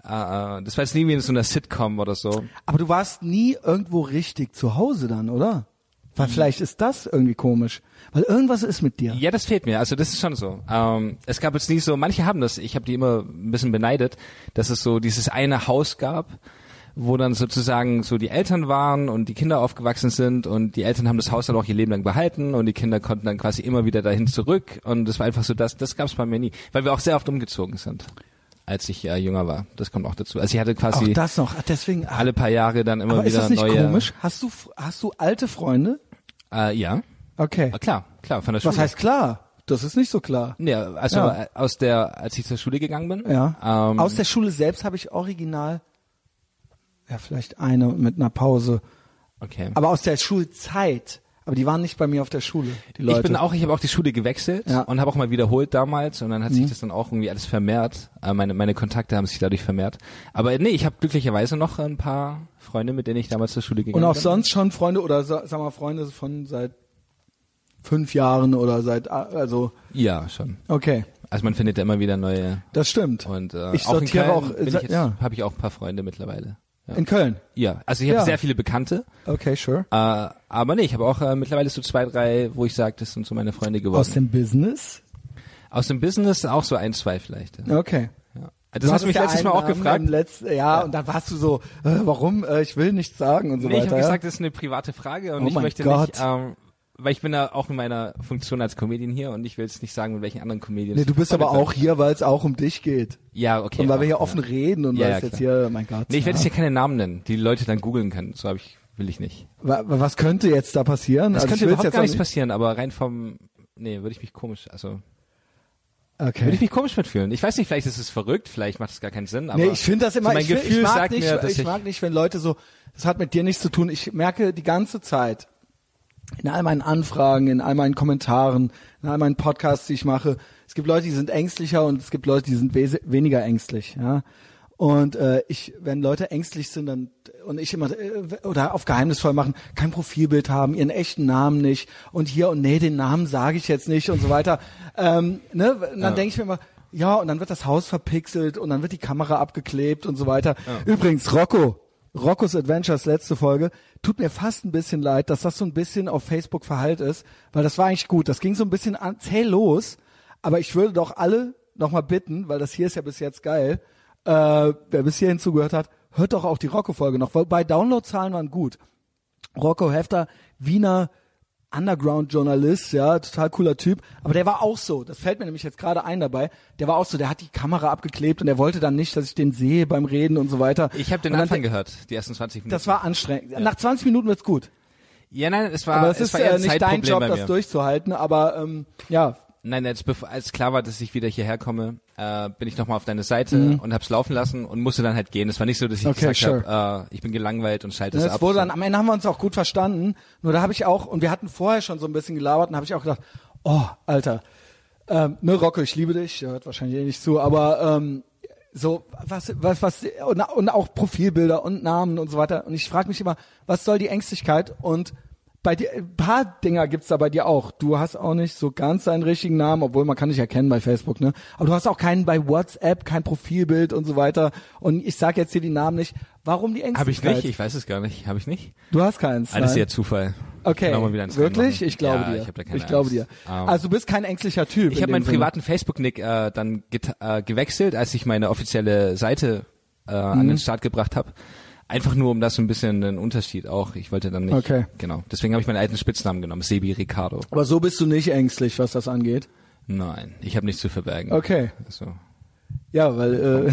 Speaker 2: äh, äh, das war jetzt nie wie in so einer Sitcom oder so.
Speaker 1: Aber du warst nie irgendwo richtig zu Hause dann, oder? Weil vielleicht ist das irgendwie komisch. Weil irgendwas ist mit dir.
Speaker 2: Mhm. Ja, das fehlt mir. Also das ist schon so. Ähm, es gab jetzt nie so, manche haben das, ich habe die immer ein bisschen beneidet, dass es so dieses eine Haus gab, wo dann sozusagen so die Eltern waren und die Kinder aufgewachsen sind und die Eltern haben das Haus dann auch ihr Leben lang behalten und die Kinder konnten dann quasi immer wieder dahin zurück und das war einfach so, das, das gab es bei mir nie, weil wir auch sehr oft umgezogen sind, als ich äh, jünger war. Das kommt auch dazu. Also ich hatte
Speaker 1: Auch
Speaker 2: quasi
Speaker 1: das noch. Ach, deswegen. Ach,
Speaker 2: alle paar Jahre dann immer
Speaker 1: aber ist
Speaker 2: wieder
Speaker 1: das nicht
Speaker 2: neue.
Speaker 1: komisch? Hast du, hast du alte Freunde?
Speaker 2: Äh, ja,
Speaker 1: Okay.
Speaker 2: klar, klar, von der Schule.
Speaker 1: Was heißt klar? Das ist nicht so klar.
Speaker 2: Nee, also
Speaker 1: Ja.
Speaker 2: äh, aus der, als ich zur Schule gegangen bin.
Speaker 1: Ja.
Speaker 2: Ähm,
Speaker 1: Aus der Schule selbst habe ich original, ja, vielleicht eine mit einer Pause.
Speaker 2: okay.
Speaker 1: Aber aus der Schulzeit Aber die waren nicht bei mir auf der Schule, die Leute.
Speaker 2: Ich bin auch, ich habe auch die Schule gewechselt
Speaker 1: Ja. Mhm.
Speaker 2: und habe auch mal wiederholt damals und dann hat sich das dann auch irgendwie alles vermehrt. Äh, meine, meine Kontakte haben sich dadurch vermehrt. Aber nee, ich habe glücklicherweise noch ein paar Freunde, mit denen ich damals zur Schule gegangen
Speaker 1: und auch
Speaker 2: bin.
Speaker 1: sonst schon Freunde oder sa- sag mal Freunde von seit fünf Jahren oder seit also
Speaker 2: Ja, schon.
Speaker 1: okay,
Speaker 2: Also man findet ja immer wieder neue
Speaker 1: das stimmt.
Speaker 2: und äh,
Speaker 1: ich
Speaker 2: auch in Köln
Speaker 1: sortiere auch,
Speaker 2: bin ich
Speaker 1: sa-
Speaker 2: jetzt,
Speaker 1: ja,
Speaker 2: habe ich auch ein paar Freunde mittlerweile. Ja,
Speaker 1: in Köln.
Speaker 2: ja. also ich habe
Speaker 1: Ja.
Speaker 2: sehr viele Bekannte,
Speaker 1: Okay, sure.
Speaker 2: äh, aber nee, ich habe auch äh, mittlerweile so zwei, drei, wo ich sage, das sind so meine Freunde geworden.
Speaker 1: Aus dem Business?
Speaker 2: Aus dem Business auch so ein, zwei vielleicht. Ja.
Speaker 1: Okay.
Speaker 2: Ja. Das hast
Speaker 1: hattest
Speaker 2: du mich
Speaker 1: ja
Speaker 2: letztes Mal
Speaker 1: einen
Speaker 2: auch
Speaker 1: Abend
Speaker 2: gefragt.
Speaker 1: am Letzten, ja, und da warst du so, äh, warum? Äh, ich will nichts sagen und so
Speaker 2: Nee, ich
Speaker 1: weiter.
Speaker 2: habe
Speaker 1: ja?
Speaker 2: gesagt, das ist eine private Frage und
Speaker 1: Oh
Speaker 2: ich
Speaker 1: mein
Speaker 2: möchte
Speaker 1: Gott.
Speaker 2: nicht, ähm, weil ich bin da auch in meiner Funktion als Comedian hier und ich will jetzt nicht sagen, mit welchen anderen Comedians.
Speaker 1: nee, du
Speaker 2: ich
Speaker 1: bist aber
Speaker 2: befreundet
Speaker 1: auch hier, weil es auch um dich geht.
Speaker 2: bin. Ja, okay.
Speaker 1: und weil wir
Speaker 2: auch,
Speaker 1: hier
Speaker 2: ja.
Speaker 1: offen reden und
Speaker 2: Ja,
Speaker 1: weil
Speaker 2: ja,
Speaker 1: es jetzt
Speaker 2: klar.
Speaker 1: hier, mein Gott.
Speaker 2: Nee, ich werde
Speaker 1: ja.
Speaker 2: jetzt hier keine Namen nennen, die Leute dann googeln können. So habe ich will ich nicht.
Speaker 1: Wa- wa- Was könnte jetzt da passieren?
Speaker 2: Das
Speaker 1: also
Speaker 2: könnte
Speaker 1: ich will's
Speaker 2: überhaupt
Speaker 1: jetzt
Speaker 2: gar
Speaker 1: auch
Speaker 2: nichts
Speaker 1: nicht.
Speaker 2: passieren, aber rein vom Nee, würde ich mich komisch, also würde
Speaker 1: Okay.
Speaker 2: ich mich komisch mitfühlen. Ich weiß nicht, vielleicht ist es verrückt, vielleicht macht es gar keinen Sinn, aber
Speaker 1: Nee, ich finde das immer,
Speaker 2: so mein
Speaker 1: ich, find-
Speaker 2: Gefühl
Speaker 1: ich mag
Speaker 2: sagt
Speaker 1: nicht,
Speaker 2: mir, dass
Speaker 1: ich,
Speaker 2: ich,
Speaker 1: mag nicht, wenn Leute so, das hat mit dir nichts zu tun. Ich merke die ganze Zeit, in all meinen Anfragen, in all meinen Kommentaren, in all meinen Podcasts, die ich mache, es gibt Leute, die sind ängstlicher und es gibt Leute, die sind wes- weniger ängstlich, ja. Und äh, ich, wenn Leute ängstlich sind, dann und ich immer äh, oder auf geheimnisvoll machen, kein Profilbild haben, ihren echten Namen nicht und hier und nee, den Namen sage ich jetzt nicht und so weiter. Ähm, ne? Und dann denke ich mir immer, ja, und dann wird das Haus verpixelt und dann wird die Kamera abgeklebt und so weiter. Übrigens, Rocco, Rocco's Adventures letzte Folge, tut mir fast ein bisschen leid, dass das so ein bisschen auf Facebook verhallt ist, weil das war eigentlich gut. Das ging so ein bisschen an, zäh los, aber ich würde doch alle nochmal bitten, weil das hier ist ja bis jetzt geil, äh, wer bis hierhin zugehört hat, hört doch auch die Rocco-Folge noch, weil bei Downloadzahlen waren gut. Rocco Hefter, Wiener Underground-Journalist, ja, total cooler Typ. Aber der war auch so, das fällt mir nämlich jetzt gerade ein dabei, der war auch so, der hat die Kamera abgeklebt und der wollte dann nicht, dass ich den sehe beim Reden und so weiter.
Speaker 2: ich habe den
Speaker 1: Und dann-
Speaker 2: Anfang gehört, die ersten 20 Minuten.
Speaker 1: Das war anstrengend. Nach 20 Minuten wird's gut.
Speaker 2: Ja, nein, es war
Speaker 1: Aber das
Speaker 2: Ah, es
Speaker 1: ist
Speaker 2: war eher
Speaker 1: äh,
Speaker 2: ein
Speaker 1: nicht dein
Speaker 2: Zeitproblem
Speaker 1: Job,
Speaker 2: bei
Speaker 1: das
Speaker 2: mir.
Speaker 1: durchzuhalten, aber ähm, ja,
Speaker 2: Nein, als, bev- als klar war, dass ich wieder hierher komme, äh, bin ich nochmal auf deine Seite und hab's laufen lassen und musste dann halt gehen. Es war nicht so, dass ich
Speaker 1: Mhm. Okay,
Speaker 2: gesagt
Speaker 1: sure.
Speaker 2: habe, äh, ich bin gelangweilt und schalte es
Speaker 1: Ne,
Speaker 2: ab.
Speaker 1: es wurde dann, am Ende haben wir uns auch gut verstanden. Nur da habe ich auch, und wir hatten vorher schon so ein bisschen gelabert, und habe ich auch gedacht, oh, Alter, ähm, ne, Rocco, ich liebe dich, der hört wahrscheinlich eh nicht zu, aber ähm, so, was, was, was, und, und auch Profilbilder und Namen und so weiter. Und ich frage mich immer, was soll die Ängstlichkeit? Und bei dir, ein paar Dinger gibt's da bei dir auch. Du hast auch nicht so ganz deinen richtigen Namen, obwohl man kann dich erkennen bei Facebook, ne? Aber du hast auch keinen bei WhatsApp, kein Profilbild und so weiter. Und ich sag jetzt hier die Namen nicht. Warum die
Speaker 2: Habe ich
Speaker 1: Ängstlichkeit?
Speaker 2: nicht, ich weiß es gar nicht. Habe ich nicht?
Speaker 1: Du hast keins.
Speaker 2: Alles
Speaker 1: nein.
Speaker 2: eher Zufall.
Speaker 1: Okay.
Speaker 2: Kann auch mal wieder ins Rennen
Speaker 1: Wirklich?
Speaker 2: machen.
Speaker 1: Ich glaube
Speaker 2: ja,
Speaker 1: dir.
Speaker 2: Ich, hab da keine
Speaker 1: glaube
Speaker 2: Angst.
Speaker 1: dir.
Speaker 2: Ähm,
Speaker 1: also du bist kein ängstlicher Typ.
Speaker 2: ich
Speaker 1: in dem
Speaker 2: habe meinen
Speaker 1: Sinne.
Speaker 2: privaten Facebook-Nick äh, dann get- äh, gewechselt, als ich meine offizielle Seite äh, an
Speaker 1: Mhm.
Speaker 2: den Start gebracht habe. Einfach nur, um das so ein bisschen einen Unterschied auch. Ich wollte dann nicht.
Speaker 1: Okay.
Speaker 2: Genau. Deswegen habe ich meinen alten Spitznamen genommen, Sebi Ricardo.
Speaker 1: Aber so bist du nicht ängstlich, was das angeht.
Speaker 2: Nein, ich habe nichts zu verbergen.
Speaker 1: Okay.
Speaker 2: Also,
Speaker 1: Ja, weil äh,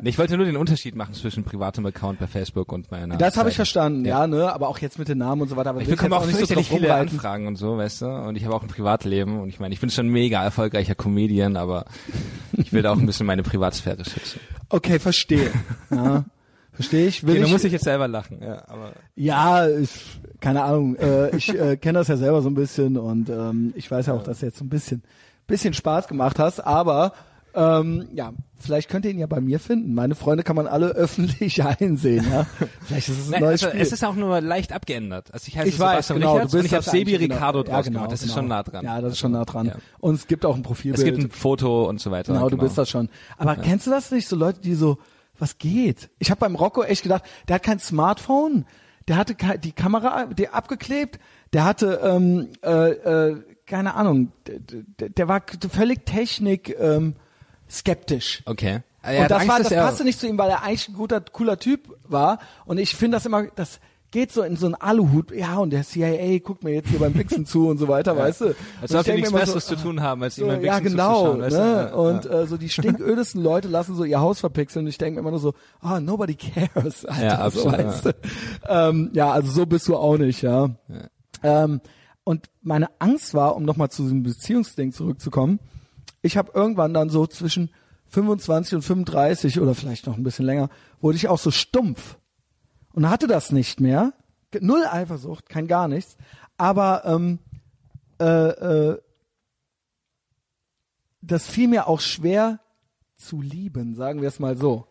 Speaker 2: Nee, Ich wollte nur den Unterschied machen zwischen privatem Account bei Facebook und meiner.
Speaker 1: das habe
Speaker 2: Seite.
Speaker 1: ich verstanden, ja. ne? Aber auch jetzt mit den Namen und so weiter. Aber
Speaker 2: Ich
Speaker 1: will jetzt
Speaker 2: bekomme auch
Speaker 1: nicht so
Speaker 2: fürchterlich
Speaker 1: drauf
Speaker 2: viele
Speaker 1: rumreiten.
Speaker 2: Anfragen und so, weißt du? Und ich habe auch ein Privatleben und ich meine, ich bin schon ein mega erfolgreicher Comedian, aber ich will da auch ein bisschen meine Privatsphäre schützen.
Speaker 1: Okay, verstehe. ja. Verstehe ich. Will
Speaker 2: Okay,
Speaker 1: ich,
Speaker 2: da muss ich jetzt selber lachen, ja, aber
Speaker 1: Ja, ich, keine Ahnung. Äh, ich äh, kenne das ja selber so ein bisschen und ähm, ich weiß ja auch, dass du jetzt so ein bisschen, bisschen Spaß gemacht hast, aber ähm, ja, vielleicht könnt ihr ihn ja bei mir finden. Meine Freunde kann man alle öffentlich einsehen, ja. Vielleicht ist es ein
Speaker 2: Nein,
Speaker 1: neues
Speaker 2: also,
Speaker 1: Spiel.
Speaker 2: es ist auch nur leicht abgeändert. Also ich heiße
Speaker 1: ich weiß,
Speaker 2: Sebastian
Speaker 1: genau,
Speaker 2: Richards
Speaker 1: du
Speaker 2: und
Speaker 1: bist
Speaker 2: ich habe
Speaker 1: das
Speaker 2: Sebi
Speaker 1: eigentlich, genau.
Speaker 2: Ricardo
Speaker 1: ja,
Speaker 2: draus
Speaker 1: genau,
Speaker 2: gemacht. Das ist
Speaker 1: genau.
Speaker 2: schon nah dran.
Speaker 1: Ja, das ist schon nah dran.
Speaker 2: ja.
Speaker 1: Und es gibt auch ein Profilbild.
Speaker 2: es gibt ein Foto und so weiter.
Speaker 1: Genau, du bist das schon. Aber kennst du das nicht? So Leute, die so, was geht? Ich habe beim Rocco echt gedacht, der hat kein Smartphone, der hatte ke- die Kamera ab- die abgeklebt, der hatte, ähm, äh, äh, keine Ahnung, der, der, der war k- völlig technik ähm, skeptisch.
Speaker 2: Okay. Er
Speaker 1: Und
Speaker 2: hat
Speaker 1: das,
Speaker 2: Angst,
Speaker 1: war,
Speaker 2: dass
Speaker 1: das
Speaker 2: er-
Speaker 1: passte nicht zu ihm, weil er eigentlich ein guter, cooler Typ war. Und ich finde das immer, das geht so in so einen Aluhut. Ja, und der CIA guckt mir jetzt hier beim Wichsen zu und so weiter, weißt du. Und
Speaker 2: Als
Speaker 1: ich
Speaker 2: ob
Speaker 1: denk
Speaker 2: die
Speaker 1: mir
Speaker 2: nichts
Speaker 1: immer
Speaker 2: Besseres zu tun haben, als ihm beim
Speaker 1: ja,
Speaker 2: Wichsen
Speaker 1: genau.
Speaker 2: zuzuschauen,
Speaker 1: Ne?
Speaker 2: weißt du? Ja, ja.
Speaker 1: und Äh, so die stinködesten Leute lassen so ihr Haus verpixeln. Und ich denke mir immer nur so, ah, nobody cares, Alter.
Speaker 2: Ja, absolut,
Speaker 1: So, weißt du? ähm, ja, also so bist du auch nicht, ja. Ähm, und meine Angst war, um nochmal zu diesem Beziehungsding zurückzukommen, ich habe irgendwann dann so zwischen 25 und 35 oder vielleicht noch ein bisschen länger, wurde ich auch so stumpf und hatte das nicht mehr. null Eifersucht, kein gar nichts, aber ähm, äh, äh, das fiel mir auch schwer zu lieben, sagen wir es mal so.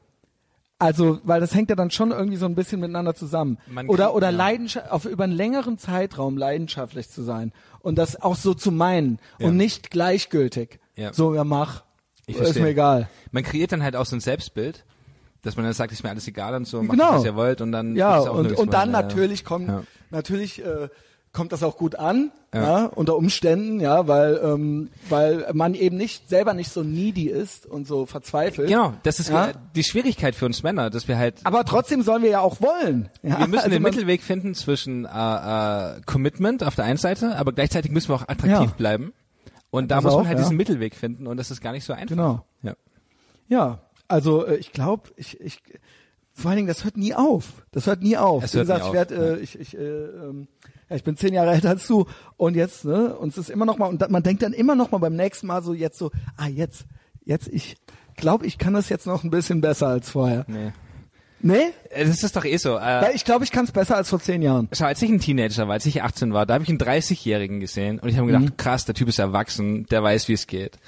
Speaker 1: Also, weil das hängt ja dann schon irgendwie so ein bisschen miteinander zusammen.
Speaker 2: Man
Speaker 1: oder
Speaker 2: kriegt-
Speaker 1: oder
Speaker 2: ja.
Speaker 1: Leidenschaft, auf über einen längeren Zeitraum leidenschaftlich zu sein und das auch so zu meinen
Speaker 2: Ja.
Speaker 1: und nicht gleichgültig.
Speaker 2: Ja.
Speaker 1: So, ja mach.
Speaker 2: Ich
Speaker 1: ist
Speaker 2: verstehe.
Speaker 1: mir egal.
Speaker 2: Man kreiert dann halt auch so ein Selbstbild, dass man dann sagt, ist mir alles egal und so, macht
Speaker 1: Genau.
Speaker 2: was ihr wollt und dann
Speaker 1: Ja,
Speaker 2: ist es auch
Speaker 1: und,
Speaker 2: nirgends
Speaker 1: und dann
Speaker 2: mehr, ja.
Speaker 1: natürlich kommt,
Speaker 2: Ja.
Speaker 1: natürlich äh, kommt das auch gut an, ja.
Speaker 2: Ja.
Speaker 1: unter Umständen, ja, weil, ähm, weil man eben nicht selber nicht so needy ist und so verzweifelt.
Speaker 2: Genau, das ist
Speaker 1: Ja.
Speaker 2: die Schwierigkeit für uns Männer, dass wir halt
Speaker 1: Aber trotzdem sollen wir ja auch wollen. Ja,
Speaker 2: wir müssen
Speaker 1: also
Speaker 2: den
Speaker 1: man-
Speaker 2: Mittelweg finden zwischen äh, äh, Commitment auf der einen Seite, aber gleichzeitig müssen wir auch attraktiv
Speaker 1: Ja.
Speaker 2: bleiben. Und da
Speaker 1: Das
Speaker 2: muss man
Speaker 1: auch,
Speaker 2: halt
Speaker 1: ja.
Speaker 2: diesen Mittelweg finden und das ist gar nicht so einfach.
Speaker 1: Genau.
Speaker 2: Ja.
Speaker 1: Ja, also äh, ich glaube, ich, ich, vor allen Dingen, das hört nie auf. Das hört nie auf.
Speaker 2: Es
Speaker 1: Wie
Speaker 2: hört
Speaker 1: gesagt,
Speaker 2: nie
Speaker 1: ich
Speaker 2: auf,
Speaker 1: werd, äh, ich, ich, äh, ähm, ja, ich bin zehn Jahre älter als du und jetzt, ne, uns ist immer noch mal und da, man denkt dann immer noch mal beim nächsten Mal so jetzt so, ah jetzt, jetzt ich glaube, ich kann das jetzt noch ein bisschen besser als vorher.
Speaker 2: Nee.
Speaker 1: Nee?
Speaker 2: Äh, Das ist doch eh so. Äh,
Speaker 1: Weil ich glaube, ich kann es besser als vor zehn Jahren.
Speaker 2: Schau, als ich ein Teenager war, als ich 18 war, da habe ich einen 30-Jährigen gesehen und ich habe mir
Speaker 1: Mhm.
Speaker 2: gedacht, krass, der Typ ist erwachsen, der weiß, wie es geht.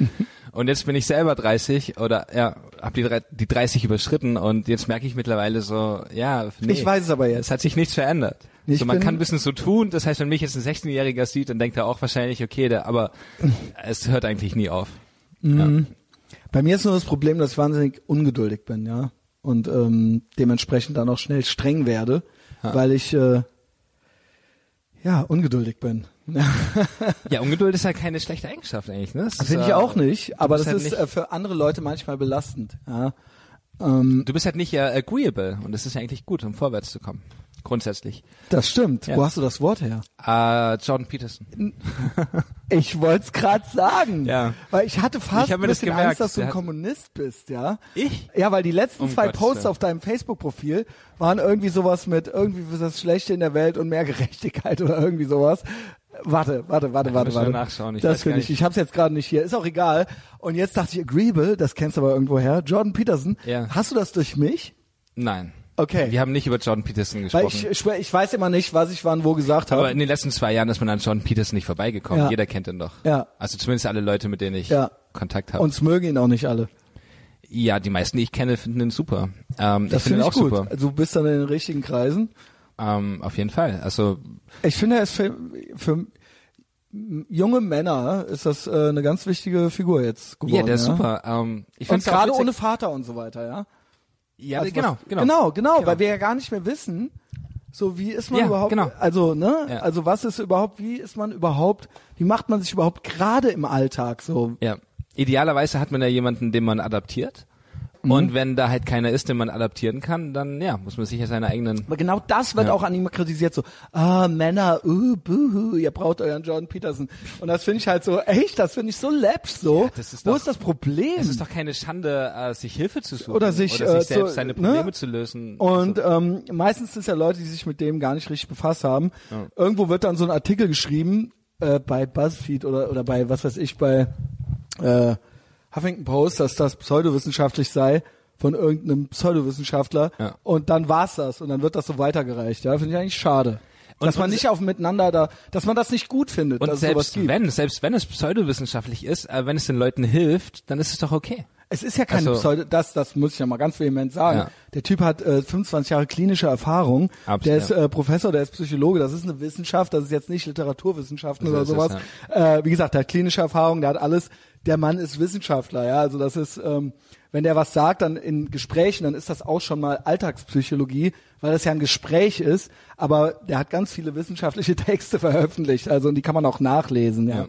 Speaker 2: und jetzt bin ich selber 30 oder ja, habe die, drei- die 30 überschritten und jetzt merke ich mittlerweile so, ja, nee,
Speaker 1: Ich weiß es aber jetzt.
Speaker 2: es hat sich nichts verändert.
Speaker 1: Ich
Speaker 2: so, man
Speaker 1: bin-
Speaker 2: kann ein bisschen so tun, das heißt, wenn mich jetzt ein 16-Jähriger sieht, dann denkt er auch wahrscheinlich, okay, der, aber es hört eigentlich nie auf.
Speaker 1: Mhm. Bei mir ist nur das Problem, dass ich wahnsinnig ungeduldig bin, ja. Und ähm, dementsprechend dann auch schnell streng werde,
Speaker 2: Ja.
Speaker 1: weil ich äh, ja ungeduldig bin.
Speaker 2: Ja, Ungeduld ist halt keine schlechte Eigenschaft eigentlich, ne? Das ist,
Speaker 1: Finde ich
Speaker 2: äh,
Speaker 1: auch nicht, aber
Speaker 2: bist
Speaker 1: das
Speaker 2: halt
Speaker 1: ist
Speaker 2: nicht-
Speaker 1: äh, für andere Leute manchmal belastend. Ja.
Speaker 2: Du bist halt nicht äh, agreeable und das ist ja eigentlich gut, um vorwärts zu kommen. Grundsätzlich.
Speaker 1: Das stimmt.
Speaker 2: Ja.
Speaker 1: Wo hast du das Wort her?
Speaker 2: Äh, Jordan Peterson.
Speaker 1: Ich wollte es gerade sagen.
Speaker 2: Ja.
Speaker 1: Weil ich hatte fast
Speaker 2: Ich hab
Speaker 1: ein
Speaker 2: mir das
Speaker 1: bisschen
Speaker 2: gemerkt.
Speaker 1: Angst, dass du
Speaker 2: Der
Speaker 1: ein
Speaker 2: hat-
Speaker 1: Kommunist bist, ja.
Speaker 2: Ich?
Speaker 1: Ja, weil die letzten
Speaker 2: Um
Speaker 1: zwei
Speaker 2: Gottes
Speaker 1: Posts
Speaker 2: Willen.
Speaker 1: auf deinem Facebook-Profil waren irgendwie sowas mit irgendwie ist das Schlechte in der Welt und mehr Gerechtigkeit oder irgendwie sowas. Warte, warte, warte, warte,
Speaker 2: müssen
Speaker 1: warte.
Speaker 2: wir nachschauen, ich
Speaker 1: das
Speaker 2: weiß
Speaker 1: finde
Speaker 2: gar
Speaker 1: ich.
Speaker 2: nicht.
Speaker 1: Ich hab's jetzt gerade nicht hier. Ist auch egal. Und jetzt dachte ich, Agreeable, das kennst du aber irgendwo her. Jordan Peterson.
Speaker 2: Ja.
Speaker 1: Hast du das durch mich?
Speaker 2: Nein.
Speaker 1: Okay.
Speaker 2: Wir haben nicht über Jordan Peterson
Speaker 1: Weil
Speaker 2: gesprochen.
Speaker 1: ich, äh, ich, schwör, ich weiß immer nicht, was ich wann wo gesagt
Speaker 2: aber
Speaker 1: habe.
Speaker 2: in den letzten zwei Jahren ist man an Jordan Peterson nicht vorbeigekommen.
Speaker 1: Ja.
Speaker 2: Jeder kennt ihn doch.
Speaker 1: Ja.
Speaker 2: Also zumindest alle Leute, mit denen ich
Speaker 1: Ja.
Speaker 2: Kontakt habe.
Speaker 1: Und es mögen ihn auch nicht alle.
Speaker 2: ja, die meisten, die ich kenne, finden ihn super.
Speaker 1: Das
Speaker 2: Ähm, ich finde
Speaker 1: finde
Speaker 2: ihn
Speaker 1: ich
Speaker 2: auch
Speaker 1: gut. Also,
Speaker 2: super.
Speaker 1: Du bist dann in den richtigen Kreisen.
Speaker 2: Ähm, auf jeden Fall. Also
Speaker 1: Ich finde, er ist für, für junge Männer ist das äh, eine ganz wichtige Figur jetzt geworden.
Speaker 2: ja, der ist
Speaker 1: ja?
Speaker 2: super. Ähm, ich
Speaker 1: ne? Und
Speaker 2: find's auch
Speaker 1: gerade
Speaker 2: witzig-
Speaker 1: ohne Vater und so weiter, ja.
Speaker 2: Ja,
Speaker 1: Also
Speaker 2: genau,
Speaker 1: was,
Speaker 2: genau.
Speaker 1: genau, genau, weil wir ja gar nicht mehr wissen, so wie ist man
Speaker 2: Ja,
Speaker 1: überhaupt,
Speaker 2: genau.
Speaker 1: also ne,
Speaker 2: Ja.
Speaker 1: also was ist überhaupt, wie ist man überhaupt, wie macht man sich überhaupt gerade im Alltag so
Speaker 2: Ja. Idealerweise hat man ja jemanden, den man adaptiert.
Speaker 1: Mhm.
Speaker 2: Und wenn da halt keiner ist, den man adaptieren kann, dann ja, muss man sich ja seine eigenen
Speaker 1: Aber genau das wird
Speaker 2: Ja.
Speaker 1: auch an ihm kritisiert, so, ah, Männer, uh, buhu, ihr braucht euren Jordan Peterson. Und das finde ich halt so, echt, das finde ich so läppisch, so.
Speaker 2: das ist
Speaker 1: Wo
Speaker 2: doch-
Speaker 1: ist das Problem?
Speaker 2: Es ist doch keine Schande, äh, sich Hilfe zu suchen
Speaker 1: Oder sich,
Speaker 2: oder
Speaker 1: äh,
Speaker 2: sich selbst
Speaker 1: zu-
Speaker 2: seine Probleme
Speaker 1: ne?
Speaker 2: zu lösen.
Speaker 1: und
Speaker 2: also
Speaker 1: ähm, meistens sind es ja Leute, die sich mit dem gar nicht richtig befasst haben. Irgendwo wird dann so ein Artikel geschrieben äh, bei Buzzfeed oder oder bei was weiß ich bei äh, Huffington Post, dass das pseudowissenschaftlich sei von irgendeinem Pseudowissenschaftler.
Speaker 2: Ja.
Speaker 1: Und dann war's das und dann wird das so weitergereicht. Ja, finde ich eigentlich schade.
Speaker 2: Und-
Speaker 1: dass man
Speaker 2: und-
Speaker 1: nicht auf miteinander da, dass man das nicht gut findet,
Speaker 2: und
Speaker 1: dass es sowas
Speaker 2: selbst
Speaker 1: gibt.
Speaker 2: wenn, selbst wenn es pseudowissenschaftlich ist, äh, wenn es den Leuten hilft, dann ist es doch okay.
Speaker 1: Es ist ja keine
Speaker 2: Also-
Speaker 1: Pseudo, das, das muss ich ja mal ganz vehement sagen.
Speaker 2: Ja.
Speaker 1: Der Typ hat äh, 25 Jahre klinische Erfahrung.
Speaker 2: Absolut,
Speaker 1: der ist
Speaker 2: ja.
Speaker 1: äh, Professor, der ist Psychologe. Das ist eine Wissenschaft, das ist jetzt nicht Literaturwissenschaften
Speaker 2: So
Speaker 1: oder
Speaker 2: ist es,
Speaker 1: sowas. äh, wie gesagt, der hat klinische Erfahrung, der hat alles. Der Mann ist Wissenschaftler, ja. Also das ist, ähm, wenn der was sagt, dann in Gesprächen, dann ist das auch schon mal Alltagspsychologie, weil das ja ein Gespräch ist. Aber der hat ganz viele wissenschaftliche Texte veröffentlicht, also und die kann man auch nachlesen, ja.
Speaker 2: Ja.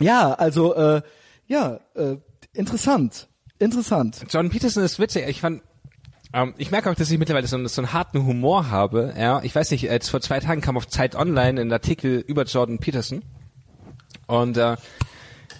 Speaker 1: Ja, also äh, ja, äh, interessant, interessant.
Speaker 2: John Peterson ist witzig. Ich fand, ähm, ich merke auch, dass ich mittlerweile so, einen- so einen harten Humor habe. Ja, ich weiß nicht, äh, jetzt vor zwei Tagen kam auf Zeit Online ein Artikel über Jordan Peterson und äh,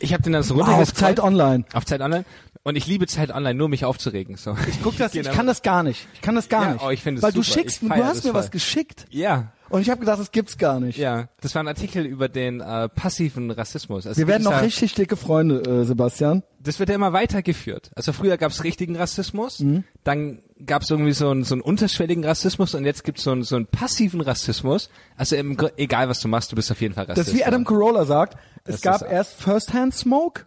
Speaker 2: ich habe den dann so
Speaker 1: Ah, auf
Speaker 2: runtergescrollt.
Speaker 1: Zeit Online.
Speaker 2: Auf Zeit Online. Und ich liebe Zeit Online, nur mich aufzuregen. So. Genau. Ich
Speaker 1: Guck das,
Speaker 2: geh
Speaker 1: ich
Speaker 2: dann-
Speaker 1: kann das gar nicht. Ich kann das gar
Speaker 2: Ja,
Speaker 1: nicht.
Speaker 2: oh, ich find es
Speaker 1: Weil du
Speaker 2: super.
Speaker 1: schickst,
Speaker 2: Ich
Speaker 1: du
Speaker 2: feier
Speaker 1: hast
Speaker 2: das
Speaker 1: mir
Speaker 2: voll.
Speaker 1: was geschickt
Speaker 2: Ja.
Speaker 1: Und ich habe gedacht, das gibt's gar nicht.
Speaker 2: Ja, das war ein Artikel über den äh, passiven Rassismus. Also
Speaker 1: Wir werden
Speaker 2: wirklich
Speaker 1: noch
Speaker 2: da-
Speaker 1: richtig dicke Freunde, äh, Sebastian.
Speaker 2: das wird ja immer weitergeführt. Also früher gab's richtigen Rassismus,
Speaker 1: Mhm.
Speaker 2: dann gab's irgendwie so einen, so einen unterschwelligen Rassismus und jetzt gibt's so einen, so einen passiven Rassismus. Also im, Gr- egal was du machst, du bist auf jeden Fall Rassist.
Speaker 1: Das ist wie Adam Carolla sagt, es
Speaker 2: Das
Speaker 1: gab
Speaker 2: ist-
Speaker 1: erst First-Hand Smoke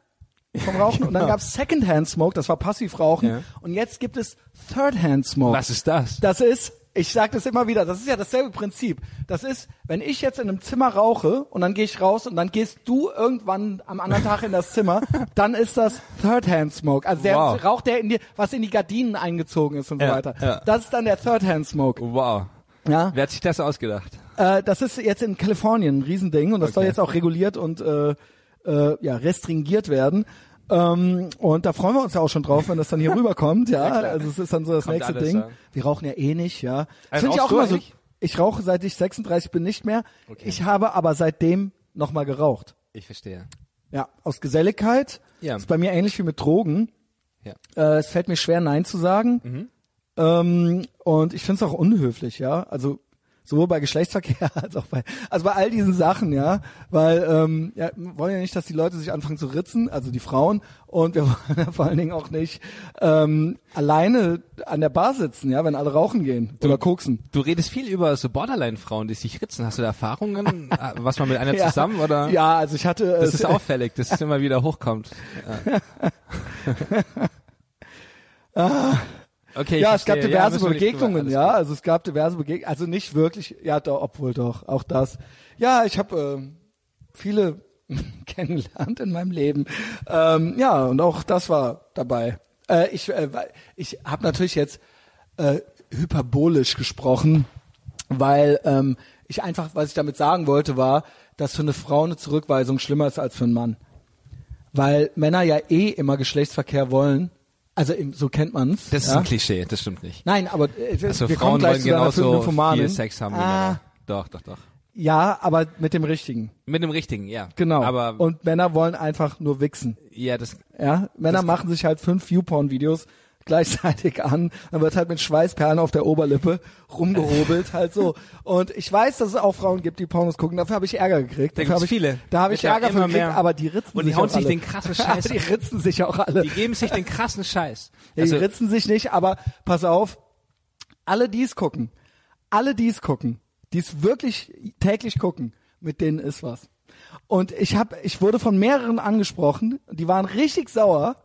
Speaker 1: vom Rauchen und dann gab es Second-Hand Smoke, das war Passivrauchen.
Speaker 2: Ja.
Speaker 1: Und jetzt gibt es Third-Hand Smoke.
Speaker 2: Was ist das?
Speaker 1: Das ist, ich sage das immer wieder, das ist ja dasselbe Prinzip. Das ist, wenn ich jetzt in einem Zimmer rauche und dann gehe ich raus und dann gehst du irgendwann am anderen Tag in das Zimmer, dann ist das Third-Hand Smoke. Also der
Speaker 2: Wow.
Speaker 1: Rauch, der in dir, was in die Gardinen eingezogen ist und so
Speaker 2: Ja,
Speaker 1: weiter.
Speaker 2: ja.
Speaker 1: Das ist dann der Third-Hand Smoke.
Speaker 2: Wow.
Speaker 1: Ja.
Speaker 2: Wer hat sich das ausgedacht?
Speaker 1: Äh, das ist jetzt in Kalifornien ein Riesending und das soll
Speaker 2: Okay.
Speaker 1: jetzt auch reguliert und äh, äh, ja, restringiert werden. Ähm, und da freuen wir uns ja auch schon drauf, wenn das dann hier rüberkommt, ja.
Speaker 2: klar.
Speaker 1: also es ist dann so das
Speaker 2: Kommt
Speaker 1: nächste
Speaker 2: alles,
Speaker 1: Ding.
Speaker 2: ja.
Speaker 1: Wir rauchen ja eh nicht, ja. Das
Speaker 2: Also
Speaker 1: finde ich auch
Speaker 2: rauchst du
Speaker 1: immer so.
Speaker 2: eigentlich?
Speaker 1: Ich rauche seit ich 36 bin nicht mehr. Ich habe aber seitdem nochmal geraucht.
Speaker 2: Ich verstehe.
Speaker 1: Ja, aus Geselligkeit.
Speaker 2: Ja.
Speaker 1: Ist bei mir ähnlich wie mit Drogen.
Speaker 2: Ja.
Speaker 1: Äh, es fällt mir schwer, Nein zu sagen.
Speaker 2: Mhm.
Speaker 1: Ähm, und ich finde es auch unhöflich, ja. Also sowohl bei Geschlechtsverkehr als auch bei, also bei all diesen Sachen, ja. Weil ähm, ja, wir wollen ja nicht, dass die Leute sich anfangen zu ritzen, also die Frauen. Und wir wollen ja vor allen Dingen auch nicht ähm, alleine an der Bar sitzen, ja, wenn alle rauchen gehen oder koksen.
Speaker 2: Du redest viel über so Borderline-Frauen, die sich ritzen. Hast du da Erfahrungen? Äh, Was man mit einer
Speaker 1: Ja.
Speaker 2: zusammen oder?
Speaker 1: Ja, also ich hatte.
Speaker 2: Das
Speaker 1: äh,
Speaker 2: ist auffällig, dass es immer wieder hochkommt. Ja. Ah. Okay, ich
Speaker 1: ja, es gab
Speaker 2: verstehe. Ja,
Speaker 1: diverse
Speaker 2: müssen wir nicht drüber-
Speaker 1: Begegnungen,
Speaker 2: alles
Speaker 1: ja.
Speaker 2: gut.
Speaker 1: Also es gab diverse Begegnungen, also nicht wirklich, ja, doch, obwohl doch, auch das. Ja, ich habe ähm, viele kennengelernt in meinem Leben. Ähm, ja, und auch das war dabei. Äh, ich äh, weil- ich habe natürlich jetzt äh, hyperbolisch gesprochen, weil ähm, ich einfach, was ich damit sagen wollte, war, dass für eine Frau eine Zurückweisung schlimmer ist als für einen Mann weil Männer ja eh immer Geschlechtsverkehr wollen. Also im, so kennt man's.
Speaker 2: Das ist
Speaker 1: ja?
Speaker 2: ein Klischee, das stimmt nicht.
Speaker 1: Nein, aber äh,
Speaker 2: Also
Speaker 1: wir kommen
Speaker 2: Frauen
Speaker 1: gleich
Speaker 2: wollen
Speaker 1: zu deiner
Speaker 2: genauso
Speaker 1: Nymphomanin.
Speaker 2: viel Sex haben wie
Speaker 1: ah,
Speaker 2: Männer. Doch, doch, doch.
Speaker 1: Ja, aber mit dem Richtigen.
Speaker 2: Mit dem richtigen, ja.
Speaker 1: Genau.
Speaker 2: Aber
Speaker 1: Und Männer wollen einfach nur wichsen.
Speaker 2: ja, das
Speaker 1: Ja, Männer
Speaker 2: Das-
Speaker 1: machen sich halt fünf YouPorn-Videos gleichzeitig an. Dann wird halt mit Schweißperlen auf der Oberlippe rumgehobelt, halt so. Und ich weiß, dass es auch Frauen gibt, die Pornos gucken. Dafür habe ich Ärger gekriegt.
Speaker 2: Da
Speaker 1: Dafür
Speaker 2: gibt's
Speaker 1: habe ich,
Speaker 2: viele.
Speaker 1: Da habe ich
Speaker 2: Wird ja
Speaker 1: Ärger für
Speaker 2: immer
Speaker 1: gekriegt,
Speaker 2: mehr.
Speaker 1: aber die ritzen
Speaker 2: Und die
Speaker 1: sich
Speaker 2: hauen
Speaker 1: auch
Speaker 2: sich
Speaker 1: alle.
Speaker 2: den krassen Scheiß
Speaker 1: die ritzen sich auch alle.
Speaker 2: die geben sich den krassen Scheiß. Also,
Speaker 1: Ja, die ritzen sich nicht, aber pass auf, alle die es gucken, alle die es gucken, die es wirklich täglich gucken, mit denen ist was. Und ich hab, ich wurde von mehreren angesprochen, die waren richtig sauer,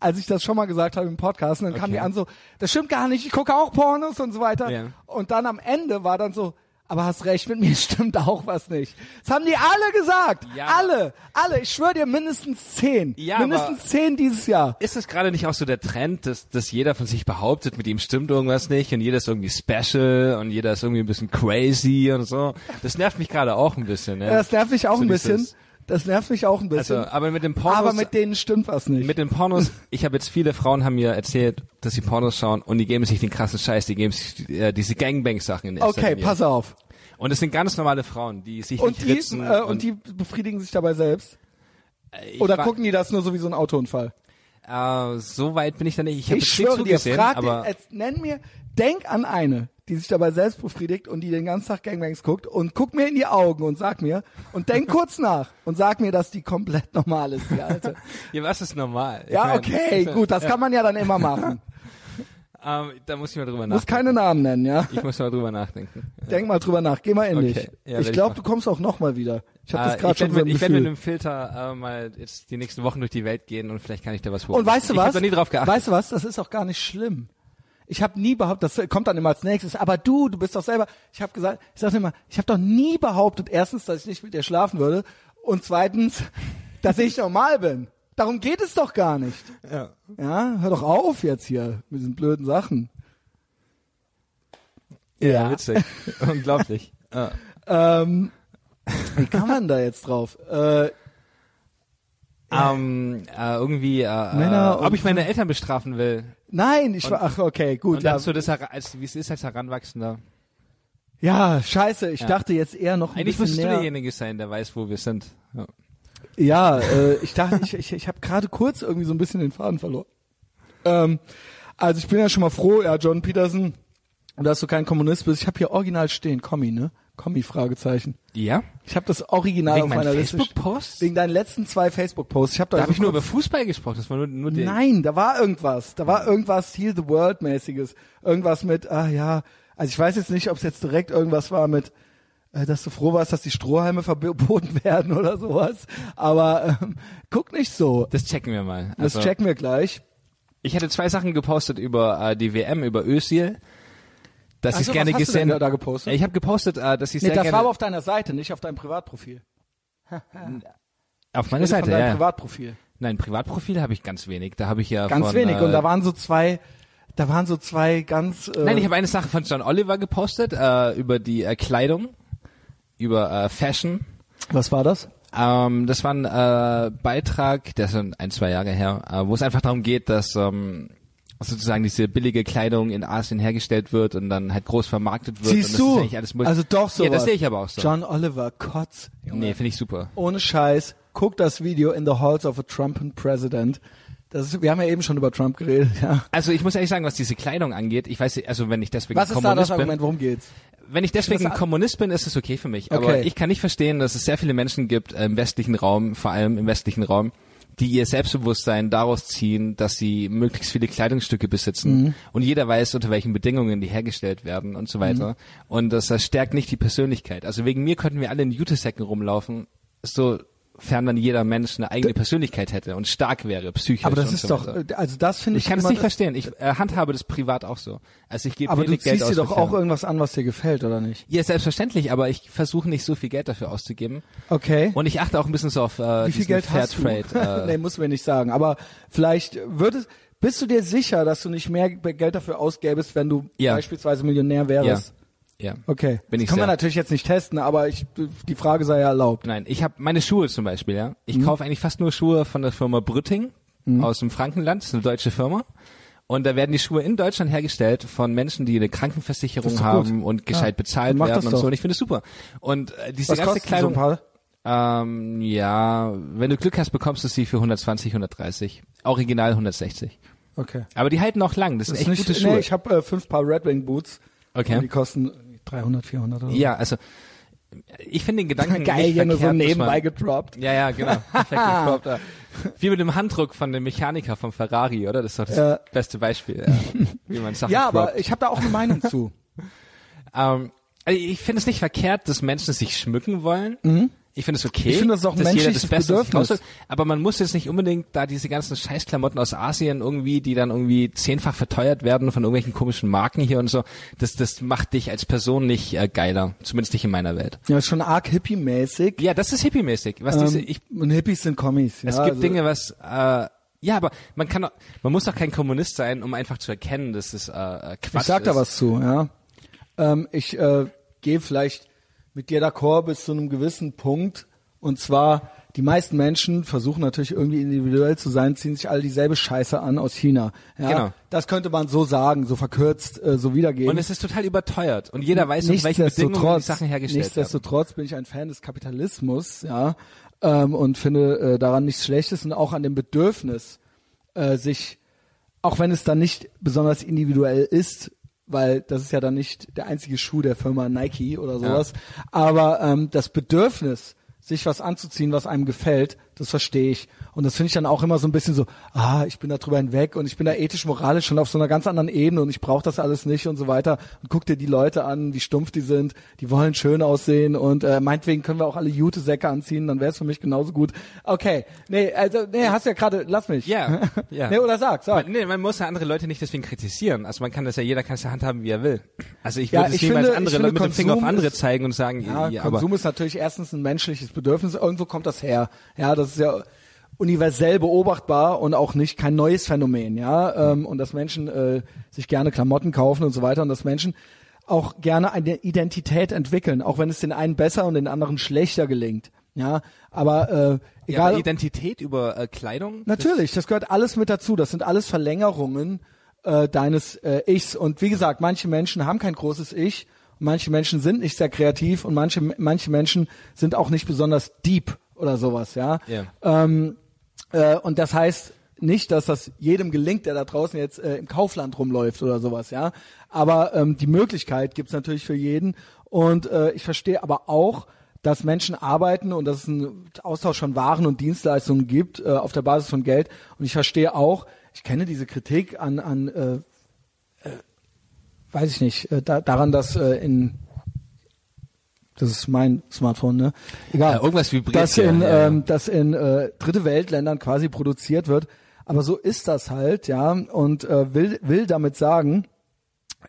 Speaker 1: als ich das schon mal gesagt habe im Podcast. Und dann kamen die
Speaker 2: Okay.
Speaker 1: an so, das stimmt gar nicht, ich gucke auch Pornos und so weiter.
Speaker 2: Ja.
Speaker 1: Und dann am Ende war dann so, aber hast recht, mit mir stimmt auch was nicht. Das haben die alle gesagt.
Speaker 2: Ja.
Speaker 1: Alle, alle. Ich schwöre dir, mindestens zehn.
Speaker 2: Ja, aber-
Speaker 1: mindestens zehn dieses Jahr.
Speaker 2: ist es gerade nicht auch so der Trend, dass, dass jeder von sich behauptet, mit ihm stimmt irgendwas nicht und jeder ist irgendwie special und jeder ist irgendwie ein bisschen crazy und so. Das nervt mich gerade auch ein bisschen. Ja.
Speaker 1: Ja, das nervt mich auch
Speaker 2: So
Speaker 1: ein bisschen.
Speaker 2: dieses-
Speaker 1: Das nervt mich auch ein bisschen.
Speaker 2: Also, aber mit dem Pornos,
Speaker 1: aber mit denen stimmt was nicht.
Speaker 2: mit den Pornos, ich habe jetzt viele Frauen haben mir erzählt, dass sie Pornos schauen und die geben sich den krassen Scheiß, die geben sich äh, diese Gangbang-Sachen in erster
Speaker 1: okay,
Speaker 2: Linie.
Speaker 1: pass auf.
Speaker 2: Und es sind ganz normale Frauen, die sich
Speaker 1: Und
Speaker 2: nicht
Speaker 1: die,
Speaker 2: ritzen
Speaker 1: äh, und die befriedigen sich dabei selbst?
Speaker 2: ich
Speaker 1: Oder
Speaker 2: war-
Speaker 1: gucken die das nur so wie so ein Autounfall?
Speaker 2: Äh, so weit bin ich da nicht. Ich habe
Speaker 1: Ich
Speaker 2: jetzt
Speaker 1: schwöre
Speaker 2: viel
Speaker 1: dir,
Speaker 2: zugesehen,
Speaker 1: frag
Speaker 2: aber
Speaker 1: dich, jetzt nenn mir, denk an eine, die sich dabei selbst befriedigt und die den ganzen Tag Gangbangs guckt und guck mir in die Augen und sag mir, und denk kurz nach und sag mir, dass die komplett normal ist, die Alte.
Speaker 2: ja, was ist normal? Ich
Speaker 1: Ja,
Speaker 2: mein,
Speaker 1: okay, gut, das kann man ja dann immer machen.
Speaker 2: Ähm, da muss ich mal drüber
Speaker 1: Muss
Speaker 2: nachdenken.
Speaker 1: keine Namen nennen, ja.
Speaker 2: Ich muss mal drüber nachdenken.
Speaker 1: Denk mal drüber nach, geh mal in
Speaker 2: Okay.
Speaker 1: dich.
Speaker 2: Ja,
Speaker 1: ich
Speaker 2: werd ich
Speaker 1: glaube,
Speaker 2: machen.
Speaker 1: du kommst auch noch mal wieder. Ich habe
Speaker 2: Äh,
Speaker 1: das gerade
Speaker 2: ich werd
Speaker 1: schon so
Speaker 2: mit,
Speaker 1: im
Speaker 2: Ich werde mit
Speaker 1: Gefühl.
Speaker 2: einem Filter äh, mal jetzt die nächsten Wochen durch die Welt gehen und vielleicht kann ich da was holen.
Speaker 1: Und weißt du
Speaker 2: ich
Speaker 1: was?
Speaker 2: Ich habe nie drauf geachtet.
Speaker 1: Weißt du was? Das ist auch gar nicht schlimm. Ich habe nie behauptet, das kommt dann immer als nächstes. Aber du, du bist doch selber. Ich habe gesagt, ich sage immer, ich habe doch nie behauptet, erstens, dass ich nicht mit dir schlafen würde und zweitens, dass ich normal bin. Darum geht es doch gar nicht.
Speaker 2: ja.
Speaker 1: Ja, hör doch auf jetzt hier mit diesen blöden Sachen.
Speaker 2: Ja, witzig. Unglaublich. Ja.
Speaker 1: Ähm, wie kann man da jetzt drauf? Äh,
Speaker 2: Ähm, äh, irgendwie, äh,
Speaker 1: Männer
Speaker 2: äh, ob
Speaker 1: und-
Speaker 2: ich meine Eltern bestrafen will.
Speaker 1: nein, ich war, ach okay, gut.
Speaker 2: Und
Speaker 1: ja.
Speaker 2: dann so das, Hera- als, also, wie es ist als Heranwachsender.
Speaker 1: Ja, scheiße, ich dachte jetzt eher noch ein
Speaker 2: Eigentlich
Speaker 1: bisschen
Speaker 2: musst du
Speaker 1: näher.
Speaker 2: derjenige sein, der weiß, wo wir sind. Ja.
Speaker 1: Ja, äh, ich dachte, ich, ich, ich habe gerade kurz irgendwie so ein bisschen den Faden verloren. Ähm, also ich bin ja schon mal froh, ja, John Peterson, dass du kein Kommunist bist. Ich habe hier original stehen, Kommi, ne? Kommi Fragezeichen.
Speaker 2: Ja?
Speaker 1: Ich habe das Original
Speaker 2: Wegen
Speaker 1: auf
Speaker 2: meinen
Speaker 1: meiner Liste.
Speaker 2: Facebook-Posts?
Speaker 1: Wegen deinen letzten zwei Facebook Posts. Ich habe da,
Speaker 2: Da habe ich
Speaker 1: so
Speaker 2: nur über
Speaker 1: kurz-
Speaker 2: Fußball gesprochen. Das war nur, nur der.
Speaker 1: Nein, da war irgendwas. Da war irgendwas Heal the World mäßiges. Irgendwas mit ah ja, also ich weiß jetzt nicht, ob es jetzt direkt irgendwas war mit äh, dass du froh warst, dass die Strohhalme verboten werden oder sowas. Aber ähm, guck nicht so.
Speaker 2: Das checken wir mal.
Speaker 1: Das
Speaker 2: Also,
Speaker 1: checken wir gleich.
Speaker 2: Ich hätte zwei Sachen gepostet über äh, die WM, über Özil, dass
Speaker 1: Ach
Speaker 2: ich
Speaker 1: so,
Speaker 2: gerne
Speaker 1: was hast du
Speaker 2: gesehen
Speaker 1: denn da- da gepostet?
Speaker 2: Ich habe gepostet, äh, dass ich
Speaker 1: Nee,
Speaker 2: sehr
Speaker 1: das war
Speaker 2: gerne
Speaker 1: aber auf deiner Seite, nicht auf deinem Privatprofil.
Speaker 2: auf meiner
Speaker 1: Rede
Speaker 2: Seite.
Speaker 1: von deinem
Speaker 2: Ja.
Speaker 1: Privatprofil.
Speaker 2: Nein, Privatprofil habe ich ganz wenig. Da habe ich ja
Speaker 1: Ganz
Speaker 2: von,
Speaker 1: wenig.
Speaker 2: Äh,
Speaker 1: Und da waren so zwei, da waren so zwei ganz. Äh,
Speaker 2: Nein, ich habe eine Sache von John Oliver gepostet äh, über die äh, Kleidung, über äh, Fashion.
Speaker 1: was war das?
Speaker 2: Ähm, das war ein äh, Beitrag, der ist schon ein, zwei Jahre her, äh, wo es einfach darum geht, dass ähm, sozusagen diese billige Kleidung in Asien hergestellt wird und dann halt groß vermarktet wird.
Speaker 1: Siehst
Speaker 2: und das
Speaker 1: du?
Speaker 2: Ist eigentlich alles Mul-
Speaker 1: also doch so.
Speaker 2: Ja, das sehe ich aber auch so.
Speaker 1: John Oliver Kotz. Junge.
Speaker 2: nee, finde ich super.
Speaker 1: Ohne Scheiß. Guck das Video in the halls of a Trumpen President. Das ist, wir haben ja eben schon über Trump geredet. Ja.
Speaker 2: Also ich muss ehrlich sagen, was diese Kleidung angeht, ich weiß, nicht, also wenn ich deswegen
Speaker 1: Was ist da das
Speaker 2: Kommunist
Speaker 1: Argument?
Speaker 2: bin,
Speaker 1: Worum geht's?
Speaker 2: wenn ich deswegen
Speaker 1: Das-
Speaker 2: Kommunist bin, ist es okay für mich. Aber
Speaker 1: Okay.
Speaker 2: ich kann nicht verstehen, dass es sehr viele Menschen gibt äh, im westlichen Raum, vor allem im westlichen Raum, die ihr Selbstbewusstsein daraus ziehen, dass sie möglichst viele Kleidungsstücke besitzen
Speaker 1: Mhm.
Speaker 2: und jeder weiß, unter welchen Bedingungen die hergestellt werden und so
Speaker 1: Mhm.
Speaker 2: weiter. Und das, das stärkt nicht die Persönlichkeit. Also wegen mir könnten wir alle in Jutesäcken rumlaufen, sofern dann jeder Mensch eine eigene Persönlichkeit hätte und stark wäre, psychisch.
Speaker 1: Aber das
Speaker 2: und
Speaker 1: ist
Speaker 2: so
Speaker 1: doch,
Speaker 2: weiter.
Speaker 1: äh, also das finde ich.
Speaker 2: Ich kann es
Speaker 1: immer-
Speaker 2: nicht verstehen. Ich äh, handhabe das privat auch so. Also ich gebe
Speaker 1: Aber du
Speaker 2: wenig Geld
Speaker 1: ziehst
Speaker 2: aus
Speaker 1: dir
Speaker 2: für
Speaker 1: doch
Speaker 2: Kleidung.
Speaker 1: auch irgendwas an, was dir gefällt, oder nicht?
Speaker 2: Ja, selbstverständlich, aber ich versuche nicht so viel Geld dafür auszugeben.
Speaker 1: Okay.
Speaker 2: Und ich achte auch ein bisschen so auf äh,
Speaker 1: Wie viel
Speaker 2: diesen
Speaker 1: Geld hast du?
Speaker 2: Fairtrade. Äh,
Speaker 1: nee, muss mir nicht sagen. Aber vielleicht würdest, bist du dir sicher, dass du nicht mehr Geld dafür ausgäbest, wenn du
Speaker 2: Ja.
Speaker 1: beispielsweise Millionär
Speaker 2: ja.
Speaker 1: wärst?
Speaker 2: ja.
Speaker 1: Okay.
Speaker 2: Bin
Speaker 1: das
Speaker 2: ich
Speaker 1: kann man
Speaker 2: sehr.
Speaker 1: natürlich jetzt nicht testen, aber ich, die Frage sei ja erlaubt.
Speaker 2: Nein, ich habe meine Schuhe zum Beispiel, ja. Ich
Speaker 1: Mhm.
Speaker 2: kaufe eigentlich fast nur Schuhe von der Firma Brütting aus dem Frankenland, das ist eine deutsche Firma. Und da werden die Schuhe in Deutschland hergestellt von Menschen, die eine Krankenversicherung
Speaker 1: doch gut.
Speaker 2: haben und
Speaker 1: Ja,
Speaker 2: gescheit bezahlt
Speaker 1: mach
Speaker 2: werden
Speaker 1: das
Speaker 2: und
Speaker 1: doch.
Speaker 2: so. Und ich finde es super. Und äh, diese
Speaker 1: Was
Speaker 2: ganze
Speaker 1: kostet so ein
Speaker 2: Kleidung,
Speaker 1: paar?
Speaker 2: ähm, ja, wenn du Glück hast, bekommst du sie für 120, 130. Original 160.
Speaker 1: Okay.
Speaker 2: Aber die halten auch lang. Das,
Speaker 1: Das
Speaker 2: sind echt
Speaker 1: ist
Speaker 2: gute
Speaker 1: nicht,
Speaker 2: Schuhe.
Speaker 1: nee, ich habe äh, fünf Paar Red Wing Boots.
Speaker 2: Okay.
Speaker 1: Und die kosten 300, 400 oder so.
Speaker 2: Ja, also ich finde den Gedanken
Speaker 1: Mhm. Geil,
Speaker 2: nicht
Speaker 1: hier nur
Speaker 2: verkehrt,
Speaker 1: so
Speaker 2: dass
Speaker 1: nebenbei
Speaker 2: man,
Speaker 1: gedroppt.
Speaker 2: Ja, ja, genau. Perfekt gedroppt, ja. Wie mit dem Handdruck von dem Mechaniker vom Ferrari, oder? Das ist doch das
Speaker 1: Ja.
Speaker 2: beste Beispiel, ja, wie man Sachen
Speaker 1: Ja, aber
Speaker 2: droppt.
Speaker 1: ich habe da auch eine Meinung zu.
Speaker 2: Ähm, also ich finde es nicht verkehrt, dass Menschen sich schmücken wollen. Ich finde es okay,
Speaker 1: Mhm. Ich finde, das ist auch ein
Speaker 2: dass jeder das
Speaker 1: menschliches
Speaker 2: Beste aus sich
Speaker 1: Bedürfnis.
Speaker 2: rausholt. Aber man muss jetzt nicht unbedingt da diese ganzen Scheißklamotten aus Asien irgendwie, die dann irgendwie zehnfach verteuert werden von irgendwelchen komischen Marken hier und so. Das, das macht dich als Person nicht äh, geiler. Zumindest nicht in meiner Welt.
Speaker 1: Ja, ist schon arg hippie-mäßig.
Speaker 2: Ja, das ist hippie-mäßig. Was diese,
Speaker 1: Ähm,
Speaker 2: ich
Speaker 1: und Hippies sind Kommis. Ja,
Speaker 2: Es gibt
Speaker 1: also,
Speaker 2: Dinge, was äh, ja, aber man kann, doch- man muss doch kein Kommunist sein, um einfach zu erkennen, dass es äh, äh, Quatsch
Speaker 1: Ich sag
Speaker 2: ist.
Speaker 1: da was zu, ja. Ähm, ich äh, gehe vielleicht mit dir d'accord bis zu einem gewissen Punkt. Und zwar, die meisten Menschen versuchen natürlich irgendwie individuell zu sein, ziehen sich alle dieselbe Scheiße an aus China. Ja?
Speaker 2: Genau.
Speaker 1: Das könnte man so sagen, so verkürzt, äh, so wiedergeben.
Speaker 2: Und es ist total überteuert und jeder weiß, unter welchen Bedingungen die
Speaker 1: Nichtsdestotrotz,
Speaker 2: Sachen hergestellt werden.
Speaker 1: nichtsdestotrotz bin ich ein Fan des Kapitalismus, ja, ähm, und finde äh, daran nichts Schlechtes und auch an dem Bedürfnis, äh, sich, auch wenn es dann nicht besonders individuell ist, weil das ist ja dann nicht der einzige Schuh der Firma Nike oder sowas, aber ähm, das Bedürfnis, sich was anzuziehen, was einem gefällt, das verstehe ich. Und das finde ich dann auch immer so ein bisschen so, ah, ich bin da drüber hinweg und ich bin da ethisch, moralisch schon auf so einer ganz anderen Ebene und ich brauche das alles nicht und so weiter. Und guck dir die Leute an, wie stumpf die sind, die wollen schön aussehen und äh, meinetwegen können wir auch alle Jute-Säcke anziehen, dann wäre es für mich genauso gut. Okay, nee, also, nee, hast ja gerade, lass mich.
Speaker 2: Ja, ja.
Speaker 1: Nee, oder sag, sag.
Speaker 2: Man, nee, man muss ja andere Leute nicht deswegen kritisieren. Also man kann das ja, jeder kann es ja handhaben, wie er will. Also ich
Speaker 1: Ja,
Speaker 2: würde es
Speaker 1: ich
Speaker 2: niemals
Speaker 1: finde- ich
Speaker 2: andere
Speaker 1: finde,
Speaker 2: Leute mit dem Finger auf
Speaker 1: Konsum
Speaker 2: andere
Speaker 1: ist-
Speaker 2: zeigen und sagen, ja,
Speaker 1: Ja,
Speaker 2: ja aber
Speaker 1: Konsum ist natürlich erstens ein menschliches Bedürfnis. Irgendwo kommt das her. Ja, das ist ja universell beobachtbar und auch nicht kein neues Phänomen. Ja, ähm, und dass Menschen äh, sich gerne Klamotten kaufen und so weiter und dass Menschen auch gerne eine Identität entwickeln, auch wenn es den einen besser und den anderen schlechter gelingt. Ja, aber äh,
Speaker 2: ja,
Speaker 1: egal.
Speaker 2: aber Identität über äh, Kleidung.
Speaker 1: Natürlich, das gehört alles mit dazu. Das sind alles Verlängerungen äh, deines äh, Ichs. Und wie gesagt, manche Menschen haben kein großes Ich, und manche Menschen sind nicht sehr kreativ und manche, manche Menschen sind auch nicht besonders deep oder sowas, ja.
Speaker 2: Ja.
Speaker 1: Ähm, äh, und das heißt nicht, dass das jedem gelingt, der da draußen jetzt äh, im Kaufland rumläuft oder sowas, ja. Aber ähm, die Möglichkeit gibt's natürlich für jeden. Und äh, ich verstehe aber auch, dass Menschen arbeiten und dass es einen Austausch von Waren und Dienstleistungen gibt äh, auf der Basis von Geld. Und ich verstehe auch, ich kenne diese Kritik an, an äh, äh, weiß ich nicht, äh, da, daran, dass äh, in das ist mein Smartphone, ne? Egal.
Speaker 2: Ja, irgendwas vibriert
Speaker 1: Dass
Speaker 2: hier,
Speaker 1: in,
Speaker 2: ja, ja.
Speaker 1: ähm, dass in äh, dritte Weltländern quasi produziert wird. Aber so ist das halt, ja. Und äh, will, will damit sagen,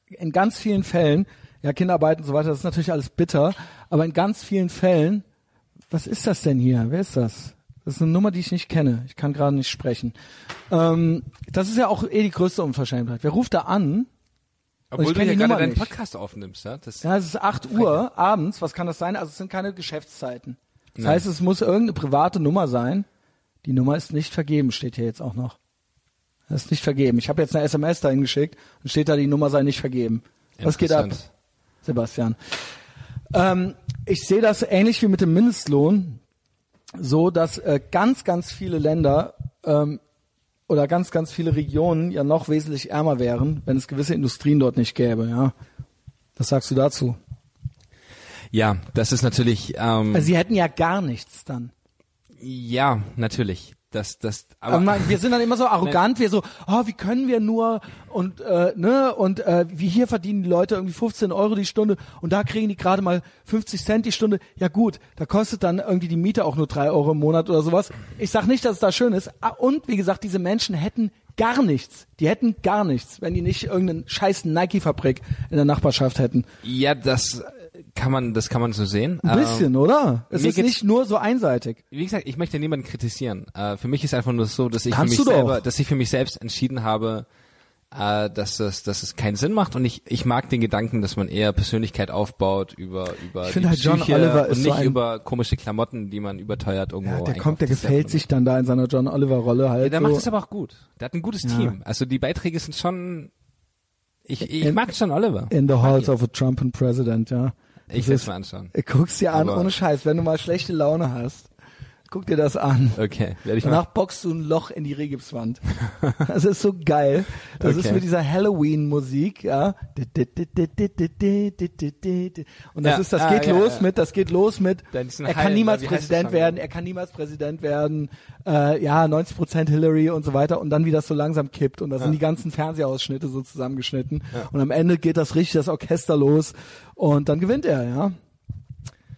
Speaker 1: in ganz vielen Fällen, ja, Kinderarbeit und so weiter, das ist natürlich alles bitter, aber in ganz vielen Fällen, was ist das denn hier? Wer ist das? Das ist eine Nummer, die ich nicht kenne. Ich kann gerade nicht sprechen. Ähm, das ist ja auch eh die größte Unverschämtheit. Wer ruft da an?
Speaker 2: Obwohl
Speaker 1: ich
Speaker 2: du
Speaker 1: kenn
Speaker 2: ja
Speaker 1: die
Speaker 2: gerade
Speaker 1: Nummer
Speaker 2: deinen
Speaker 1: nicht.
Speaker 2: Podcast aufnimmst, ja? Das,
Speaker 1: Ja, es ist 8 Uhr abends, was kann das sein? Also es sind keine Geschäftszeiten. Das
Speaker 2: Nein.
Speaker 1: heißt, es muss irgendeine private Nummer sein. Die Nummer ist nicht vergeben, steht hier jetzt auch noch. Das ist nicht vergeben. Ich habe jetzt eine SMS dahin geschickt und steht da, die Nummer sei nicht vergeben. Was geht ab,
Speaker 2: Interessant.
Speaker 1: Sebastian? Ähm, ich sehe das ähnlich wie mit dem Mindestlohn, so dass äh, ganz, ganz viele Länder ähm, oder ganz, ganz viele Regionen ja noch wesentlich ärmer wären, wenn es gewisse Industrien dort nicht gäbe. Ja, was sagst du dazu?
Speaker 2: Ja, das ist natürlich, ähm,
Speaker 1: Also sie hätten ja gar nichts dann.
Speaker 2: ja, natürlich. Das, das, aber,
Speaker 1: Aber man, wir sind dann immer so arrogant, wir so, oh, wie können wir nur und äh, ne und äh, wie hier verdienen die Leute irgendwie 15 Euro die Stunde und da kriegen die gerade mal 50 Cent die Stunde. Ja gut, da kostet dann irgendwie die Miete auch nur 3 Euro im Monat oder sowas. Ich sag nicht, dass es da schön ist. Ah, Und wie gesagt, diese Menschen hätten gar nichts. Die hätten gar nichts, wenn die nicht irgendeinen scheiß Nike-Fabrik in der Nachbarschaft hätten.
Speaker 2: ja, das kann man, das kann man so sehen.
Speaker 1: Ein bisschen, oder? Es
Speaker 2: Ähm, mir
Speaker 1: ist
Speaker 2: geht's-
Speaker 1: nicht nur so einseitig.
Speaker 2: wie gesagt, ich möchte niemanden kritisieren. Äh, für mich ist einfach nur so, dass ich
Speaker 1: Kannst
Speaker 2: für
Speaker 1: du
Speaker 2: mich
Speaker 1: doch.
Speaker 2: selber, dass ich für mich selbst entschieden habe, äh, dass das, dass es keinen Sinn macht und ich, ich mag den Gedanken, dass man eher Persönlichkeit aufbaut über über
Speaker 1: Ich
Speaker 2: die
Speaker 1: finde halt, John
Speaker 2: Psyche
Speaker 1: Oliver
Speaker 2: und
Speaker 1: ist so
Speaker 2: nicht
Speaker 1: ein-
Speaker 2: über komische Klamotten, die man überteuert irgendwo.
Speaker 1: Ja, der
Speaker 2: einkauft.
Speaker 1: kommt, der
Speaker 2: Das ist
Speaker 1: gefällt
Speaker 2: einfach-
Speaker 1: sich dann da in seiner John Oliver Rolle halt.
Speaker 2: Ja, der
Speaker 1: so.
Speaker 2: macht es aber auch gut. Der hat ein gutes Team. Also die Beiträge sind schon. Ich, ich
Speaker 1: In-
Speaker 2: mag John Oliver.
Speaker 1: In the halls of a Trumpen President, ja. äh, Das
Speaker 2: Ich werde
Speaker 1: ist-
Speaker 2: mal anschauen.
Speaker 1: Guck's dir an,
Speaker 2: Aber-
Speaker 1: ohne Scheiß, wenn du mal schlechte Laune hast. Guck dir das an.
Speaker 2: Okay, werde ich mal.
Speaker 1: Danach boxst du ein Loch in die Rehgipswand. Das ist so geil. Das
Speaker 2: Okay.
Speaker 1: ist mit dieser Halloween-Musik, ja. Und das
Speaker 2: Ja,
Speaker 1: ist, das
Speaker 2: ah,
Speaker 1: geht
Speaker 2: ja,
Speaker 1: los
Speaker 2: ja.
Speaker 1: mit, das geht los mit,
Speaker 2: Dann diesen
Speaker 1: er
Speaker 2: Hallen,
Speaker 1: kann niemals
Speaker 2: wie heißt das
Speaker 1: Präsident
Speaker 2: schon wieder?
Speaker 1: werden, er kann niemals Präsident werden, äh, ja, 90 Prozent Hillary und so weiter und dann wie das so langsam kippt und da sind die ganzen Fernsehausschnitte so zusammengeschnitten und am Ende geht das richtig, das Orchester los und dann gewinnt er, ja.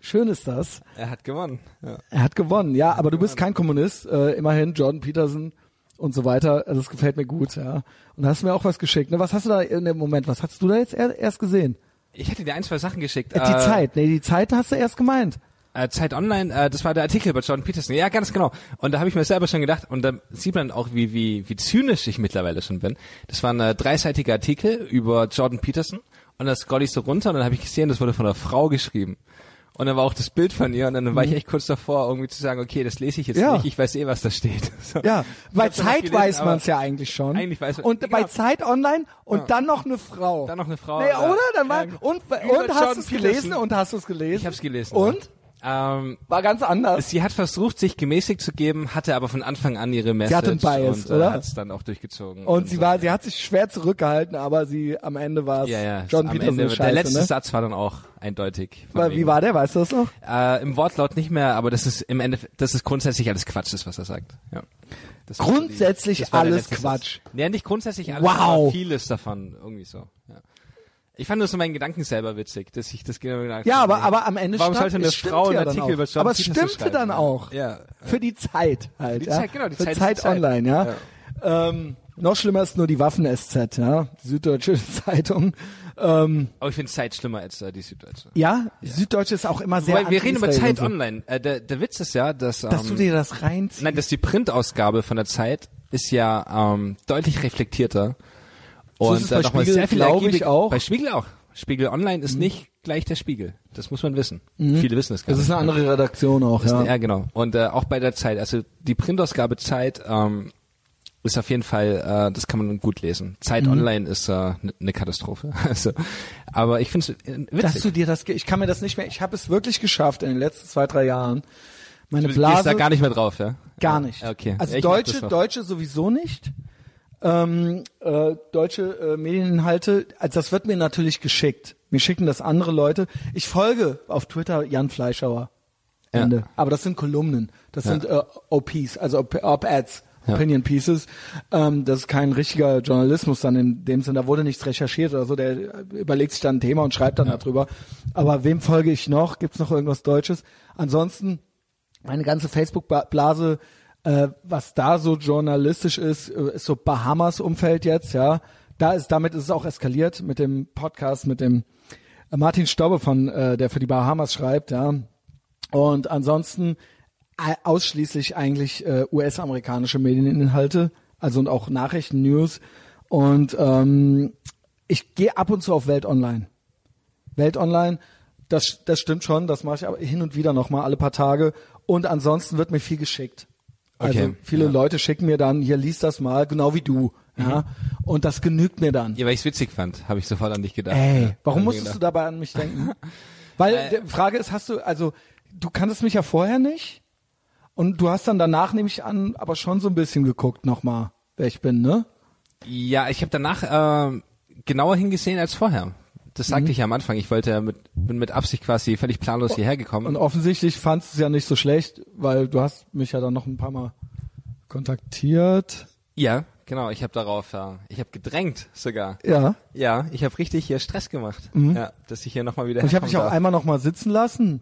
Speaker 1: Schön ist das.
Speaker 2: Er hat gewonnen. Ja.
Speaker 1: Er hat gewonnen, ja, aber du bist kein Kommunist, äh, immerhin Jordan Peterson und so weiter. Also Das gefällt mir gut, ja. Und hast mir auch was geschickt. Ne? Was hast du da in dem Moment? Was hast du da jetzt er, erst gesehen?
Speaker 2: Ich hätte dir ein, zwei Sachen geschickt.
Speaker 1: Äh, die Zeit, nee, die Zeit hast du erst gemeint.
Speaker 2: Äh, Zeit Online, äh, das war der Artikel über Jordan Peterson. Ja, ganz genau. Und da habe ich mir selber schon gedacht, und da sieht man auch, wie, wie, wie zynisch ich mittlerweile schon bin. Das war ein äh, dreiseitiger Artikel über Jordan Peterson. Und da scroll ich so runter und dann habe ich gesehen, das wurde von einer Frau geschrieben. Und dann war auch das Bild von ihr und dann war ich echt kurz davor, irgendwie zu sagen, okay, das lese ich jetzt
Speaker 1: Mhm. Ja.
Speaker 2: nicht, ich weiß eh, was da steht. So.
Speaker 1: Ja, bei
Speaker 2: hab schon was
Speaker 1: Zeit
Speaker 2: gelesen,
Speaker 1: weiß man es
Speaker 2: aber
Speaker 1: ja eigentlich schon.
Speaker 2: eigentlich weiß man-
Speaker 1: und bei
Speaker 2: genau.
Speaker 1: Zeit online und dann noch eine Frau.
Speaker 2: Dann noch eine Frau, äh,
Speaker 1: Naja,
Speaker 2: ja.
Speaker 1: oder? Dann war,
Speaker 2: Ja,
Speaker 1: und
Speaker 2: über
Speaker 1: und hast
Speaker 2: Jordan
Speaker 1: du es gelesen?
Speaker 2: Peterson.
Speaker 1: Und hast du es gelesen?
Speaker 2: Ich habe es gelesen.
Speaker 1: Und?
Speaker 2: Ja. Ähm,
Speaker 1: War ganz anders.
Speaker 2: Sie hat versucht, sich gemäßigt zu geben, hatte aber von Anfang an ihre Message
Speaker 1: hatte einen Bias,
Speaker 2: und
Speaker 1: oder?
Speaker 2: hat es dann auch durchgezogen.
Speaker 1: und sie
Speaker 2: so.
Speaker 1: war, sie hat sich schwer zurückgehalten, aber sie am Ende war es
Speaker 2: ja, ja,
Speaker 1: Jordan
Speaker 2: am
Speaker 1: Peterson
Speaker 2: Ende,
Speaker 1: ist
Speaker 2: Der
Speaker 1: Scheiße,
Speaker 2: letzte
Speaker 1: ne?
Speaker 2: Satz war dann auch eindeutig. von
Speaker 1: Aber Wie
Speaker 2: wegen,
Speaker 1: war der? Weißt du das noch?
Speaker 2: Äh, Im Wortlaut nicht mehr, aber das ist im Endeffekt, das ist grundsätzlich alles Quatsch, ist, was er sagt. Ja. Das war so
Speaker 1: Grundsätzlich
Speaker 2: das war der
Speaker 1: alles
Speaker 2: letzte Satz.
Speaker 1: Quatsch.
Speaker 2: Ja, nicht grundsätzlich alles,
Speaker 1: Wow.
Speaker 2: aber vieles davon, irgendwie so. Ja. Ich fand nur so meinen Gedanken selber witzig, dass ich das genau gedacht
Speaker 1: Ja,
Speaker 2: habe,
Speaker 1: aber,
Speaker 2: nee.
Speaker 1: aber am Ende
Speaker 2: Warum
Speaker 1: stand,
Speaker 2: sollte eine
Speaker 1: es stimmt
Speaker 2: Frau einen
Speaker 1: ja
Speaker 2: Artikel
Speaker 1: dann auch.
Speaker 2: über John
Speaker 1: Aber es
Speaker 2: Peterson
Speaker 1: stimmte
Speaker 2: schreiben?
Speaker 1: dann auch.
Speaker 2: Ja.
Speaker 1: Für die Zeit halt.
Speaker 2: die
Speaker 1: ja.
Speaker 2: Zeit, genau, die
Speaker 1: Für
Speaker 2: Zeit ist die
Speaker 1: Zeit,
Speaker 2: Zeit.
Speaker 1: online, ja. Ähm, noch schlimmer ist nur die Waffen-SZ, ja. Die Süddeutsche Zeitung. Ähm,
Speaker 2: Aber ich finde Zeit schlimmer als äh, die Süddeutsche.
Speaker 1: ja, Süddeutsche ist auch immer sehr
Speaker 2: Weil wir reden über
Speaker 1: anti-Israel
Speaker 2: Zeit
Speaker 1: und so.
Speaker 2: online. Äh, der, der Witz ist ja, dass, ähm,
Speaker 1: Dass du dir das reinziehst.
Speaker 2: nein, dass die Printausgabe von der Zeit ist ja ähm, deutlich reflektierter
Speaker 1: So
Speaker 2: und
Speaker 1: ist es
Speaker 2: äh,
Speaker 1: bei
Speaker 2: nochmal
Speaker 1: Spiegel,
Speaker 2: sehr viel
Speaker 1: glaub
Speaker 2: ergiebig.
Speaker 1: ich, auch. Mhm.
Speaker 2: Bei Spiegel auch. Spiegel Online ist nicht gleich der Spiegel. Das muss man wissen. Viele wissen es gar
Speaker 1: Das
Speaker 2: nicht.
Speaker 1: ist eine andere Redaktion auch,
Speaker 2: Das
Speaker 1: ja.
Speaker 2: ist- ja, genau. Und äh, auch bei der Zeit, also die Printausgabe Zeit ähm, ist auf jeden Fall, äh, das kann man gut lesen. Zeit
Speaker 1: Mhm.
Speaker 2: Online ist eine äh, ne- ne Katastrophe. Also, aber ich finde es witzig.
Speaker 1: dass du dir das, ge- ich kann mir das nicht mehr, ich habe es wirklich geschafft in den letzten zwei, drei Jahren. Meine
Speaker 2: Du gehst da
Speaker 1: Blase
Speaker 2: gar nicht mehr drauf, ja?
Speaker 1: Gar nicht.
Speaker 2: Okay.
Speaker 1: Also
Speaker 2: Ich mach das
Speaker 1: Deutsche,
Speaker 2: noch.
Speaker 1: Deutsche sowieso nicht. Ähm, äh, deutsche äh, Medieninhalte, also das wird mir natürlich geschickt. Mir schicken das andere Leute. Ich folge auf Twitter Jan Fleischauer. Ende.
Speaker 2: Ja.
Speaker 1: Aber das sind Kolumnen. Das
Speaker 2: Ja.
Speaker 1: sind äh, OPs, also Op- Op-Ads,
Speaker 2: Ja.
Speaker 1: Opinion Pieces. Ähm, das ist kein richtiger Journalismus dann in dem Sinne. Da wurde nichts recherchiert oder so. Der äh, überlegt sich dann ein Thema und schreibt dann darüber. Aber wem folge ich noch? Gibt's noch irgendwas Deutsches? Ansonsten meine ganze Facebook-Blase, äh, was da so journalistisch ist, äh, ist so Bahamas-Umfeld jetzt, ja. Da ist, damit ist es auch eskaliert mit dem Podcast, mit dem äh, Martin Staube von, äh, der für die Bahamas schreibt, ja. Und ansonsten äh, ausschließlich eigentlich äh, US-amerikanische Medieninhalte, also und auch Nachrichten, News. Und ähm, ich gehe ab und zu auf Welt Online. Welt Online, das, das stimmt schon, das mache ich aber hin und wieder nochmal alle paar Tage. Und ansonsten wird mir viel geschickt. Also
Speaker 2: Okay,
Speaker 1: viele
Speaker 2: ja. Mhm.
Speaker 1: Leute schicken mir dann, hier lies das mal, genau wie du. Ja? Und das genügt mir dann.
Speaker 2: Ja, weil ich es witzig fand, habe ich sofort an dich gedacht.
Speaker 1: Ey,
Speaker 2: Ja,
Speaker 1: warum
Speaker 2: hab mir
Speaker 1: musstest du
Speaker 2: gedacht.
Speaker 1: dabei an mich denken? Weil
Speaker 2: Weil-
Speaker 1: die Frage ist, hast du, also du kanntest mich ja vorher nicht und du hast dann danach, nehme ich an, aber schon so ein bisschen geguckt nochmal, wer ich bin, ne?
Speaker 2: Ja, ich habe danach ähm, genauer hingesehen als vorher. Das
Speaker 1: Mhm.
Speaker 2: sagte ich ja am Anfang. Ich wollte ja mit, bin mit Absicht quasi völlig planlos hierher gekommen.
Speaker 1: Oh. Und offensichtlich fandst du es ja nicht so schlecht, weil du hast mich ja dann noch ein paar Mal kontaktiert.
Speaker 2: Ja, genau. Ich habe darauf, äh, ich habe gedrängt sogar.
Speaker 1: Ja.
Speaker 2: Ja, ich habe richtig hier Stress gemacht, ja, dass ich hier nochmal wieder
Speaker 1: Mhm. Und ich habe
Speaker 2: herkommen
Speaker 1: dich auch
Speaker 2: darf.
Speaker 1: einmal nochmal sitzen lassen.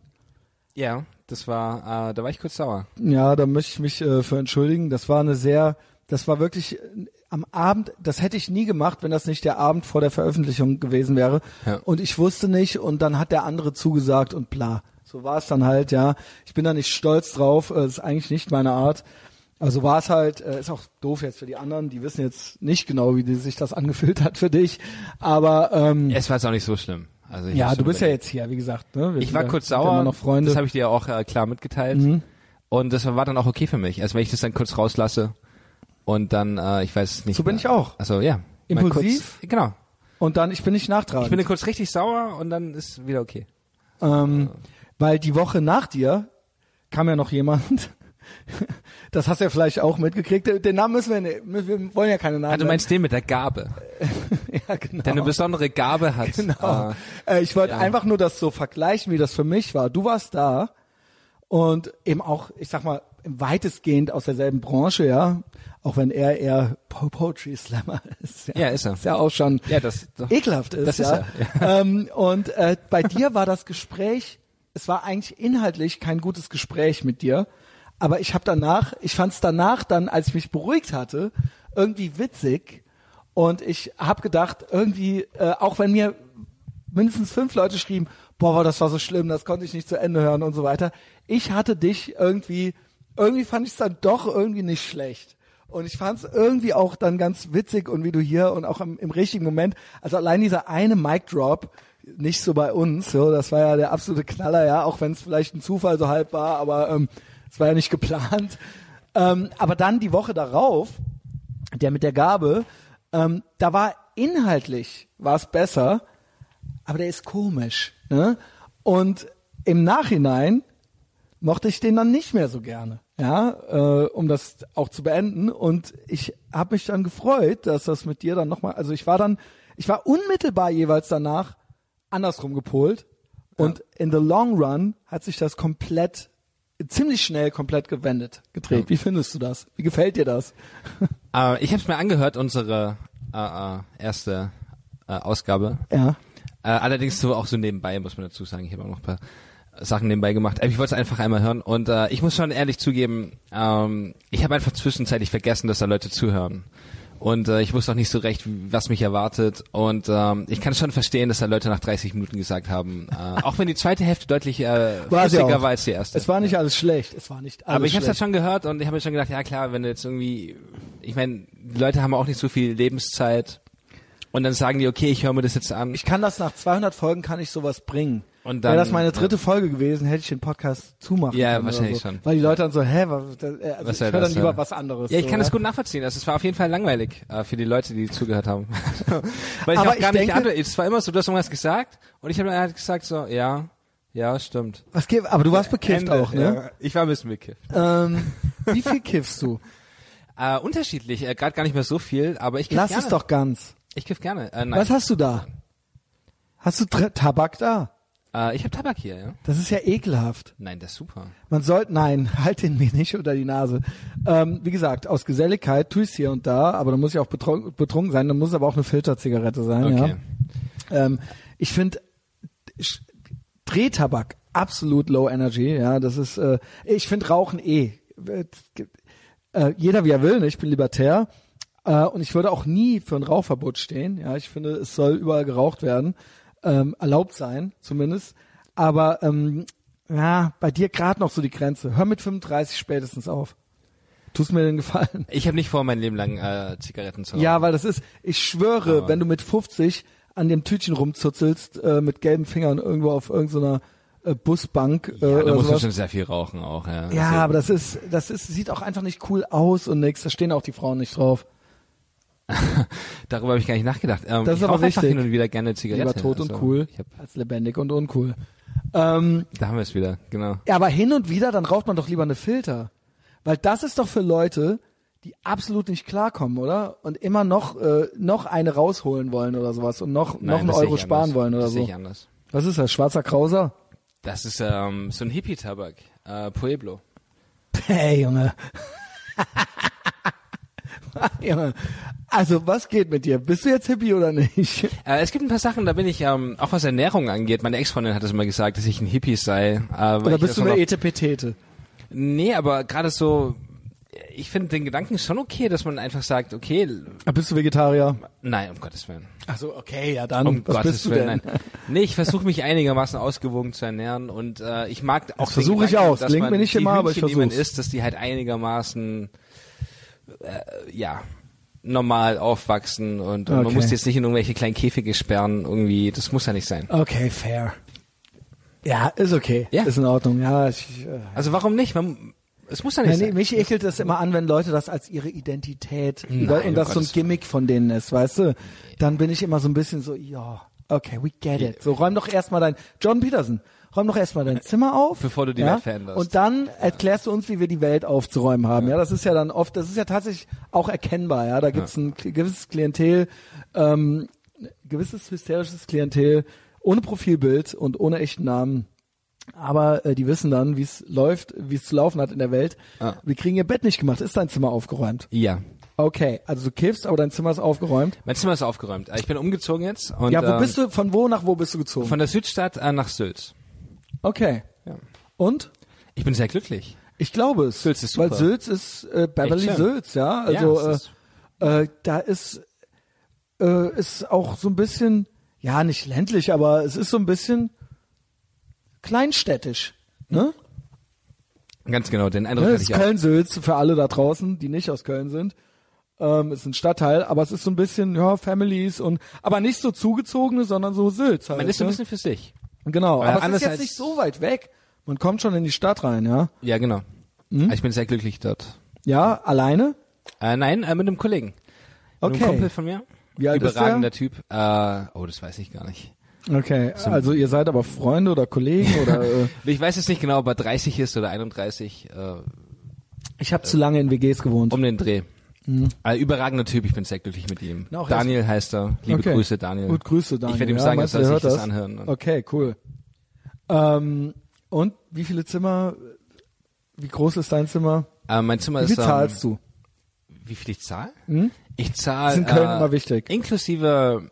Speaker 2: Ja, das war, äh, da war ich kurz sauer.
Speaker 1: Ja, da möchte ich mich äh, für entschuldigen. Das war eine sehr, das war wirklich äh, am Abend, das hätte ich nie gemacht, wenn das nicht der Abend vor der Veröffentlichung gewesen wäre.
Speaker 2: Ja.
Speaker 1: Und ich wusste nicht und dann hat der andere zugesagt und bla. So war es dann halt, ja. Ich bin da nicht stolz drauf, äh, das ist eigentlich nicht meine Art. Also war es halt, äh, ist auch doof jetzt für die anderen, die wissen jetzt nicht genau, wie die sich das angefühlt hat für dich. Aber ähm,
Speaker 2: Es war jetzt auch nicht so schlimm. Also ich
Speaker 1: ja,
Speaker 2: hab's
Speaker 1: du bist ja
Speaker 2: überlebt.
Speaker 1: jetzt hier, wie gesagt. Ne? Wir
Speaker 2: Ich
Speaker 1: sind
Speaker 2: war
Speaker 1: ja-
Speaker 2: kurz
Speaker 1: sind ja
Speaker 2: sauer.
Speaker 1: Immer noch Freunde. Mhm.
Speaker 2: Das habe ich dir auch äh, klar mitgeteilt. Und das war dann auch okay für mich. Also wenn ich das dann kurz rauslasse und dann, äh, ich weiß nicht.
Speaker 1: So bin ich auch.
Speaker 2: Also ja. Mal
Speaker 1: Impulsiv?
Speaker 2: Kurz, genau.
Speaker 1: und dann, ich bin nicht nachtragend.
Speaker 2: Ich bin dann kurz richtig sauer und dann ist wieder okay.
Speaker 1: Ähm, weil die Woche nach dir kam ja noch jemand. Das hast du ja vielleicht auch mitgekriegt. Den Namen müssen wir, nicht- wir wollen ja keine Namen.
Speaker 2: Ah, du meinst den mit der Gabe,
Speaker 1: nennen. ja, genau.
Speaker 2: der eine besondere Gabe hat.
Speaker 1: genau.
Speaker 2: Äh,
Speaker 1: äh, ich wollte
Speaker 2: ja.
Speaker 1: einfach nur das so vergleichen, wie das für mich war. Du warst da und eben auch, ich sag mal, weitestgehend aus derselben Branche, ja. Auch wenn er eher Po- Poetry Slammer ist.
Speaker 2: Ja, ist er.
Speaker 1: Ist ja auch schon
Speaker 2: Ja, das- doch.
Speaker 1: ekelhaft ist.
Speaker 2: Das ist
Speaker 1: ja. ähm, und äh, bei dir war das Gespräch, es war eigentlich inhaltlich kein gutes Gespräch mit dir, aber ich habe danach, ich fand es danach dann, als ich mich beruhigt hatte, irgendwie witzig und ich habe gedacht, irgendwie, äh, auch wenn mir mindestens fünf Leute schrieben, boah, das war so schlimm, das konnte ich nicht zu Ende hören und so weiter. Ich hatte dich irgendwie, irgendwie fand ich es dann doch irgendwie nicht schlecht. Und ich fand es irgendwie auch dann ganz witzig und wie du hier und auch im, im richtigen Moment, also allein dieser eine Mic Drop, nicht so bei uns, so, das war ja der absolute Knaller, ja, auch wenn es vielleicht ein Zufall so halb war, aber ähm, es war ja nicht geplant. Ähm, aber dann die Woche darauf, der mit der Gabe, ähm, da war inhaltlich war es besser, aber der ist komisch. Ne? Und im Nachhinein mochte ich den dann nicht mehr so gerne, ja, äh, um das auch zu beenden. Und ich habe mich dann gefreut, dass das mit dir dann nochmal, also ich war dann, ich war unmittelbar jeweils danach andersrum gepolt. Und in the long run hat sich das komplett, ziemlich schnell komplett gewendet, gedreht. Wie findest du das? Wie gefällt dir das?
Speaker 2: Äh, ich habe es mir angehört, unsere äh, äh, erste äh, Ausgabe.
Speaker 1: Ja.
Speaker 2: Äh, allerdings so auch so nebenbei, muss man dazu sagen. Ich habe auch noch ein paar Sachen nebenbei gemacht. Aber ich wollte es einfach einmal hören. Und äh, ich muss schon ehrlich zugeben, ähm, ich habe einfach zwischenzeitlich vergessen, dass da Leute zuhören. Und äh, ich wusste auch nicht so recht, was mich erwartet. Und ähm, ich kann schon verstehen, dass da Leute nach 30 Minuten gesagt haben, äh, auch wenn die zweite Hälfte deutlich äh,
Speaker 1: War sie
Speaker 2: flüssiger
Speaker 1: auch.
Speaker 2: war als die erste.
Speaker 1: Es war nicht alles schlecht. Es war nicht alles
Speaker 2: Aber ich habe
Speaker 1: schlecht.
Speaker 2: es schon gehört und ich habe mir schon gedacht, ja klar, wenn du jetzt irgendwie, ich meine, die Leute haben auch nicht so viel Lebenszeit und dann sagen die, okay, ich höre mir das jetzt an.
Speaker 1: ich kann das nach 200 Folgen kann ich sowas bringen.
Speaker 2: Und dann-
Speaker 1: Wäre das meine dritte Folge gewesen, hätte ich den Podcast zumachen
Speaker 2: Ja,
Speaker 1: können. oder
Speaker 2: wahrscheinlich
Speaker 1: so.
Speaker 2: schon.
Speaker 1: Weil die Leute dann so, hä, was, das, äh, also
Speaker 2: Was
Speaker 1: ich
Speaker 2: soll
Speaker 1: höre
Speaker 2: das,
Speaker 1: dann lieber
Speaker 2: ja.
Speaker 1: was anderes.
Speaker 2: ja, ich
Speaker 1: so, ne?
Speaker 2: kann
Speaker 1: ja.
Speaker 2: das gut nachvollziehen. Also es war auf jeden Fall langweilig äh, für die Leute, die zugehört haben. Weil
Speaker 1: Aber
Speaker 2: ich auch gar
Speaker 1: ich
Speaker 2: nicht
Speaker 1: denke-
Speaker 2: andere, es war immer so, du hast irgendwas gesagt und ich habe dann halt gesagt so, ja, ja, stimmt.
Speaker 1: Was, ge- aber du warst bekifft
Speaker 2: Ende,
Speaker 1: auch, ne?
Speaker 2: Ja. Ich war ein bisschen bekifft.
Speaker 1: Ähm, wie viel kiffst du?
Speaker 2: Äh, unterschiedlich, äh, gerade gar nicht mehr so viel, aber ich kiff
Speaker 1: Lass
Speaker 2: gerne.
Speaker 1: es doch ganz.
Speaker 2: Ich kiff gerne. Äh, nein.
Speaker 1: Was hast du da? Hast du Tra- Tabak da?
Speaker 2: Äh, ich habe Tabak hier, ja.
Speaker 1: Das ist ja ekelhaft.
Speaker 2: Nein, das ist super.
Speaker 1: Man sollte, nein, halt den mir nicht unter die Nase. Ähm, wie gesagt, aus Geselligkeit tue ich hier und da, aber dann muss ich auch betrunken, betrunken sein, dann muss es aber auch eine Filterzigarette sein.
Speaker 2: Okay.
Speaker 1: Ja. Ähm, ich finde Sch- Drehtabak absolut low energy. Ja, das ist. Äh, ich finde Rauchen eh. äh, Äh, jeder wie er will. Ne? Ich bin libertär äh, und ich würde auch nie für ein Rauchverbot stehen. Ja, ich finde, es soll überall geraucht werden, ähm, erlaubt sein zumindest. Aber ähm, ja, bei dir gerade noch so die Grenze. Hör mit 35 spätestens auf. Tust mir den Gefallen.
Speaker 2: Ich habe nicht vor, mein Leben lang äh, Zigaretten zu rauchen.
Speaker 1: Ja, weil das ist, ich schwöre,
Speaker 2: Aber-
Speaker 1: wenn du mit 50 an dem Tütchen rumzuzelst, äh, mit gelben Fingern irgendwo auf irgendeiner äh, Busbank äh,
Speaker 2: ja, da
Speaker 1: oder
Speaker 2: muss man
Speaker 1: sowas.
Speaker 2: schon sehr viel rauchen auch, ja.
Speaker 1: Ja,
Speaker 2: Also-
Speaker 1: aber das ist, das ist, sieht auch einfach nicht cool aus und nix. Da stehen auch die Frauen nicht drauf.
Speaker 2: Darüber habe ich gar nicht nachgedacht. Ähm,
Speaker 1: Das ist
Speaker 2: ich
Speaker 1: aber
Speaker 2: rauche einfach
Speaker 1: wichtig.
Speaker 2: hin und wieder gerne Zigaretten.
Speaker 1: Lieber tot und
Speaker 2: Also,
Speaker 1: cool
Speaker 2: Ich hab,
Speaker 1: als lebendig und uncool. Ähm,
Speaker 2: da haben wir es wieder, genau.
Speaker 1: ja, aber hin und wieder, dann raucht man doch lieber eine Filter. Weil das ist doch für Leute, die absolut nicht klarkommen, oder? Und immer noch, äh, noch eine rausholen wollen oder sowas und noch, noch
Speaker 2: Nein,
Speaker 1: einen
Speaker 2: das sehe
Speaker 1: Euro
Speaker 2: ich
Speaker 1: sparen
Speaker 2: anders.
Speaker 1: wollen oder
Speaker 2: das
Speaker 1: so.
Speaker 2: Sehe ich anders.
Speaker 1: Was ist das? Schwarzer Krauser?
Speaker 2: Das ist ähm, so ein Hippie-Tabak, äh, Pueblo.
Speaker 1: Hey, Junge. Junge. Also, was geht mit dir? Bist du jetzt Hippie oder nicht?
Speaker 2: Äh, es gibt ein paar Sachen, da bin ich, ähm, auch was Ernährung angeht, meine Ex-Freundin hat es immer gesagt, dass ich ein Hippie sei. Äh, weil
Speaker 1: Oder
Speaker 2: ich das
Speaker 1: bist du
Speaker 2: nur
Speaker 1: eine
Speaker 2: noch-
Speaker 1: Etepetete?
Speaker 2: Nee, aber gerade so, ich finde den Gedanken schon okay, dass man einfach sagt, okay, l-
Speaker 1: Bist du Vegetarier?
Speaker 2: nein, um Gottes Willen.
Speaker 1: Also okay, ja dann.
Speaker 2: Um
Speaker 1: was
Speaker 2: Gottes
Speaker 1: bist du
Speaker 2: Willen,
Speaker 1: denn?
Speaker 2: nein. Nee, ich versuche mich einigermaßen ausgewogen zu ernähren und äh, ich mag auch
Speaker 1: Das
Speaker 2: den
Speaker 1: versuche ich
Speaker 2: Gedanken,
Speaker 1: auch.
Speaker 2: dass
Speaker 1: Klingt
Speaker 2: man
Speaker 1: mir nicht
Speaker 2: die
Speaker 1: immer, aber
Speaker 2: Hühnchen,
Speaker 1: ich
Speaker 2: die man
Speaker 1: versuch's.
Speaker 2: isst, dass die halt einigermaßen, äh, ja, normal aufwachsen und, und man
Speaker 1: Okay.
Speaker 2: muss die jetzt nicht in irgendwelche kleinen Käfige sperren irgendwie, das muss ja nicht sein.
Speaker 1: Okay, fair. Ja, ist okay.
Speaker 2: Ja.
Speaker 1: Ist in Ordnung. Ja, ich, äh,
Speaker 2: Also warum nicht? Man, es muss ja nicht
Speaker 1: ja, nee,
Speaker 2: sein.
Speaker 1: mich ekelt das immer an, wenn Leute das als ihre Identität und
Speaker 2: Nein,
Speaker 1: das
Speaker 2: um
Speaker 1: so ein
Speaker 2: Gottes
Speaker 1: Gimmick von denen ist, weißt du? Dann bin ich immer so ein bisschen so, ja, okay, we get it. So räum doch erstmal dein John Peterson, räum doch erstmal dein Zimmer auf,
Speaker 2: Bevor du die
Speaker 1: ja?
Speaker 2: Welt veränderst.
Speaker 1: Und dann erklärst du uns, wie wir die Welt aufzuräumen haben. Ja, das ist ja dann oft, das ist ja tatsächlich auch erkennbar, ja. Da gibt's ein kl- gewisses Klientel, ähm, gewisses hysterisches Klientel ohne Profilbild und ohne echten Namen. Aber äh, die wissen dann, wie es läuft, wie es zu laufen hat in der Welt.
Speaker 2: Ah.
Speaker 1: Wir kriegen ihr Bett nicht gemacht. Ist dein Zimmer aufgeräumt?
Speaker 2: Ja.
Speaker 1: Okay, also du kiffst, aber dein Zimmer ist aufgeräumt.
Speaker 2: Mein Zimmer ist aufgeräumt. Äh, Ich bin umgezogen jetzt und
Speaker 1: ja, wo
Speaker 2: ähm,
Speaker 1: bist du? Von wo nach wo bist du gezogen?
Speaker 2: von der Südstadt äh, nach Sülz.
Speaker 1: okay.
Speaker 2: Ja.
Speaker 1: Und?
Speaker 2: Ich bin sehr glücklich.
Speaker 1: Ich glaube es.
Speaker 2: Sülz ist super.
Speaker 1: Weil Sülz ist äh, Beverly
Speaker 2: schön.
Speaker 1: Sülz, ja. Also
Speaker 2: Ja, es ist-
Speaker 1: äh, äh, da ist äh, ist auch so ein bisschen, ja, nicht ländlich, aber es ist so ein bisschen kleinstädtisch. Ne?
Speaker 2: Ganz genau, den Eindruck
Speaker 1: Ne,
Speaker 2: hatte
Speaker 1: ist
Speaker 2: ich auch.
Speaker 1: Köln-Sülz für alle da draußen, die nicht aus Köln sind. Ähm, ist ein Stadtteil, aber es ist so ein bisschen, ja, Families und, aber nicht so zugezogene, sondern so Sülz halt.
Speaker 2: Man ist so ein
Speaker 1: ne?
Speaker 2: bisschen für sich.
Speaker 1: genau,
Speaker 2: Äh,
Speaker 1: aber es
Speaker 2: anders
Speaker 1: ist jetzt
Speaker 2: als-
Speaker 1: nicht so weit weg. Man kommt schon in die Stadt rein, ja.
Speaker 2: Ja, genau.
Speaker 1: Hm?
Speaker 2: Ich bin sehr glücklich dort.
Speaker 1: Ja, alleine?
Speaker 2: Äh, nein, äh, mit einem Kollegen. Mit
Speaker 1: Okay.
Speaker 2: einem Kumpel von mir.
Speaker 1: Wie alt ist
Speaker 2: Überragender Typ. Äh, oh, das weiß ich gar nicht.
Speaker 1: Okay, also ihr seid aber Freunde oder Kollegen oder... Äh,
Speaker 2: Ich weiß jetzt nicht genau, ob er 30 ist oder 31. Äh,
Speaker 1: ich habe zu lange in WGs gewohnt.
Speaker 2: um den Dreh. Äh, überragender Typ, ich bin sehr glücklich mit ihm.
Speaker 1: Hm. Na, auch
Speaker 2: Daniel heißt er. Liebe
Speaker 1: Okay.
Speaker 2: Grüße, Daniel.
Speaker 1: Gut, Grüße, Daniel.
Speaker 2: Ich werde ihm
Speaker 1: ja,
Speaker 2: sagen,
Speaker 1: meinst
Speaker 2: er
Speaker 1: du,
Speaker 2: soll
Speaker 1: der
Speaker 2: sich das
Speaker 1: hört
Speaker 2: anhören. Und-
Speaker 1: Okay, cool. Ähm, und wie viele Zimmer, wie groß ist dein Zimmer?
Speaker 2: Äh, mein Zimmer
Speaker 1: Wie
Speaker 2: ist.
Speaker 1: viel zahlst du?
Speaker 2: Wie viel ich zahle? Ich zahle. äh,
Speaker 1: Ist in Hm? Köln immer wichtig.
Speaker 2: Inklusive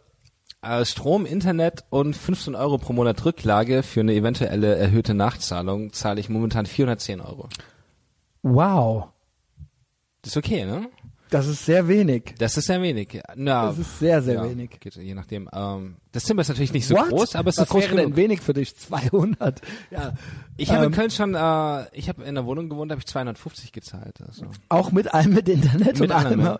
Speaker 2: äh, Strom, Internet und 15 Euro pro Monat Rücklage für eine eventuelle erhöhte Nachzahlung zahle ich momentan 410 Euro.
Speaker 1: Wow.
Speaker 2: Das ist okay, ne?
Speaker 1: Das ist sehr wenig.
Speaker 2: Das ist sehr wenig. Na,
Speaker 1: Das ist sehr, sehr
Speaker 2: ja,
Speaker 1: wenig.
Speaker 2: Geht, je nachdem. Ähm, das Zimmer ist natürlich nicht so groß, aber es
Speaker 1: Was
Speaker 2: ist groß
Speaker 1: wäre
Speaker 2: genug.
Speaker 1: denn wenig für dich? 200. Ja.
Speaker 2: Ich habe
Speaker 1: Ähm,
Speaker 2: in Köln schon, äh, ich habe in der Wohnung gewohnt, habe ich 250 gezahlt. Also.
Speaker 1: Auch mit allem mit Internet
Speaker 2: Mit
Speaker 1: und allem. ne?
Speaker 2: allem, ja.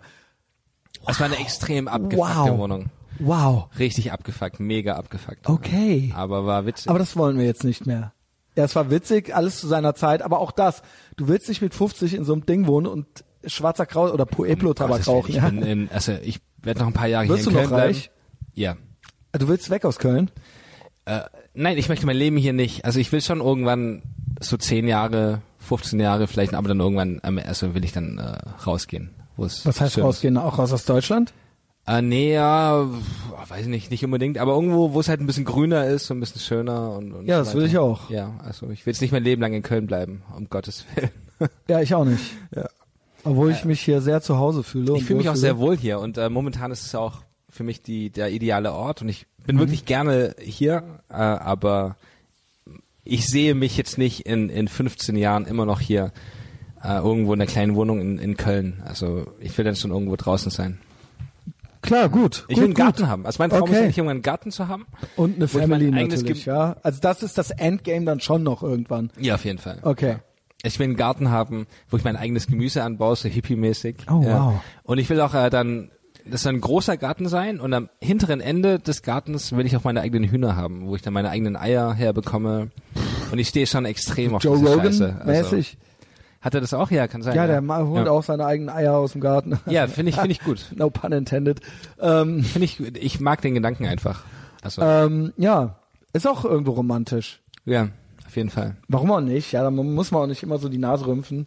Speaker 2: Das war eine extrem abgefuckte
Speaker 1: Wow.
Speaker 2: Wohnung.
Speaker 1: Wow.
Speaker 2: Richtig abgefuckt, mega abgefuckt.
Speaker 1: Okay.
Speaker 2: Aber war witzig.
Speaker 1: Aber das wollen wir jetzt nicht mehr. Ja, es war witzig, alles zu seiner Zeit, aber auch das. Du willst nicht mit 50 in so einem Ding wohnen und schwarzer Kraut oder Pueblo-Tabak
Speaker 2: Gottes Willen,
Speaker 1: rauchen.
Speaker 2: ich
Speaker 1: Ja.
Speaker 2: bin in, also ich werde noch ein paar Jahre
Speaker 1: Wirst
Speaker 2: hier in
Speaker 1: du
Speaker 2: Köln
Speaker 1: noch reich?
Speaker 2: bleiben. Ja.
Speaker 1: Also, Du willst weg aus Köln?
Speaker 2: Nein, ich möchte mein Leben hier nicht. Also ich will schon irgendwann so 10 Jahre, 15 Jahre vielleicht, aber dann irgendwann, ähm, also will ich dann äh, rausgehen. wo es
Speaker 1: Was heißt
Speaker 2: schön ist.
Speaker 1: rausgehen? Auch raus aus Deutschland?
Speaker 2: Äh, nee, ja, pf, weiß ich nicht, nicht unbedingt, aber irgendwo, wo es halt ein bisschen grüner ist und ein bisschen schöner und, und
Speaker 1: Ja,
Speaker 2: so
Speaker 1: das will
Speaker 2: weiter.
Speaker 1: ich auch.
Speaker 2: Ja, also ich will jetzt nicht mein Leben lang in Köln bleiben, um Gottes Willen.
Speaker 1: Ja, ich auch nicht.
Speaker 2: Ja.
Speaker 1: Obwohl ich mich hier sehr zu Hause fühle.
Speaker 2: Ich
Speaker 1: und
Speaker 2: fühle mich auch
Speaker 1: wohlfühle.
Speaker 2: sehr wohl hier und äh, momentan ist es auch für mich die, der ideale Ort und ich bin
Speaker 1: Mhm.
Speaker 2: wirklich gerne hier, äh, aber ich sehe mich jetzt nicht in, in 15 Jahren immer noch hier äh, irgendwo in einer kleinen Wohnung in, in Köln. Also ich will dann schon irgendwo draußen sein.
Speaker 1: Klar, gut. gut,
Speaker 2: Ich will einen
Speaker 1: gut.
Speaker 2: Garten haben. Also mein Traum ist
Speaker 1: Okay.
Speaker 2: eigentlich, irgendwann einen Garten zu haben.
Speaker 1: Und eine
Speaker 2: Wo ich mein
Speaker 1: Family
Speaker 2: eigenes
Speaker 1: natürlich,
Speaker 2: Gem-
Speaker 1: ja. Also das ist das Endgame dann schon noch irgendwann.
Speaker 2: Ja, auf jeden Fall.
Speaker 1: Okay.
Speaker 2: Ich will einen Garten haben, wo ich mein eigenes Gemüse anbaue, so hippie-mäßig.
Speaker 1: Oh,
Speaker 2: ja.
Speaker 1: wow.
Speaker 2: Und ich will auch äh, dann, das soll ein großer Garten sein und am hinteren Ende des Gartens will ich auch meine eigenen Hühner haben, wo ich dann meine eigenen Eier herbekomme. Und ich stehe schon extrem auf
Speaker 1: Joe
Speaker 2: diese
Speaker 1: Rogan
Speaker 2: Scheiße. Also,
Speaker 1: mäßig.
Speaker 2: hat er das auch? Ja, kann sein.
Speaker 1: ja, der Ma- holt
Speaker 2: ja.
Speaker 1: auch seine eigenen Eier aus dem Garten.
Speaker 2: Ja, finde ich, finde ich gut.
Speaker 1: no pun intended. Ähm,
Speaker 2: Finde ich, gut. ich mag den Gedanken einfach. Also,
Speaker 1: ähm, ja, ist auch irgendwo romantisch.
Speaker 2: ja, auf jeden Fall.
Speaker 1: Warum auch nicht? Ja, dann muss man auch nicht immer so die Nase rümpfen.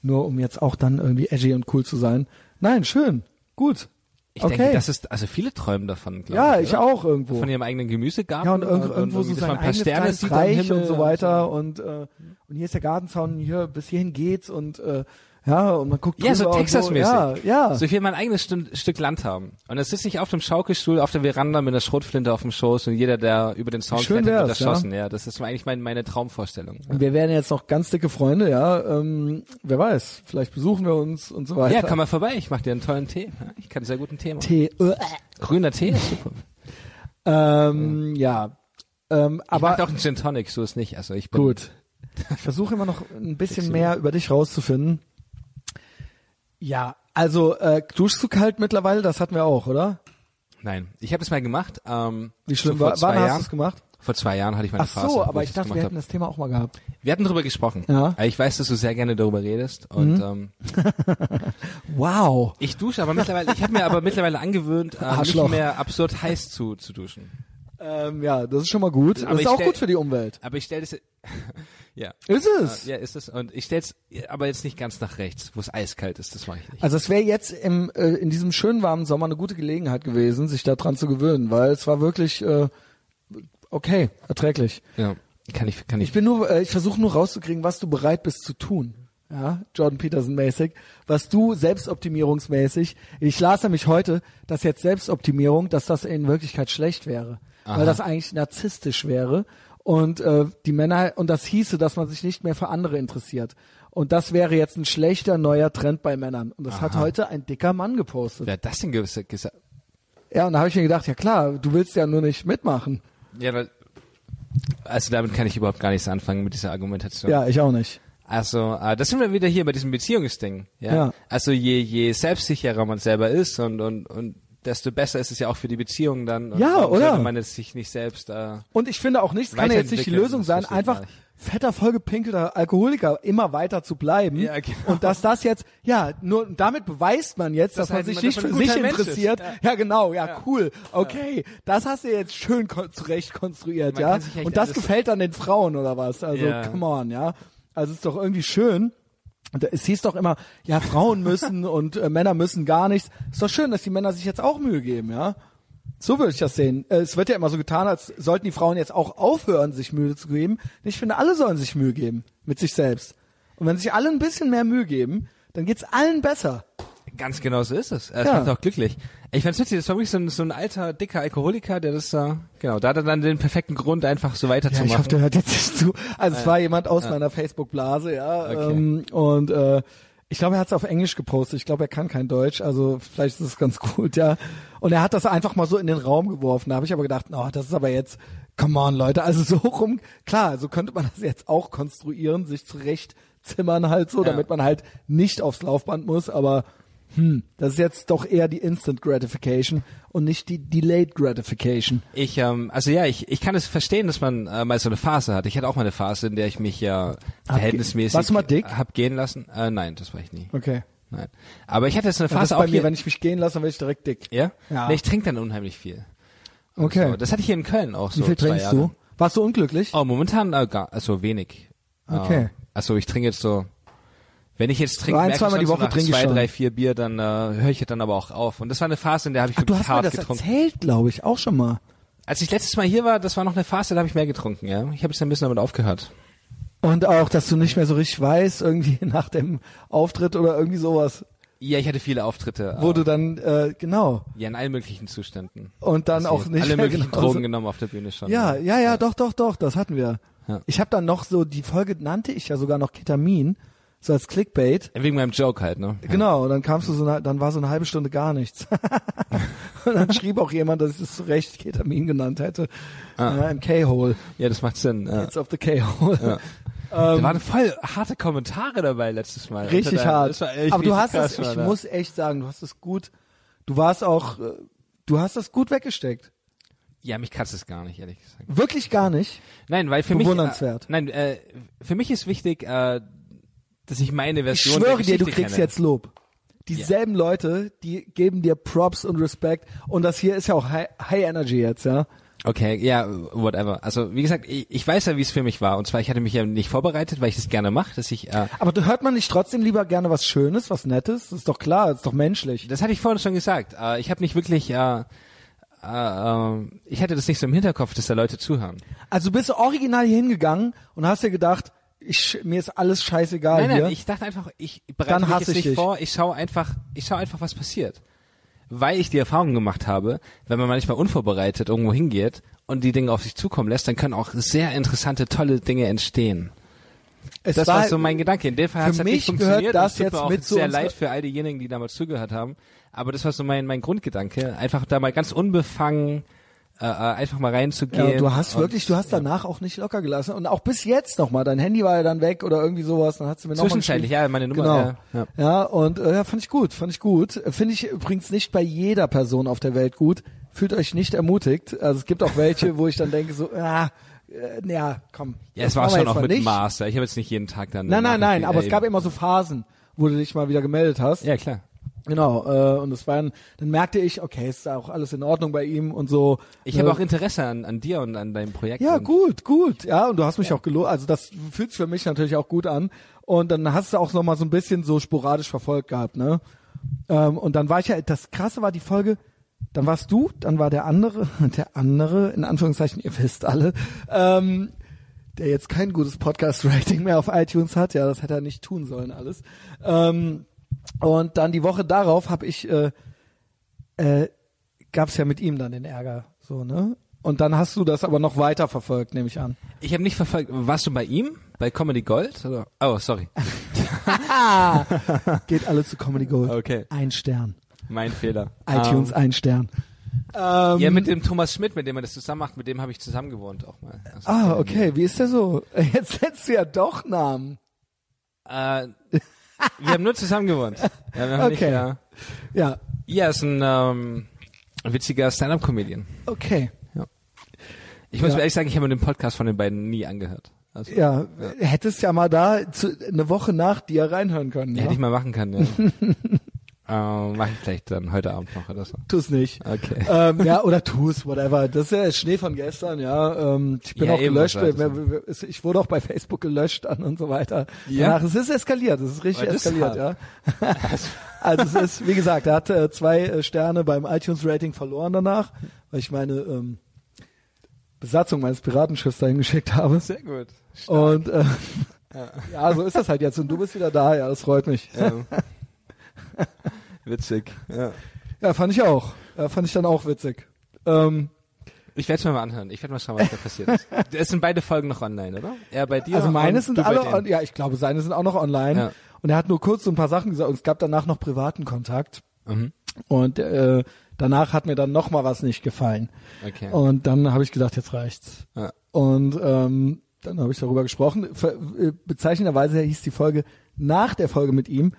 Speaker 1: Nur um jetzt auch dann irgendwie edgy und cool zu sein. Nein, schön. Gut.
Speaker 2: Ich
Speaker 1: okay.
Speaker 2: denke, das ist, also viele träumen davon, glaube
Speaker 1: ja,
Speaker 2: ich.
Speaker 1: ich
Speaker 2: oder?
Speaker 1: auch irgendwo.
Speaker 2: Von ihrem eigenen Gemüsegarten.
Speaker 1: Ja, und irgend- irgendwo so
Speaker 2: dass
Speaker 1: sein
Speaker 2: man ein paar
Speaker 1: eigenes
Speaker 2: Sterne
Speaker 1: kleines
Speaker 2: sieht am
Speaker 1: Reich
Speaker 2: Himmel
Speaker 1: und so weiter und, äh, und hier ist der Gartenzaun, und hier bis hierhin geht's und äh, ja, und man guckt
Speaker 2: Ja, so
Speaker 1: drüber und
Speaker 2: Texas-mäßig.
Speaker 1: Ja, ja.
Speaker 2: So, ich will mein eigenes Stünd- Stück Land haben. Und dann sitze ich auf dem Schaukelstuhl, auf der Veranda mit einer Schrotflinte auf dem Schoß und jeder, der über den Sound
Speaker 1: Schön
Speaker 2: klettert, wird
Speaker 1: wär's,
Speaker 2: erschossen. Ja. das ist eigentlich mein, meine Traumvorstellung.
Speaker 1: Und wir werden jetzt noch ganz dicke Freunde, ja. Ähm, wer weiß, vielleicht besuchen wir uns und so weiter.
Speaker 2: Ja, komm mal vorbei, ich mache dir einen tollen Tee. Ja, Ich kann sehr guten Tee machen.
Speaker 1: Tee. Äh.
Speaker 2: Grüner Tee ist super.
Speaker 1: Ähm, ja. Ähm,
Speaker 2: Aber
Speaker 1: aber
Speaker 2: ich mach auch einen Gin Tonic, so ist nicht. Also ich bin,
Speaker 1: Gut. Ich versuche immer noch ein bisschen mehr über dich rauszufinden. Ja, also äh, duschst du kalt mittlerweile? Das hatten wir auch, oder?
Speaker 2: Nein, ich habe das mal gemacht. Ähm,
Speaker 1: Wie schlimm
Speaker 2: so vor
Speaker 1: war?
Speaker 2: zwei
Speaker 1: Wann
Speaker 2: Jahren.
Speaker 1: hast du es gemacht?
Speaker 2: Vor zwei Jahren hatte ich meine
Speaker 1: Ach
Speaker 2: Phase.
Speaker 1: so,
Speaker 2: wo
Speaker 1: aber ich
Speaker 2: das
Speaker 1: dachte, wir
Speaker 2: gemacht
Speaker 1: hätten das Thema auch mal gehabt.
Speaker 2: hab. wir hatten drüber gesprochen. Äh,
Speaker 1: Ja. Mhm.
Speaker 2: Ich weiß, dass du sehr gerne darüber redest und ähm,
Speaker 1: Wow.
Speaker 2: Ich dusche aber mittlerweile, ich habe mir aber mittlerweile angewöhnt, äh,
Speaker 1: Arschloch.
Speaker 2: nicht mehr absurd heiß zu, zu duschen.
Speaker 1: Ähm, ja, das ist schon mal gut.
Speaker 2: Aber
Speaker 1: das ist
Speaker 2: ich
Speaker 1: auch
Speaker 2: stell-
Speaker 1: gut für die Umwelt.
Speaker 2: Aber ich stelle das, ja,
Speaker 1: Ist es?
Speaker 2: ja, ist es. Und ich stelle es aber jetzt nicht ganz nach rechts, wo es eiskalt ist, das mache ich nicht.
Speaker 1: Also es wäre jetzt im, äh, in diesem schönen warmen Sommer eine gute Gelegenheit gewesen, sich daran zu gewöhnen, weil es war wirklich äh, okay, erträglich.
Speaker 2: Ja, kann ich, kann ich.
Speaker 1: Ich bin nur, äh, ich versuche nur rauszukriegen, was du bereit bist zu tun. Ja, Jordan Peterson mäßig, was du selbstoptimierungsmäßig. Ich las nämlich heute, dass jetzt Selbstoptimierung, dass das in Wirklichkeit schlecht wäre, weil
Speaker 2: Aha.
Speaker 1: das eigentlich narzisstisch wäre und äh, die Männer und das hieße, dass man sich nicht mehr für andere interessiert. Und das wäre jetzt ein schlechter neuer Trend bei Männern. Und das hat heute ein dicker Mann gepostet.
Speaker 2: Wer hat das denn gesa- gesagt?
Speaker 1: Ja, und da habe ich mir gedacht, ja klar, du willst ja nur nicht mitmachen.
Speaker 2: Ja, weil, also damit kann ich überhaupt gar nichts anfangen mit dieser Argumentation.
Speaker 1: Ja, ich auch nicht.
Speaker 2: Also, äh, das sind wir wieder hier bei diesem Beziehungsding. Ja.
Speaker 1: Ja.
Speaker 2: Also je, je selbstsicherer man selber ist und, und, und desto besser ist es ja auch für die Beziehung dann. Und
Speaker 1: Ja,
Speaker 2: warum
Speaker 1: oder?
Speaker 2: sollte Man jetzt sich nicht selbst. Äh,
Speaker 1: Und ich finde auch nicht, es kann ja jetzt nicht die
Speaker 2: Weiterentwickeln,
Speaker 1: Lösung
Speaker 2: das
Speaker 1: sein,
Speaker 2: verstehe ich
Speaker 1: einfach
Speaker 2: gar nicht.
Speaker 1: fetter, vollgepinkelter Alkoholiker immer weiter zu bleiben.
Speaker 2: Ja, genau.
Speaker 1: Und dass das jetzt, ja, nur damit beweist man jetzt, dass
Speaker 2: Das
Speaker 1: man
Speaker 2: heißt,
Speaker 1: sich
Speaker 2: dass
Speaker 1: nicht
Speaker 2: man
Speaker 1: für
Speaker 2: ein
Speaker 1: sich
Speaker 2: guter Mensch ist.
Speaker 1: interessiert. Ja. genau, ja, cool, okay. Das hast du jetzt schön kon- zurecht konstruiert,
Speaker 2: Man
Speaker 1: ja.
Speaker 2: kann sich echt
Speaker 1: Und das
Speaker 2: alles-
Speaker 1: gefällt dann den Frauen oder was? Also,
Speaker 2: Ja.
Speaker 1: come on, ja. Also ist doch irgendwie schön. Und es hieß doch immer, ja, Frauen müssen und äh, Männer müssen gar nichts. Ist doch schön, dass die Männer sich jetzt auch Mühe geben, ja. So würde ich das sehen. Äh, Es wird ja immer so getan, als sollten die Frauen jetzt auch aufhören, sich Mühe zu geben. Ich finde, alle sollen sich Mühe geben mit sich selbst. Und wenn sich alle ein bisschen mehr Mühe geben, dann geht's allen besser.
Speaker 2: Ganz genau so ist es. Es
Speaker 1: Ja.
Speaker 2: macht auch glücklich. Ich fand's witzig, das war wirklich so ein, so ein alter, dicker Alkoholiker, der das, äh, genau, da hat er dann den perfekten Grund, einfach so
Speaker 1: Ja,
Speaker 2: weiterzumachen.
Speaker 1: ich hoffe, der hört jetzt nicht zu. Also es war jemand aus meiner Facebook-Blase, ja.
Speaker 2: Okay.
Speaker 1: Ähm, und äh, ich glaube, er hat es auf Englisch gepostet. Ich glaube, er kann kein Deutsch, also vielleicht ist es ganz gut, ja. Und er hat das einfach mal so in den Raum geworfen. Da habe ich aber gedacht, oh, das ist aber jetzt, come on, Leute. Also so rum, klar, so könnte man das jetzt auch konstruieren, sich zurechtzimmern halt so,
Speaker 2: Ja.
Speaker 1: damit man halt nicht aufs Laufband muss, aber hm, das ist jetzt doch eher die Instant Gratification und nicht die Delayed Gratification.
Speaker 2: Ich, ähm, also ja, ich, ich kann es verstehen, dass man äh, mal so eine Phase hat. Ich hatte auch mal eine Phase, in der ich mich ja verhältnismäßig
Speaker 1: Warst du mal dick?
Speaker 2: hab gehen lassen. Äh, nein, das war ich nie.
Speaker 1: Okay.
Speaker 2: Nein. Aber ich hatte jetzt eine
Speaker 1: Ja, das ist
Speaker 2: Phase auch
Speaker 1: bei mir,
Speaker 2: hier,
Speaker 1: wenn ich mich gehen lasse, dann werde ich direkt dick.
Speaker 2: ja?
Speaker 1: Ja.
Speaker 2: Nee, ich trinke dann unheimlich viel.
Speaker 1: Okay.
Speaker 2: So, das hatte ich hier in Köln auch so.
Speaker 1: Wie viel
Speaker 2: zwei
Speaker 1: trinkst
Speaker 2: Jahre.
Speaker 1: du? Warst du unglücklich?
Speaker 2: Oh, momentan äh, gar, also wenig.
Speaker 1: Okay.
Speaker 2: Äh, also ich trinke jetzt so Wenn ich jetzt trinke,
Speaker 1: Ein,
Speaker 2: merke ich
Speaker 1: zweimal die
Speaker 2: schon so
Speaker 1: Woche
Speaker 2: nach
Speaker 1: trinke ich
Speaker 2: zwei,
Speaker 1: schon.
Speaker 2: drei, vier Bier, dann äh, höre ich dann aber auch auf. Und das war eine Phase, in der habe ich
Speaker 1: Ach, du hast
Speaker 2: wirklich
Speaker 1: mir
Speaker 2: hart
Speaker 1: das
Speaker 2: getrunken.
Speaker 1: erzählt, glaube ich, auch schon mal.
Speaker 2: Als ich letztes Mal hier war, das war noch eine Phase, da habe ich mehr getrunken, ja. Ich habe jetzt ein bisschen damit aufgehört.
Speaker 1: Und auch, dass du nicht mehr so richtig weißt, irgendwie nach dem Auftritt oder irgendwie sowas,
Speaker 2: Ja, ich hatte viele Auftritte.
Speaker 1: wo
Speaker 2: äh,
Speaker 1: du dann, äh, genau,
Speaker 2: ja, in allen möglichen Zuständen.
Speaker 1: und dann
Speaker 2: Also
Speaker 1: auch nicht
Speaker 2: Alle
Speaker 1: mehr
Speaker 2: möglichen
Speaker 1: genau
Speaker 2: Drogen
Speaker 1: so-
Speaker 2: genommen auf der Bühne schon.
Speaker 1: Ja, ja, ja, doch, doch, doch, das hatten wir.
Speaker 2: Ja.
Speaker 1: Ich habe dann noch so, die Folge nannte ich ja sogar noch Ketamin, so als Clickbait.
Speaker 2: Wegen meinem Joke halt, ne?
Speaker 1: Genau, und dann kamst du so, eine, dann war so eine halbe Stunde gar nichts. und dann schrieb auch jemand, dass ich es zu Recht Ketamin genannt hätte.
Speaker 2: Ah.
Speaker 1: Ja, Im K-Hole.
Speaker 2: Ja, das macht Sinn. Ja.
Speaker 1: It's auf the K-Hole.
Speaker 2: da waren voll harte Kommentare dabei letztes Mal.
Speaker 1: ähm, Richtig
Speaker 2: Unter deinem-
Speaker 1: hart.
Speaker 2: Das war echt
Speaker 1: Aber du
Speaker 2: richtig
Speaker 1: hast
Speaker 2: krass,
Speaker 1: das, ich
Speaker 2: Alter.
Speaker 1: muss echt sagen, du hast das gut, du warst auch, äh, du hast das gut weggesteckt.
Speaker 2: Ja, mich kratzt es gar nicht, ehrlich gesagt.
Speaker 1: Wirklich gar nicht.
Speaker 2: Nein, weil für
Speaker 1: Bewundernswert.
Speaker 2: mich. Äh, nein, äh, für mich ist wichtig, äh, dass ich meine
Speaker 1: Ich
Speaker 2: Version. der
Speaker 1: schwöre dir,
Speaker 2: Geschichte
Speaker 1: du kriegst
Speaker 2: kenne.
Speaker 1: jetzt Lob. Dieselben Leute, die geben dir Props und Respekt. Und das hier ist ja auch High, high Energy jetzt, ja.
Speaker 2: Okay, ja, whatever. Also wie gesagt, ich, ich weiß ja, wie es für mich war. Und zwar, ich hatte mich ja nicht vorbereitet, weil ich das gerne mache, dass ich. Äh,
Speaker 1: Aber du hört man nicht trotzdem lieber gerne was Schönes, was Nettes? Das ist doch klar, das ist doch menschlich.
Speaker 2: das hatte ich vorhin schon gesagt. Äh, ich habe nicht wirklich. Äh, äh, äh, ich hatte das nicht so im Hinterkopf, dass da Leute zuhören.
Speaker 1: Also du bist original hier hingegangen und hast dir gedacht, ich, mir ist alles scheißegal
Speaker 2: Nein,
Speaker 1: hier.
Speaker 2: nein, ich dachte einfach, ich bereite
Speaker 1: Dann
Speaker 2: mich
Speaker 1: hasse
Speaker 2: jetzt
Speaker 1: ich
Speaker 2: nicht
Speaker 1: dich.
Speaker 2: vor, ich schaue einfach, ich schaue einfach, was passiert. Weil ich die Erfahrung gemacht habe, wenn man manchmal unvorbereitet irgendwo hingeht und die Dinge auf sich zukommen lässt, dann können auch sehr interessante, tolle Dinge entstehen.
Speaker 1: es
Speaker 2: Das
Speaker 1: war,
Speaker 2: war so mein Gedanke. In dem Fall hat es
Speaker 1: für
Speaker 2: halt nicht
Speaker 1: mich gehört
Speaker 2: funktioniert. und
Speaker 1: das
Speaker 2: es tut
Speaker 1: jetzt
Speaker 2: mir auch
Speaker 1: mit zu
Speaker 2: sehr
Speaker 1: unserer-
Speaker 2: leid für all diejenigen, die damals zugehört haben. Aber das war so mein, mein Grundgedanke. Einfach da mal ganz unbefangen, äh, äh, einfach mal reinzugehen.
Speaker 1: ja, du hast
Speaker 2: und
Speaker 1: wirklich, du hast danach auch nicht locker gelassen und auch bis jetzt nochmal. Dein Handy war ja dann weg oder irgendwie sowas. Dann hast du mir noch mal
Speaker 2: Zwischenzeitlich,
Speaker 1: geschrieben.
Speaker 2: ja, meine Nummer,
Speaker 1: Genau.
Speaker 2: ja, ja.
Speaker 1: Ja, und äh, ja, fand ich gut, fand ich gut. Äh, Finde ich übrigens nicht bei jeder Person auf der Welt gut. Fühlt euch nicht ermutigt. Also es gibt auch welche, wo ich dann denke so, ah, äh, ja, komm.
Speaker 2: Ja,
Speaker 1: das
Speaker 2: es war
Speaker 1: machen wir
Speaker 2: schon
Speaker 1: jetzt
Speaker 2: auch
Speaker 1: mal
Speaker 2: mit
Speaker 1: nicht.
Speaker 2: Maß. ja. Ich habe jetzt nicht jeden Tag dann.
Speaker 1: Nein, nein, nein,
Speaker 2: Nachrichten-
Speaker 1: aber
Speaker 2: äh,
Speaker 1: es gab immer so Phasen, wo du dich mal wieder gemeldet hast.
Speaker 2: Ja, klar.
Speaker 1: Genau, äh, und das war dann, dann merkte ich, okay, ist da auch alles in Ordnung bei ihm und so.
Speaker 2: Ich
Speaker 1: Ne?
Speaker 2: habe auch Interesse an, an dir und an deinem Projekt.
Speaker 1: Ja,
Speaker 2: und
Speaker 1: gut, gut. Ja, und du hast mich auch gelobt. Also das fühlt sich für mich natürlich auch gut an. Und dann hast du auch noch mal so ein bisschen so sporadisch verfolgt gehabt, ne? Ähm, und dann war ich ja, das Krasse war die Folge, dann warst du, dann war der andere, der andere, in Anführungszeichen, ihr wisst alle, ähm, der jetzt kein gutes Podcast-Rating mehr auf iTunes hat. Ja, das hätte er nicht tun sollen alles. Ähm, und dann die Woche darauf habe ich... Äh, äh, gab es ja mit ihm dann den Ärger, so ne? Und dann hast du das aber noch weiter verfolgt, nehme ich an.
Speaker 2: Ich habe nicht verfolgt. Warst du bei ihm? Bei Comedy Gold? Oder? Oh, sorry.
Speaker 1: Geht alle zu Comedy Gold.
Speaker 2: Okay.
Speaker 1: Ein Stern.
Speaker 2: Mein Fehler.
Speaker 1: iTunes ein Stern. Ähm,
Speaker 2: Ähm, Ah. ja, mit dem Thomas Schmidt, mit dem er das zusammen macht, mit dem habe ich zusammen gewohnt auch mal. Also,
Speaker 1: ah, okay. Wie ist der so? Jetzt setzt du ja doch Namen.
Speaker 2: Äh, wir haben nur zusammen gewohnt. Ja, wir haben Nicht,
Speaker 1: Ah. Okay.
Speaker 2: ja.
Speaker 1: Ja,
Speaker 2: ja, ist ein ähm, witziger Stand-up-Comedian.
Speaker 1: okay.
Speaker 2: Ich muss
Speaker 1: Ja.
Speaker 2: mir ehrlich sagen, ich habe mir den Podcast von den beiden nie angehört. Also,
Speaker 1: Ja, hättest ja mal da zu, eine Woche nach dir reinhören können. ne? Ja?
Speaker 2: Hätte ich mal machen können, ja. ähm, Mache ich vielleicht dann heute Abend noch oder so.
Speaker 1: Tu's nicht.
Speaker 2: Okay.
Speaker 1: ähm, ja, oder tu's, whatever. Das ist ja Schnee von gestern, ja. Ähm, ich bin
Speaker 2: Ja,
Speaker 1: auch
Speaker 2: eben,
Speaker 1: gelöscht.
Speaker 2: was soll das
Speaker 1: Wir- wir- es- Ich wurde auch bei Facebook gelöscht an und so weiter.
Speaker 2: Ja?
Speaker 1: Danach, es ist eskaliert, es ist richtig
Speaker 2: Weil das
Speaker 1: eskaliert,
Speaker 2: hart.
Speaker 1: ja. also es ist, wie gesagt, er hat äh, zwei äh, Sterne beim iTunes-Rating verloren danach, weil ich meine ähm, Besatzung meines Piratenschiffs dahin geschickt habe.
Speaker 2: Sehr gut.
Speaker 1: Und äh, ja, so ist das halt jetzt. Und du bist wieder da, ja, das freut mich.
Speaker 2: Witzig. Ja.
Speaker 1: Ja, fand ich auch. Ja, fand ich dann auch witzig. Ähm,
Speaker 2: Ich werde es mir mal anhören. Ich werde mal schauen, was da passiert ist. Es sind beide Folgen noch online, oder? Er bei dir.
Speaker 1: Also meine
Speaker 2: und
Speaker 1: sind
Speaker 2: du bei
Speaker 1: alle,
Speaker 2: denen.
Speaker 1: on, ja, ich glaube, seine sind auch noch online.
Speaker 2: Ja.
Speaker 1: Und er hat nur kurz so ein paar Sachen gesagt und es gab danach noch privaten Kontakt.
Speaker 2: Mhm.
Speaker 1: Und äh, danach hat mir dann noch mal was nicht gefallen.
Speaker 2: Okay.
Speaker 1: Und dann habe ich gedacht, jetzt reicht's.
Speaker 2: Ja.
Speaker 1: Und ähm, dann habe ich darüber gesprochen. Ver äh, bezeichnenderweise hieß die Folge nach der Folge mit ihm,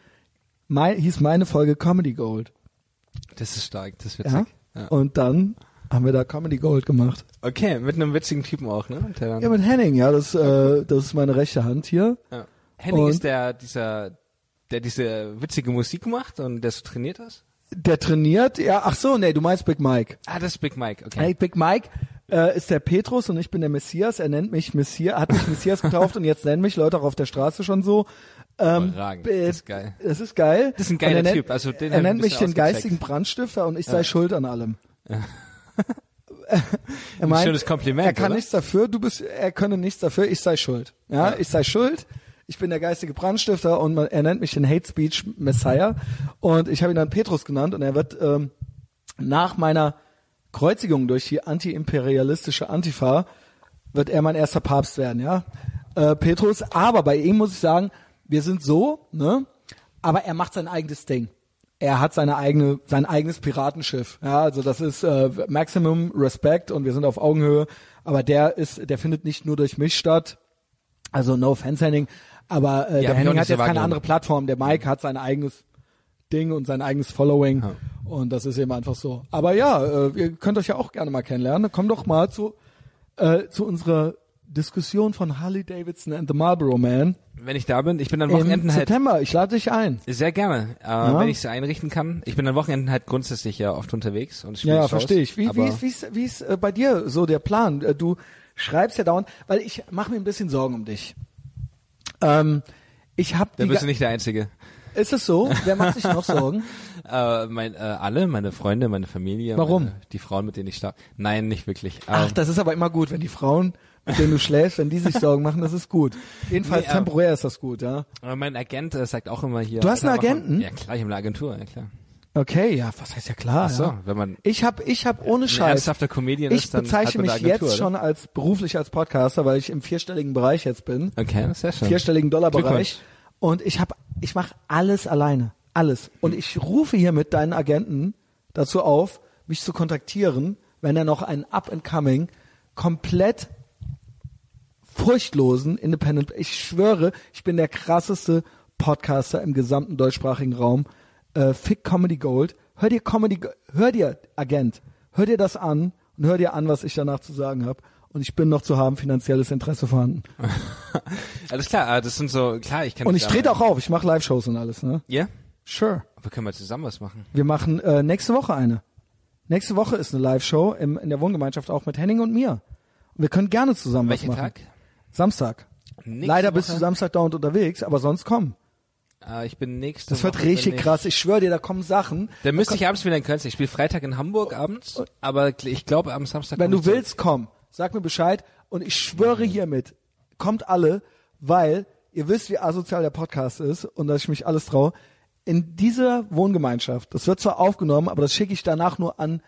Speaker 1: mein, hieß meine Folge Comedy Gold.
Speaker 2: Das ist stark, das ist
Speaker 1: Ja?
Speaker 2: witzig. Ja.
Speaker 1: Und dann haben wir da Comedy Gold gemacht.
Speaker 2: Okay, mit einem witzigen Typen auch, ne? Der dann,
Speaker 1: Ja, mit Henning, ja, das, äh, das ist meine rechte Hand hier.
Speaker 2: ja. Henning
Speaker 1: und-
Speaker 2: ist der, dieser, der diese witzige Musik macht und der so trainiert ist.
Speaker 1: Der trainiert, ja, ach so, nee, du meinst Big Mike.
Speaker 2: Ah, das ist Big Mike, okay.
Speaker 1: Hey, Big Mike äh, ist der Petrus und ich bin der Messias. Er nennt mich Messias, hat mich Messias getauft und jetzt nennen mich Leute auch auf der Straße schon so. Ähm,
Speaker 2: Überragend.
Speaker 1: b-
Speaker 2: Das ist geil.
Speaker 1: Das ist geil.
Speaker 2: Das ist ein geiler
Speaker 1: Und er nennt-
Speaker 2: Typ. Also
Speaker 1: er
Speaker 2: den hab ich ein
Speaker 1: nennt mich
Speaker 2: bisschen
Speaker 1: den
Speaker 2: ausgecheckt.
Speaker 1: geistigen Brandstifter und ich sei schuld an allem. er meint,
Speaker 2: schönes Kompliment,
Speaker 1: Er kann
Speaker 2: oder?
Speaker 1: nichts dafür, du bist, er könne nichts dafür, ich sei schuld. Ja, ich sei schuld. Ich bin der geistige Brandstifter und man, er nennt mich den Hate Speech Messiah. Und ich habe ihn dann Petrus genannt und er wird ähm, nach meiner Kreuzigung durch die antiimperialistische Antifa wird er mein erster Papst werden, ja. Äh, Petrus, aber bei ihm muss ich sagen, wir sind so, ne? Aber er macht sein eigenes Ding. Er hat seine eigene, sein eigenes Piratenschiff. Ja, also das ist äh, Maximum Respect und wir sind auf Augenhöhe. Aber der ist, der findet nicht nur durch mich statt. Also no offense Henning, aber äh, der
Speaker 2: Ja, hab ich auch
Speaker 1: Henning
Speaker 2: nicht
Speaker 1: hat
Speaker 2: so
Speaker 1: jetzt keine
Speaker 2: wahrgenommen.
Speaker 1: andere Plattform. Der Mike hat sein eigenes Ding und sein eigenes Following. Und das ist eben einfach so. Aber ja, äh, ihr könnt euch ja auch gerne mal kennenlernen. Komm doch mal zu, äh, zu unserer Diskussion von Harley Davidson and the Marlboro Man
Speaker 2: Wenn ich da bin, ich bin an
Speaker 1: im
Speaker 2: Wochenenden halt
Speaker 1: September. Ich lade dich ein.
Speaker 2: sehr gerne, äh,
Speaker 1: Ja.
Speaker 2: wenn ich es einrichten kann. Ich bin an Wochenenden halt grundsätzlich ja oft unterwegs und spiele
Speaker 1: Ja, ja
Speaker 2: Shows,
Speaker 1: verstehe ich. Wie,
Speaker 2: aber
Speaker 1: wie, ist, wie, ist, wie ist äh, bei dir so der Plan? Äh, Du schreibst ja dauernd, weil ich mache mir ein bisschen Sorgen um dich. Ähm, ich habe
Speaker 2: da bist du nicht der Einzige.
Speaker 1: Ist es so? Wer macht sich noch Sorgen?
Speaker 2: Äh, mein, äh, alle, meine Freunde, meine Familie.
Speaker 1: Warum? Ah.
Speaker 2: Meine, die Frauen, mit denen ich schlafe. Nein, nicht wirklich.
Speaker 1: Ach,
Speaker 2: Ähm,
Speaker 1: das ist aber immer gut, wenn die Frauen, mit denen du schläfst, wenn die sich Sorgen machen, das ist gut. Jedenfalls
Speaker 2: Nee, ähm. aber-
Speaker 1: temporär ist das gut, ja.
Speaker 2: aber mein Agent äh, sagt auch immer hier.
Speaker 1: Du hast einen
Speaker 2: Alter, mach mal-
Speaker 1: Agenten?
Speaker 2: Ja klar, ich habe eine Agentur, ja klar.
Speaker 1: Okay, ja, was heißt ja klar.
Speaker 2: Ach so,
Speaker 1: Ah, ja.
Speaker 2: wenn man
Speaker 1: Ich hab, ich hab ohne Scheiß.
Speaker 2: ernsthafter Comedian
Speaker 1: Ich
Speaker 2: ist, dann hat
Speaker 1: bezeichne
Speaker 2: man
Speaker 1: mich
Speaker 2: eine
Speaker 1: jetzt
Speaker 2: Agentur,
Speaker 1: schon als beruflich als Podcaster, weil ich im vierstelligen Bereich jetzt bin,
Speaker 2: Oder? Okay, sehr schön.
Speaker 1: vierstelligen Dollarbereich.
Speaker 2: Glückwunsch.
Speaker 1: Und ich hab, ich mache alles alleine, alles. Und ich rufe hiermit deinen Agenten dazu auf, mich zu kontaktieren, wenn er noch einen Up and Coming komplett furchtlosen Independent. Ich schwöre, ich bin der krasseste Podcaster im gesamten deutschsprachigen Raum. Äh, Fick Comedy Gold. Hör dir Comedy, Go- hör dir Agent, hör dir das an und hör dir an, was ich danach zu sagen habe. Und ich bin noch zu haben, finanzielles Interesse vorhanden.
Speaker 2: Alles klar, äh, das sind so, klar, ich kann
Speaker 1: Und
Speaker 2: dich
Speaker 1: ich
Speaker 2: da-
Speaker 1: trete auch auf, ich mache Live-Shows und alles, ne?
Speaker 2: Ja?
Speaker 1: Sure.
Speaker 2: Aber können wir zusammen was machen?
Speaker 1: Wir machen äh, nächste Woche eine. Nächste Woche ist eine Live-Show im- in der Wohngemeinschaft auch mit Henning und mir. Und wir können gerne zusammen
Speaker 2: Welchen
Speaker 1: was machen.
Speaker 2: Tag?
Speaker 1: Samstag.
Speaker 2: Nächste
Speaker 1: Leider bist
Speaker 2: Woche?
Speaker 1: du Samstag dauernd unterwegs, aber sonst komm.
Speaker 2: Äh, ich bin nächste
Speaker 1: Das wird
Speaker 2: Woche
Speaker 1: richtig
Speaker 2: bin ich-
Speaker 1: krass. Oh Ich schwöre dir, da kommen Sachen.
Speaker 2: Dann müsste ich abends wieder in Köln sein. Ich spiele Freitag in Hamburg abends, aber gl- ich glaube am Samstag.
Speaker 1: Oh. Wenn
Speaker 2: komm
Speaker 1: du
Speaker 2: ich zurück.
Speaker 1: willst, komm. Sag mir Bescheid. Und ich schwöre
Speaker 2: Mhm.
Speaker 1: hiermit, kommt alle, weil ihr wisst, wie asozial der Podcast ist und dass ich mich alles traue. In dieser Wohngemeinschaft, das wird zwar aufgenommen, aber das schicke ich danach nur an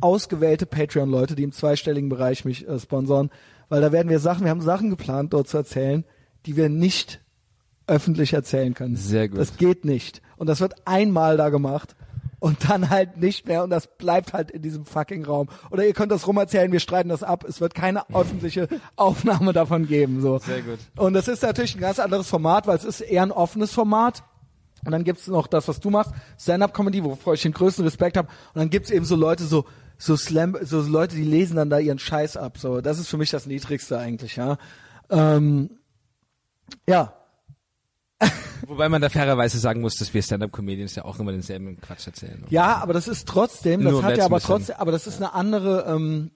Speaker 1: ausgewählte Patreon-Leute, die im zweistelligen Bereich mich äh, sponsoren, weil da werden wir Sachen, wir haben Sachen geplant, dort zu erzählen, die wir nicht öffentlich erzählen können.
Speaker 2: Sehr gut.
Speaker 1: Das geht nicht. Und das wird einmal da gemacht und dann halt nicht mehr und das bleibt halt in diesem fucking Raum. Oder ihr könnt das rumerzählen, wir streiten das ab. Es wird keine öffentliche Aufnahme davon geben. So.
Speaker 2: Sehr gut.
Speaker 1: Und das ist natürlich ein ganz anderes Format, weil es ist eher ein offenes Format. Und dann gibt's noch das, was du machst, Stand-up-Comedy, wovor ich den größten Respekt habe. Und dann gibt's eben so Leute, so so Slam, so Leute, die lesen dann da ihren Scheiß ab. So, das ist für mich das Niedrigste eigentlich. Ja, ähm, ja.
Speaker 2: Wobei man da fairerweise sagen muss, dass wir Stand-up-Comedians ja auch immer denselben Quatsch erzählen.
Speaker 1: Ja, aber das ist trotzdem, das
Speaker 2: Nur
Speaker 1: hat
Speaker 2: wär's
Speaker 1: ja
Speaker 2: ein
Speaker 1: aber
Speaker 2: bisschen.
Speaker 1: trotzdem, aber das ist eine andere, ähm,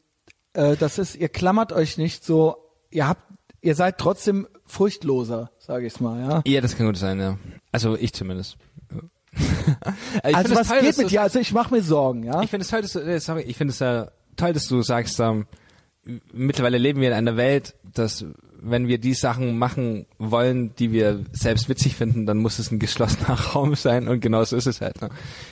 Speaker 1: äh, das ist, ihr klammert euch nicht so, ihr habt, ihr seid trotzdem furchtloser, sage ich mal, ja.
Speaker 2: Ja, das kann gut sein, ja. Also ich zumindest. Ja. ich
Speaker 1: also
Speaker 2: find es
Speaker 1: was
Speaker 2: toll, dass
Speaker 1: geht
Speaker 2: du-
Speaker 1: mit dir? Also ich mache mir Sorgen, ja.
Speaker 2: Ich finde es toll, dass du, äh, sorry, ich finde es äh, toll, dass du sagst, ähm, mittlerweile leben wir in einer Welt, dass wenn wir die Sachen machen wollen, die wir selbst witzig finden, dann muss es ein geschlossener Raum sein und genau so ist es halt. Ne?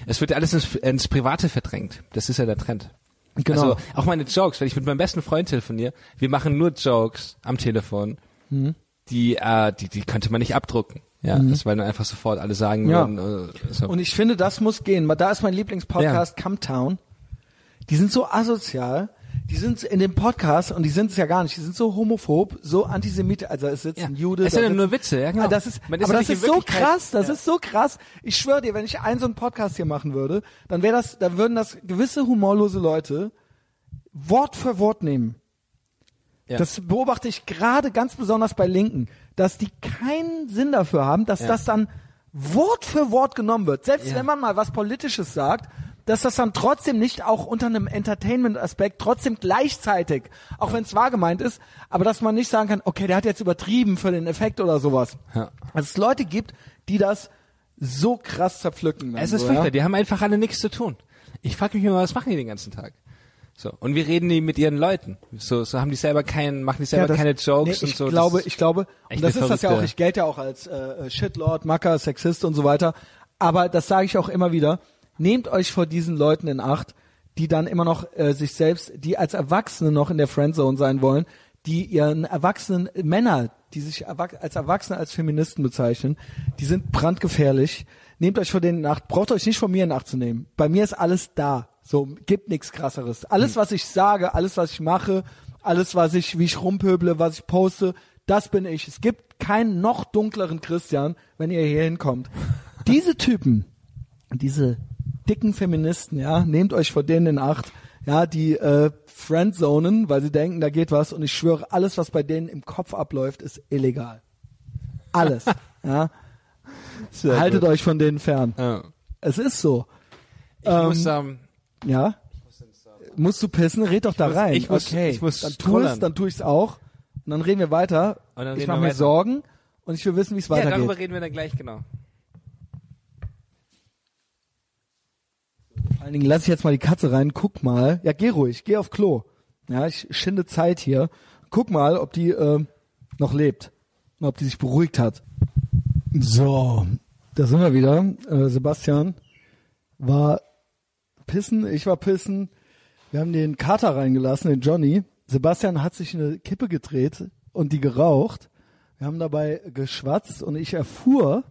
Speaker 2: Es wird ja alles ins, ins Private verdrängt. Das ist ja der Trend.
Speaker 1: Genau.
Speaker 2: Also auch meine Jokes, wenn ich mit meinem besten Freund telefoniere, wir machen nur Jokes am Telefon,
Speaker 1: Mhm.
Speaker 2: die, äh, die, die könnte man nicht abdrucken. Ja, das weil dann einfach sofort alle sagen
Speaker 1: Ja.
Speaker 2: würden. Äh, so.
Speaker 1: Und ich finde, das muss gehen. Da ist mein Lieblingspodcast Camtown. Die sind so asozial. Die sind in dem Podcast und die sind es ja gar nicht. Die sind so homophob, so antisemitisch. Also es sitzt
Speaker 2: Ja.
Speaker 1: ein Jude.
Speaker 2: Es
Speaker 1: da
Speaker 2: sind ja
Speaker 1: sitzt-
Speaker 2: nur Witze, ja, genau.
Speaker 1: Ah, Das ist,
Speaker 2: Man ist
Speaker 1: aber
Speaker 2: ja
Speaker 1: das
Speaker 2: nicht
Speaker 1: ist
Speaker 2: in
Speaker 1: so
Speaker 2: Wirklichkeit-
Speaker 1: krass. Das
Speaker 2: Ja.
Speaker 1: ist so krass. Ich schwöre dir, wenn ich einen so einen Podcast hier machen würde, dann wäre das, dann würden das gewisse humorlose Leute Wort für Wort nehmen.
Speaker 2: Ja.
Speaker 1: Das beobachte ich gerade ganz besonders bei Linken, dass die keinen Sinn dafür haben, dass
Speaker 2: Ja.
Speaker 1: das dann Wort für Wort genommen wird. Selbst
Speaker 2: Ja.
Speaker 1: wenn man mal was Politisches sagt, dass das dann trotzdem nicht auch unter einem Entertainment-Aspekt trotzdem gleichzeitig, auch wenn es wahr gemeint ist, aber dass man nicht sagen kann, okay, der hat jetzt übertrieben für den Effekt oder sowas.
Speaker 2: Ja.
Speaker 1: Also es Leute gibt, die das so krass zerpflücken. dann
Speaker 2: Es ist
Speaker 1: so,
Speaker 2: furchtbar, die haben einfach alle nichts zu tun. Ich frage mich immer, was machen die den ganzen Tag? So, und wie reden die mit ihren Leuten? So, so haben die selber keinen, machen die selber
Speaker 1: das-
Speaker 2: keine Jokes
Speaker 1: nee,
Speaker 2: und
Speaker 1: ich
Speaker 2: so. Das
Speaker 1: Glaube,
Speaker 2: ist-
Speaker 1: ich glaube,
Speaker 2: echt
Speaker 1: und das
Speaker 2: eine
Speaker 1: ist das ja auch,
Speaker 2: verrückte-
Speaker 1: ich gelte ja auch als äh, Shitlord, Macker, Sexist und so weiter. Aber das sage ich auch immer wieder. Nehmt euch vor diesen Leuten in Acht, die dann immer noch äh, sich selbst, die als Erwachsene noch in der Friendzone sein wollen, die ihren erwachsenen Männer, die sich erwach als Erwachsene als Feministen bezeichnen, die sind brandgefährlich. Nehmt euch vor denen in Acht, braucht euch nicht von mir in Acht zu nehmen. Bei mir ist alles da. So, gibt nichts krasseres. Alles,
Speaker 2: Hm.
Speaker 1: was ich sage, alles, was ich mache, alles, was ich, wie ich rumpöble, was ich poste, das bin ich. Es gibt keinen noch dunkleren Christian, wenn ihr hier hinkommt. Diese Typen, diese dicken Feministen, ja, nehmt euch vor denen in Acht, ja, die äh, Friendzonen, weil sie denken, da geht was und ich schwöre, alles, was bei denen im Kopf abläuft, ist illegal. Alles, ja.
Speaker 2: Sehr
Speaker 1: Haltet
Speaker 2: gut.
Speaker 1: euch von denen fern.
Speaker 2: Ja.
Speaker 1: Es ist so,
Speaker 2: Ich muss, ähm,
Speaker 1: ja. Musst du pissen? Red doch da
Speaker 2: muss-
Speaker 1: rein.
Speaker 2: ich muss-
Speaker 1: okay.
Speaker 2: ich muss
Speaker 1: dann tu es,
Speaker 2: scrollern.
Speaker 1: dann tu ich's auch. Und dann reden wir weiter.
Speaker 2: Und dann
Speaker 1: ich
Speaker 2: reden
Speaker 1: mache
Speaker 2: wir
Speaker 1: mir
Speaker 2: weiter.
Speaker 1: Sorgen und ich will wissen, wie es
Speaker 2: ja,
Speaker 1: weitergeht.
Speaker 2: darüber reden wir dann gleich, genau.
Speaker 1: Vor allen Dingen lass ich jetzt mal die Katze rein, guck mal. Ja, geh ruhig, geh auf Klo. Ja, ich schinde Zeit hier. Guck mal, ob die äh, noch lebt und ob die sich beruhigt hat. So, da sind wir wieder. Äh, Sebastian war pissen, ich war pissen. Wir haben den Kater reingelassen, den Johnny. Sebastian hat sich eine Kippe gedreht und die geraucht. Wir haben dabei geschwatzt und ich erfuhr,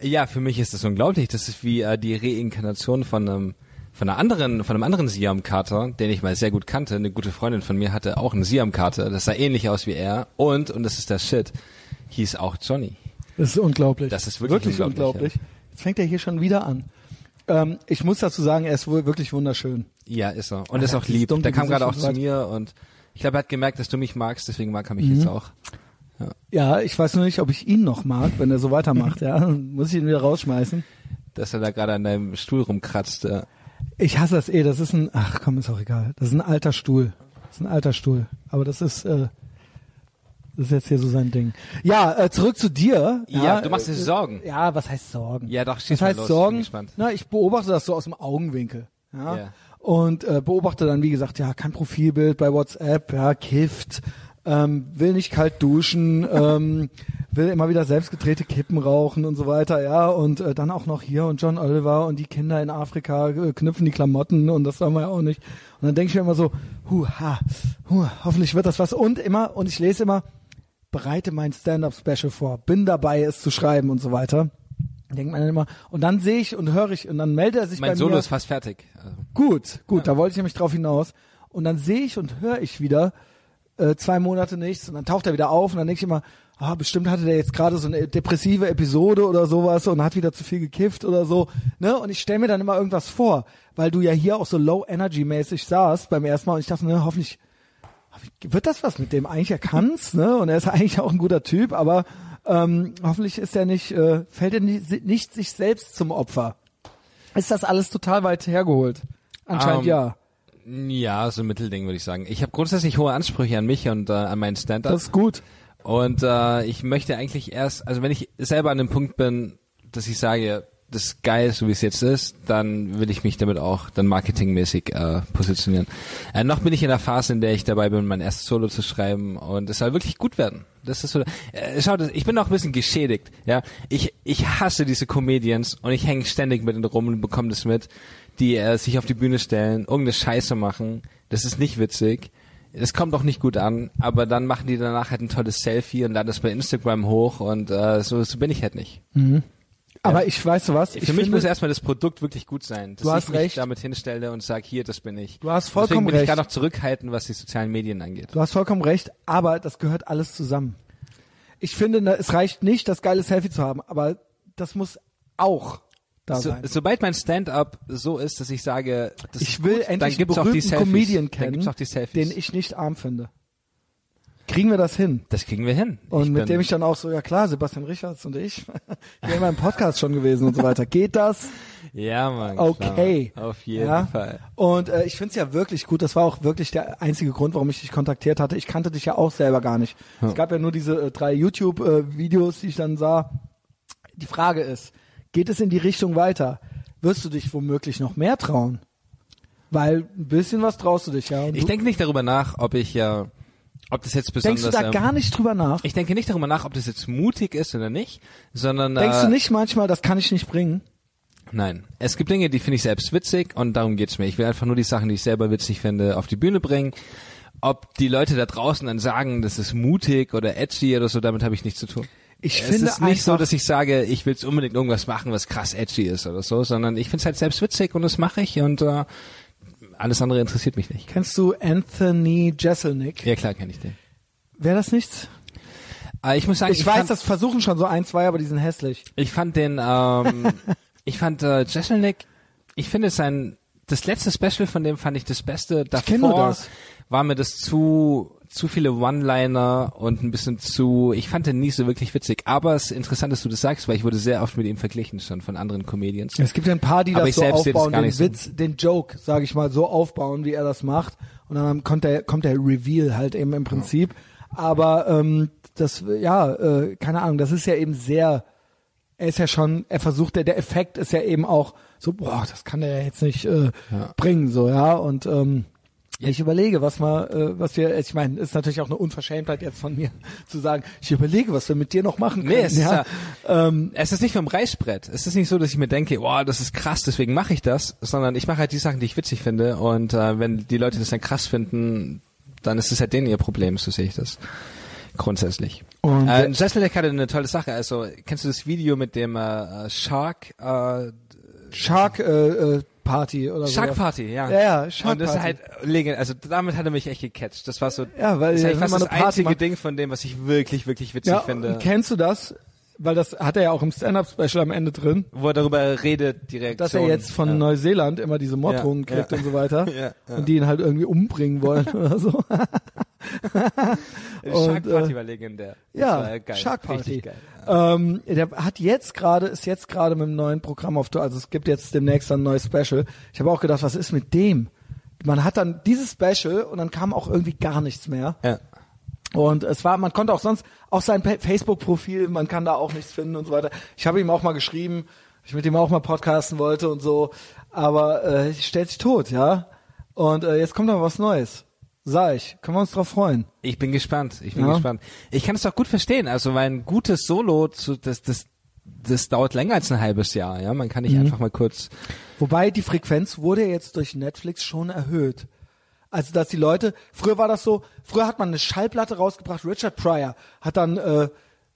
Speaker 2: Ja, für mich ist das unglaublich. Das ist wie äh, die Reinkarnation von einem von einer anderen, von einem anderen Siam-Kater, den ich mal sehr gut kannte. Eine gute Freundin von mir hatte auch einen Siam-Kater. Das sah ähnlich aus wie er. Und, und das ist der Shit, hieß auch Johnny.
Speaker 1: Das ist unglaublich.
Speaker 2: Das ist wirklich unglaublich,
Speaker 1: Jetzt fängt er hier schon wieder an. Ähm, ich muss dazu sagen, er ist wohl wirklich wunderschön.
Speaker 2: Ja, ist er. Und ist
Speaker 1: ja,
Speaker 2: auch
Speaker 1: dieses
Speaker 2: lieb.
Speaker 1: dunkle
Speaker 2: Der kam
Speaker 1: Gesicht
Speaker 2: gerade
Speaker 1: und
Speaker 2: auch
Speaker 1: so
Speaker 2: zu
Speaker 1: weiter.
Speaker 2: mir und ich glaube, er hat gemerkt, dass du mich magst, deswegen mag er mich jetzt auch.
Speaker 1: Ja, ich weiß nur nicht, ob ich ihn noch mag, wenn er so weitermacht. Ja, muss ich ihn wieder rausschmeißen.
Speaker 2: Dass er da gerade an deinem Stuhl rumkratzt. äh.
Speaker 1: Ich hasse das eh. Das ist ein, ach komm, ist auch egal. Das ist ein alter Stuhl. Das ist ein alter Stuhl. Aber das ist, äh, das ist jetzt hier so sein Ding. Ja, äh, zurück zu dir.
Speaker 2: Ja, du machst dir Sorgen.
Speaker 1: Ja, was heißt Sorgen?
Speaker 2: Ja, doch,
Speaker 1: Das
Speaker 2: schieß mal
Speaker 1: äh, heißt
Speaker 2: los.
Speaker 1: Sorgen,
Speaker 2: Bin gespannt.
Speaker 1: na, ich beobachte das so aus dem Augenwinkel. Ja.
Speaker 2: Ja.
Speaker 1: Und äh, beobachte dann, wie gesagt, ja, kein Profilbild bei WhatsApp, ja, kifft, ähm, will nicht kalt duschen, ähm, will immer wieder selbstgedrehte Kippen rauchen und so weiter, ja. Und äh, dann auch noch hier und John Oliver und die Kinder in Afrika äh, knüpfen die Klamotten und das sagen wir ja auch nicht. Und dann denke ich mir immer so, huha, huh, hoffentlich wird das was. Und immer, und ich lese immer, bereite mein Stand-up-Special vor, bin dabei, es zu schreiben und so weiter. Denkt man dann immer. Und dann sehe ich und höre ich und dann meldet er sich bei
Speaker 2: Mein Solo
Speaker 1: mir.
Speaker 2: ist fast fertig. Also,
Speaker 1: Gut, gut, da wollte ich nämlich drauf hinaus. Und dann sehe ich und höre ich wieder äh, zwei Monate nichts und dann taucht er wieder auf und dann denke ich immer, ah, bestimmt hatte der jetzt gerade so eine depressive Episode oder sowas und hat wieder zu viel gekifft oder so. Ne? Und ich stelle mir dann immer irgendwas vor, weil du ja hier auch so low-energy-mäßig saßt beim ersten Mal und ich dachte, ne, hoffentlich wird das was mit dem? Eigentlich er kann's, ne? Und er ist eigentlich auch ein guter Typ, aber ähm, hoffentlich ist er nicht, äh, fällt er nicht, nicht sich selbst zum Opfer. Ist das alles total weit hergeholt? Anscheinend
Speaker 2: Ähm,
Speaker 1: ja.
Speaker 2: ja, so ein Mittelding würde ich sagen. Ich habe grundsätzlich hohe Ansprüche an mich und äh, an meinen Stand-up.
Speaker 1: Das ist gut.
Speaker 2: Und äh, ich möchte eigentlich erst, also wenn ich selber an dem Punkt bin, dass ich sage, das ist geil, so wie es jetzt ist, dann will ich mich damit auch dann marketingmäßig äh, positionieren. Äh, noch bin ich in der Phase, in der ich dabei bin, mein erstes Solo zu schreiben und es soll wirklich gut werden. Das ist so. Äh, schau, das- ich bin auch ein bisschen geschädigt. Ja, ich ich hasse diese Comedians und ich hänge ständig mit denen rum und bekomme das mit, die äh, sich auf die Bühne stellen, irgendeine Scheiße machen. Das ist nicht witzig. Es kommt auch nicht gut an, aber dann machen die danach halt ein tolles Selfie und laden das bei Instagram hoch und äh, so, so bin ich halt nicht.
Speaker 1: Aber ich weiß du was.
Speaker 2: Für
Speaker 1: ich
Speaker 2: mich
Speaker 1: finde,
Speaker 2: muss erstmal das Produkt wirklich gut sein, dass
Speaker 1: Du hast
Speaker 2: ich mich
Speaker 1: recht.
Speaker 2: damit hinstelle und sage, hier, das bin ich.
Speaker 1: Du hast vollkommen
Speaker 2: Deswegen bin
Speaker 1: recht.
Speaker 2: ich gerade noch zurückhaltend, was die sozialen Medien angeht.
Speaker 1: du hast vollkommen recht, aber das gehört alles zusammen. Ich finde, na, es reicht nicht, das geile Selfie zu haben, aber das muss auch da
Speaker 2: So,
Speaker 1: sein.
Speaker 2: sobald mein Stand-up so ist, dass ich sage, das
Speaker 1: ich
Speaker 2: ist
Speaker 1: will
Speaker 2: gut, dann
Speaker 1: endlich einen
Speaker 2: gibt's auch die
Speaker 1: berühmten
Speaker 2: Selfies.
Speaker 1: Comedian
Speaker 2: dann
Speaker 1: kennen,
Speaker 2: gibt's auch die Selfies.
Speaker 1: den ich nicht arm finde. Kriegen wir das hin?
Speaker 2: das kriegen wir hin.
Speaker 1: Und
Speaker 2: ich bin-
Speaker 1: mit dem ich dann auch so, ja klar, Sebastian Richards und ich, wir haben im Podcast schon gewesen und so weiter. Geht das?
Speaker 2: Ja, Mann.
Speaker 1: okay.
Speaker 2: Klar. Auf jeden
Speaker 1: ja?
Speaker 2: Fall.
Speaker 1: Und äh, ich finde es ja wirklich gut. Das war auch wirklich der einzige Grund, warum ich dich kontaktiert hatte. Ich kannte dich ja auch selber gar nicht. Es gab ja nur diese äh, drei YouTube-Videos, die ich dann sah. Die Frage ist, geht es in die Richtung weiter? Wirst du dich womöglich noch mehr trauen? Weil ein bisschen was traust du dich, ja. Und
Speaker 2: Ich
Speaker 1: du,
Speaker 2: denke nicht darüber nach, ob ich ja, ob das jetzt besonders.
Speaker 1: denkst du da
Speaker 2: ähm,
Speaker 1: gar nicht drüber nach?
Speaker 2: ich denke nicht darüber nach, ob das jetzt mutig ist oder nicht, sondern
Speaker 1: Denkst
Speaker 2: äh,
Speaker 1: du nicht manchmal, das kann ich nicht bringen?
Speaker 2: Nein. Es gibt Dinge, die finde ich selbst witzig und darum geht's mir. Ich will einfach nur die Sachen, die ich selber witzig finde, auf die Bühne bringen. Ob die Leute da draußen dann sagen, das ist mutig oder edgy oder so, damit habe ich nichts zu tun.
Speaker 1: Ich
Speaker 2: es
Speaker 1: finde
Speaker 2: ist nicht so,
Speaker 1: einfach-
Speaker 2: dass ich sage, ich will jetzt unbedingt irgendwas machen, was krass edgy ist oder so, sondern ich finde es halt selbst witzig und das mache ich und äh, alles andere interessiert mich nicht.
Speaker 1: Kennst du Anthony Jeselnik?
Speaker 2: Ja klar, kenne ich den.
Speaker 1: Wäre das nichts?
Speaker 2: Äh, ich muss sagen,
Speaker 1: Ich, weiß,
Speaker 2: fand,
Speaker 1: das versuchen schon so ein, zwei, aber die sind hässlich.
Speaker 2: Ich fand den, ähm, ich fand äh, Jeselnik, ich finde sein, das letzte Special von dem fand ich das Beste.
Speaker 1: kenn nur
Speaker 2: Davor
Speaker 1: das.
Speaker 2: war mir das zu, zu viele One-Liner und ein bisschen zu, ich fand den nie so wirklich witzig. Aber es ist interessant, dass du das sagst, weil ich wurde sehr oft mit ihm verglichen schon von anderen Comedians.
Speaker 1: Es gibt ja ein paar, die
Speaker 2: Aber
Speaker 1: das
Speaker 2: ich
Speaker 1: so
Speaker 2: selbst sehe das
Speaker 1: aufbauen,
Speaker 2: gar
Speaker 1: den
Speaker 2: nicht so.
Speaker 1: Witz, den Joke, sage ich mal, so aufbauen, wie er das macht. Und dann kommt der, kommt der Reveal halt eben im Prinzip. Aber ähm, das, ja, äh, keine Ahnung, das ist ja eben sehr, er ist ja schon, er versucht, der, der Effekt ist ja eben auch so, boah, das kann der ja jetzt nicht äh, bringen, so, ja. Und ähm, ich überlege, was mal, äh, was wir, ich meine, ist natürlich auch eine Unverschämtheit jetzt von mir zu sagen, ich überlege, was wir mit dir noch machen können.
Speaker 2: Nee, es,
Speaker 1: ja. Ähm,
Speaker 2: ist, ja, es ist nicht vom Reißbrett. Es ist nicht so, dass ich mir denke, wow, das ist krass, deswegen mache ich das, sondern ich mache halt die Sachen, die ich witzig finde. Und äh, wenn die Leute das dann krass finden, dann ist es halt denen ihr Problem, so sehe ich das. Grundsätzlich.
Speaker 1: Und-
Speaker 2: äh, Jesselneck hatte eine tolle Sache. Also, kennst du das Video mit dem äh, äh, Shark? Äh,
Speaker 1: Shark äh, äh, Party oder so.
Speaker 2: Shark Party, ja.
Speaker 1: Also, Ja, ja, Shark
Speaker 2: Und das ist
Speaker 1: Party.
Speaker 2: halt legendär. Also, damit hat er mich echt gecatcht. Das war so,
Speaker 1: Ja, weil
Speaker 2: das ist
Speaker 1: ja,
Speaker 2: eigentlich
Speaker 1: wenn
Speaker 2: fast
Speaker 1: man
Speaker 2: das
Speaker 1: eine Party
Speaker 2: einzige
Speaker 1: macht-
Speaker 2: Ding von dem, was ich wirklich, wirklich witzig
Speaker 1: ja,
Speaker 2: finde.
Speaker 1: und Kennst du das? Weil das hat er ja auch im Stand-Up-Special am Ende drin,
Speaker 2: Wo er darüber redet, die Reaktion.
Speaker 1: dass er jetzt von
Speaker 2: Ja.
Speaker 1: Neuseeland immer diese Morddrohungen
Speaker 2: Ja,
Speaker 1: kriegt
Speaker 2: ja.
Speaker 1: und so weiter.
Speaker 2: Ja, ja.
Speaker 1: Und die ihn halt irgendwie umbringen wollen oder so.
Speaker 2: Äh,
Speaker 1: Und,
Speaker 2: Shark Party
Speaker 1: äh,
Speaker 2: war legendär. Das war
Speaker 1: ja,
Speaker 2: geil.
Speaker 1: Shark Party.
Speaker 2: Richtig geil.
Speaker 1: Ähm, der hat jetzt gerade, ist jetzt gerade mit dem neuen Programm auf Tour. Also es gibt jetzt demnächst ein neues Special. Ich habe auch gedacht, was ist mit dem? Man hat dann dieses Special und dann kam auch irgendwie gar nichts mehr.
Speaker 2: Ja.
Speaker 1: Und es war, man konnte auch sonst, auch sein Pa- Facebook-Profil, man kann da auch nichts finden und so weiter. Ich habe ihm auch mal geschrieben, ich mit ihm auch mal podcasten wollte und so, aber äh, stellt sich tot, ja. Und äh, jetzt kommt aber was Neues. Sag ich, können wir uns drauf freuen.
Speaker 2: Ich bin gespannt. Ich bin
Speaker 1: Ja.
Speaker 2: gespannt. Ich kann es doch gut verstehen. Also mein gutes Solo, zu, das, das, das dauert länger als ein halbes Jahr. Ja, man kann
Speaker 1: Mhm.
Speaker 2: nicht einfach mal kurz.
Speaker 1: Wobei die Frequenz wurde jetzt durch Netflix schon erhöht. Also dass die Leute, früher war das so, früher hat man eine Schallplatte rausgebracht, Richard Pryor hat dann äh,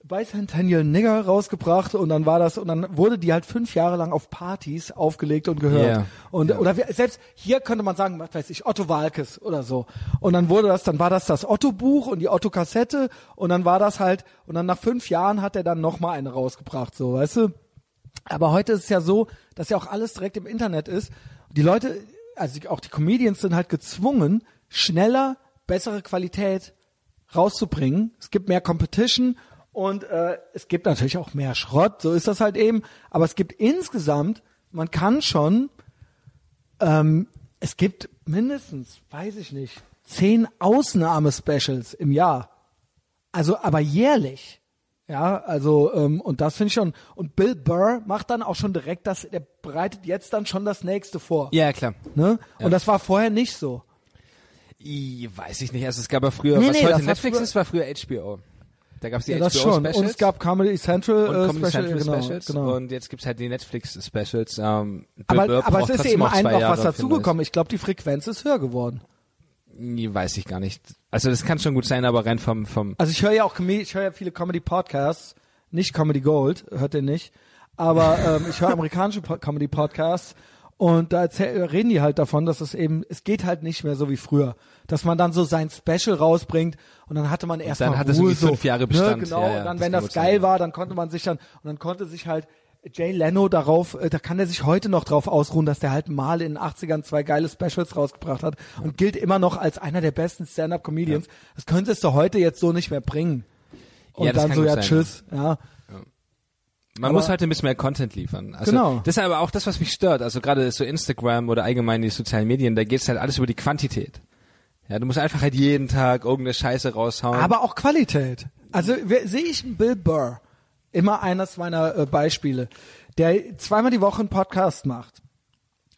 Speaker 1: Bicentennial Nigger rausgebracht und dann war das und dann wurde die halt fünf Jahre lang auf Partys aufgelegt und gehört.
Speaker 2: Ja.
Speaker 1: Und oder wir, selbst hier könnte man sagen, was weiß ich, Otto Walkes oder so. Und dann wurde das, dann war das das Otto Buch und die Otto Kassette und dann war das halt und dann nach fünf Jahren hat er dann noch mal eine rausgebracht, so, weißt du? Aber heute ist es ja so, dass ja auch alles direkt im Internet ist. Die Leute, also die- auch die Comedians sind halt gezwungen, schneller, bessere Qualität rauszubringen. Es gibt mehr Competition und äh, es gibt natürlich auch mehr Schrott, so ist das halt eben. Aber es gibt insgesamt, man kann schon, ähm, es gibt mindestens, weiß ich nicht, zehn Ausnahmespecials im Jahr. Also, aber jährlich. Ja, also, ähm, und das finde ich schon. Und Bill Burr macht dann auch schon direkt das, der bereitet jetzt dann schon das nächste vor.
Speaker 2: Ja, klar.
Speaker 1: Ne?
Speaker 2: Ja.
Speaker 1: Und das war vorher nicht so.
Speaker 2: I, weiß ich nicht. Also es gab ja früher,
Speaker 1: Nee,
Speaker 2: was
Speaker 1: nee, das
Speaker 2: heute
Speaker 1: hat
Speaker 2: Netflix
Speaker 1: früher-
Speaker 2: ist, war früher HBO. Da gab es die
Speaker 1: Ja,
Speaker 2: HBO
Speaker 1: das schon.
Speaker 2: Specials.
Speaker 1: Und es gab Comedy Central,
Speaker 2: und
Speaker 1: äh,
Speaker 2: Comedy
Speaker 1: Special,
Speaker 2: Central
Speaker 1: genau,
Speaker 2: Specials
Speaker 1: genau.
Speaker 2: und jetzt gibt's halt die Netflix Specials. Ähm, Bill
Speaker 1: aber,
Speaker 2: Burr
Speaker 1: aber es
Speaker 2: braucht
Speaker 1: ist
Speaker 2: trotzdem
Speaker 1: eben
Speaker 2: auch zwei
Speaker 1: einfach
Speaker 2: Jahre
Speaker 1: was
Speaker 2: für ein neues.
Speaker 1: dazugekommen. Ich glaube, die Frequenz ist höher geworden.
Speaker 2: I, Weiß ich gar nicht. Also das kann schon gut sein, aber rein vom vom
Speaker 1: Also ich höre ja auch Comedy, ich höre ja viele Comedy Podcasts, nicht Comedy Gold, hört ihr nicht, aber ähm, ich höre amerikanische po Comedy Podcasts und da erzähl- reden die halt davon, dass es eben es geht halt nicht mehr so wie früher, dass man dann so sein Special rausbringt und dann hatte man erstmal
Speaker 2: dann hat das
Speaker 1: Ruhe
Speaker 2: irgendwie
Speaker 1: so
Speaker 2: fünf Jahre
Speaker 1: ne,
Speaker 2: Bestand.
Speaker 1: genau,
Speaker 2: Ja, ja,
Speaker 1: und dann
Speaker 2: das
Speaker 1: wenn
Speaker 2: kann
Speaker 1: das
Speaker 2: gut sein,
Speaker 1: geil
Speaker 2: ja.
Speaker 1: war, dann konnte man sich dann und dann konnte sich halt Jay Leno darauf, äh, da kann er sich heute noch drauf ausruhen, dass der halt mal in den 80ern zwei geile Specials rausgebracht hat und gilt immer noch als einer der besten Stand-Up-Comedians. Das könntest du heute jetzt so nicht mehr bringen. Und
Speaker 2: Ja, das
Speaker 1: dann
Speaker 2: kann
Speaker 1: so,
Speaker 2: gut
Speaker 1: ja,
Speaker 2: sein,
Speaker 1: tschüss. Ja.
Speaker 2: Man
Speaker 1: Aber-
Speaker 2: muss halt ein bisschen mehr Content liefern. Also
Speaker 1: Genau.
Speaker 2: Das ist aber auch das, was mich stört. Also gerade so Instagram oder allgemein die sozialen Medien, da geht's halt alles über die Quantität. Ja, du musst einfach halt jeden Tag irgendeine Scheiße raushauen.
Speaker 1: Aber auch Qualität. Also wer- sehe ich einen Bill Burr, immer eines meiner äh, Beispiele, der zweimal die Woche einen Podcast macht.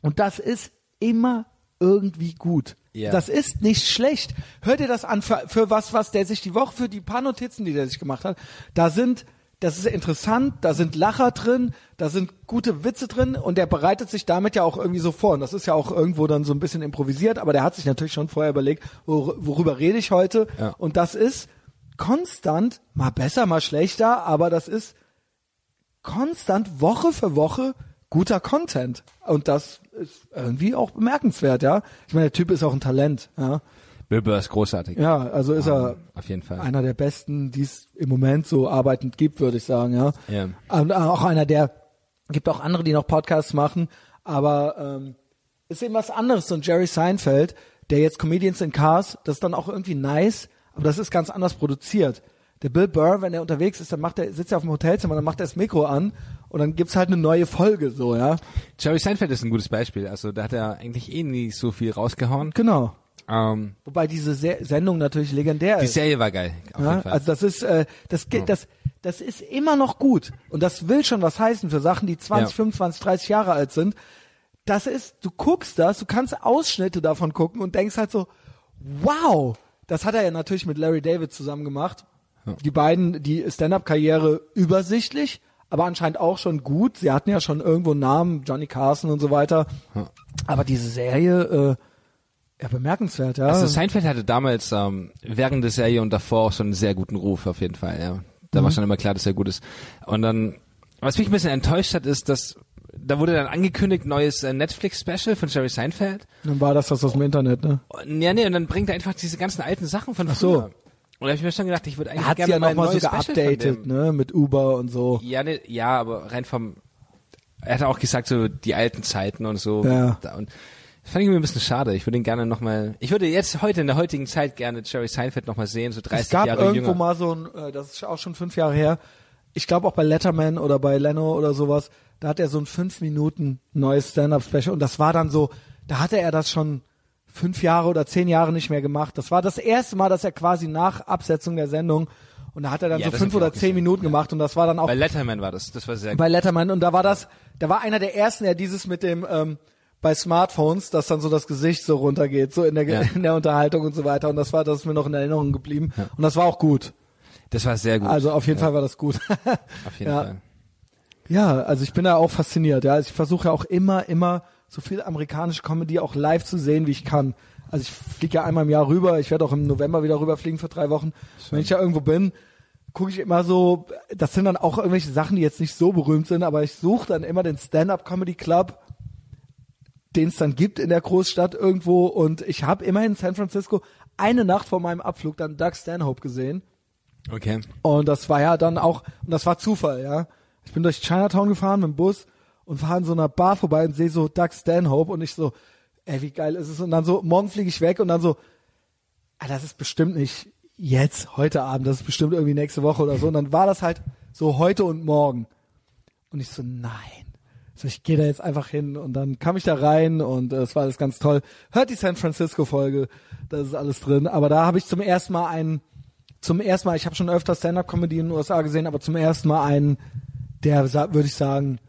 Speaker 1: Und das ist immer irgendwie gut.
Speaker 2: Ja.
Speaker 1: Das ist nicht schlecht. Hör dir das an für, für was, was der sich die Woche, für die paar Notizen, die der sich gemacht hat. Da sind, das ist interessant, da sind Lacher drin, da sind gute Witze drin und der bereitet sich damit ja auch irgendwie so vor. Und das ist ja auch irgendwo dann so ein bisschen improvisiert, aber der hat sich natürlich schon vorher überlegt, wor worüber rede ich heute.
Speaker 2: Ja.
Speaker 1: Und das ist konstant, mal besser, mal schlechter, aber das ist konstant Woche für Woche guter Content. Und das ist irgendwie auch bemerkenswert, ja. Ich meine, der Typ ist auch ein Talent, ja.
Speaker 2: Bill Burr ist großartig.
Speaker 1: Ja, also ist er
Speaker 2: Auf jeden Fall.
Speaker 1: einer der besten, die es im Moment so arbeitend gibt, würde ich sagen, ja.
Speaker 2: Ja.
Speaker 1: Und auch einer der, gibt auch andere, die noch Podcasts machen, aber ähm, ist eben was anderes. So ein Jerry Seinfeld, der jetzt Comedians in Cars, das ist dann auch irgendwie nice, aber das ist ganz anders produziert. Der Bill Burr, wenn er unterwegs ist, dann macht er, sitzt er auf dem Hotelzimmer, dann macht er das Mikro an und dann gibt's halt eine neue Folge, so, ja.
Speaker 2: Jerry Seinfeld ist ein gutes Beispiel. Also da hat er eigentlich eh nie so viel rausgehauen.
Speaker 1: Genau.
Speaker 2: Ähm,
Speaker 1: Wobei diese Se Sendung natürlich legendär
Speaker 2: die
Speaker 1: ist.
Speaker 2: Serie war geil. Auf
Speaker 1: Ja,
Speaker 2: jeden Fall.
Speaker 1: also das ist äh, das, ge- das das ist immer noch gut und das will schon was heißen für Sachen, die 20,
Speaker 2: Ja.
Speaker 1: 25, 30 Jahre alt sind. Das ist, du guckst das, du kannst Ausschnitte davon gucken und denkst halt so, wow, das hat er ja natürlich mit Larry David zusammen gemacht. Die beiden, die Stand-up-Karriere übersichtlich, aber anscheinend auch schon gut. Sie hatten ja schon irgendwo einen Namen, Johnny Carson und so weiter. Aber diese Serie, äh, ja, bemerkenswert, ja.
Speaker 2: Also Seinfeld hatte damals ähm, während der Serie und davor auch schon einen sehr guten Ruf auf jeden Fall. Ja. Da
Speaker 1: Mhm.
Speaker 2: war schon immer klar, dass er gut ist. Und dann, was mich ein bisschen enttäuscht hat, ist, dass da wurde dann angekündigt neues äh, Netflix-Special von Jerry Seinfeld.
Speaker 1: Dann war das das aus dem Internet, ne?
Speaker 2: Und, ja, nee, und dann bringt er einfach diese ganzen alten Sachen von Ach
Speaker 1: so.
Speaker 2: früher. Und da habe ich mir schon gedacht, ich würde eigentlich
Speaker 1: Er hat sie
Speaker 2: gerne
Speaker 1: ja
Speaker 2: mal ein
Speaker 1: nochmal so
Speaker 2: neues Special von dem-
Speaker 1: geupdatet, ne, mit Uber und so.
Speaker 2: Ja, ne, ja, aber rein vom. Er hat auch gesagt, so die alten Zeiten und so.
Speaker 1: Ja.
Speaker 2: Da- Und das fand ich mir ein bisschen schade. Ich würde ihn gerne nochmal. Ich würde jetzt heute in der heutigen Zeit gerne Jerry Seinfeld nochmal sehen, so 30
Speaker 1: Es gab
Speaker 2: Jahre
Speaker 1: irgendwo
Speaker 2: jünger.
Speaker 1: mal so ein, äh, das ist auch schon fünf Jahre her, ich glaube auch bei Letterman oder bei Leno oder sowas, da hat er so ein fünf Minuten neues Stand-Up-Special und das war dann so, da hatte er das schon fünf Jahre oder zehn Jahre nicht mehr gemacht. Das war das erste Mal, dass er quasi nach Absetzung der Sendung und da hat er dann
Speaker 2: Ja,
Speaker 1: so
Speaker 2: das
Speaker 1: fünf
Speaker 2: hab ich
Speaker 1: oder
Speaker 2: auch
Speaker 1: zehn
Speaker 2: gesehen,
Speaker 1: Minuten gemacht und das war dann auch
Speaker 2: Bei Letterman war das. Das war sehr gut.
Speaker 1: bei Letterman und da war das, da war einer der ersten, der dieses mit dem ähm, bei Smartphones, dass dann so das Gesicht so runtergeht, so in der, Ge-
Speaker 2: Ja.
Speaker 1: in der Unterhaltung und so weiter. Und das war, das ist mir noch in Erinnerung geblieben. Und das war auch gut.
Speaker 2: Das war sehr gut.
Speaker 1: Also auf jeden Fall war das gut.
Speaker 2: auf jeden
Speaker 1: ja.
Speaker 2: Fall.
Speaker 1: ja, also ich bin da auch fasziniert. Ja, also ich versuche ja auch immer, immer so viel amerikanische Comedy auch live zu sehen, wie ich kann. Also ich fliege ja einmal im Jahr rüber. Ich werde auch im November wieder rüberfliegen für drei Wochen. Wenn ich ja irgendwo bin, gucke ich immer so. Das sind dann auch irgendwelche Sachen, die jetzt nicht so berühmt sind, aber ich suche dann immer den Stand-up Comedy Club den es dann gibt in der Großstadt irgendwo. Und ich habe immerhin in San Francisco eine Nacht vor meinem Abflug dann Doug Stanhope gesehen.
Speaker 2: Okay.
Speaker 1: Und das war ja dann auch, und das war Zufall, ja. Ich bin durch Chinatown gefahren mit dem Bus und fahre an so einer Bar vorbei und sehe so Doug Stanhope und ich so, ey, wie geil ist es? Und dann so, morgen fliege ich weg und dann so, ah, das ist bestimmt nicht jetzt, heute Abend, das ist bestimmt irgendwie nächste Woche oder so. Und dann war das halt so heute und morgen. Und ich so, nein. So, ich gehe da jetzt einfach hin und dann kam ich da rein und äh, es war alles ganz toll. Hört die San Francisco Folge, da ist alles drin. Aber da habe ich zum ersten Mal einen, zum ersten Mal, ich habe schon öfter Stand-up-Comedy in den USA gesehen, aber zum ersten Mal einen, der sa- würde ich sagen,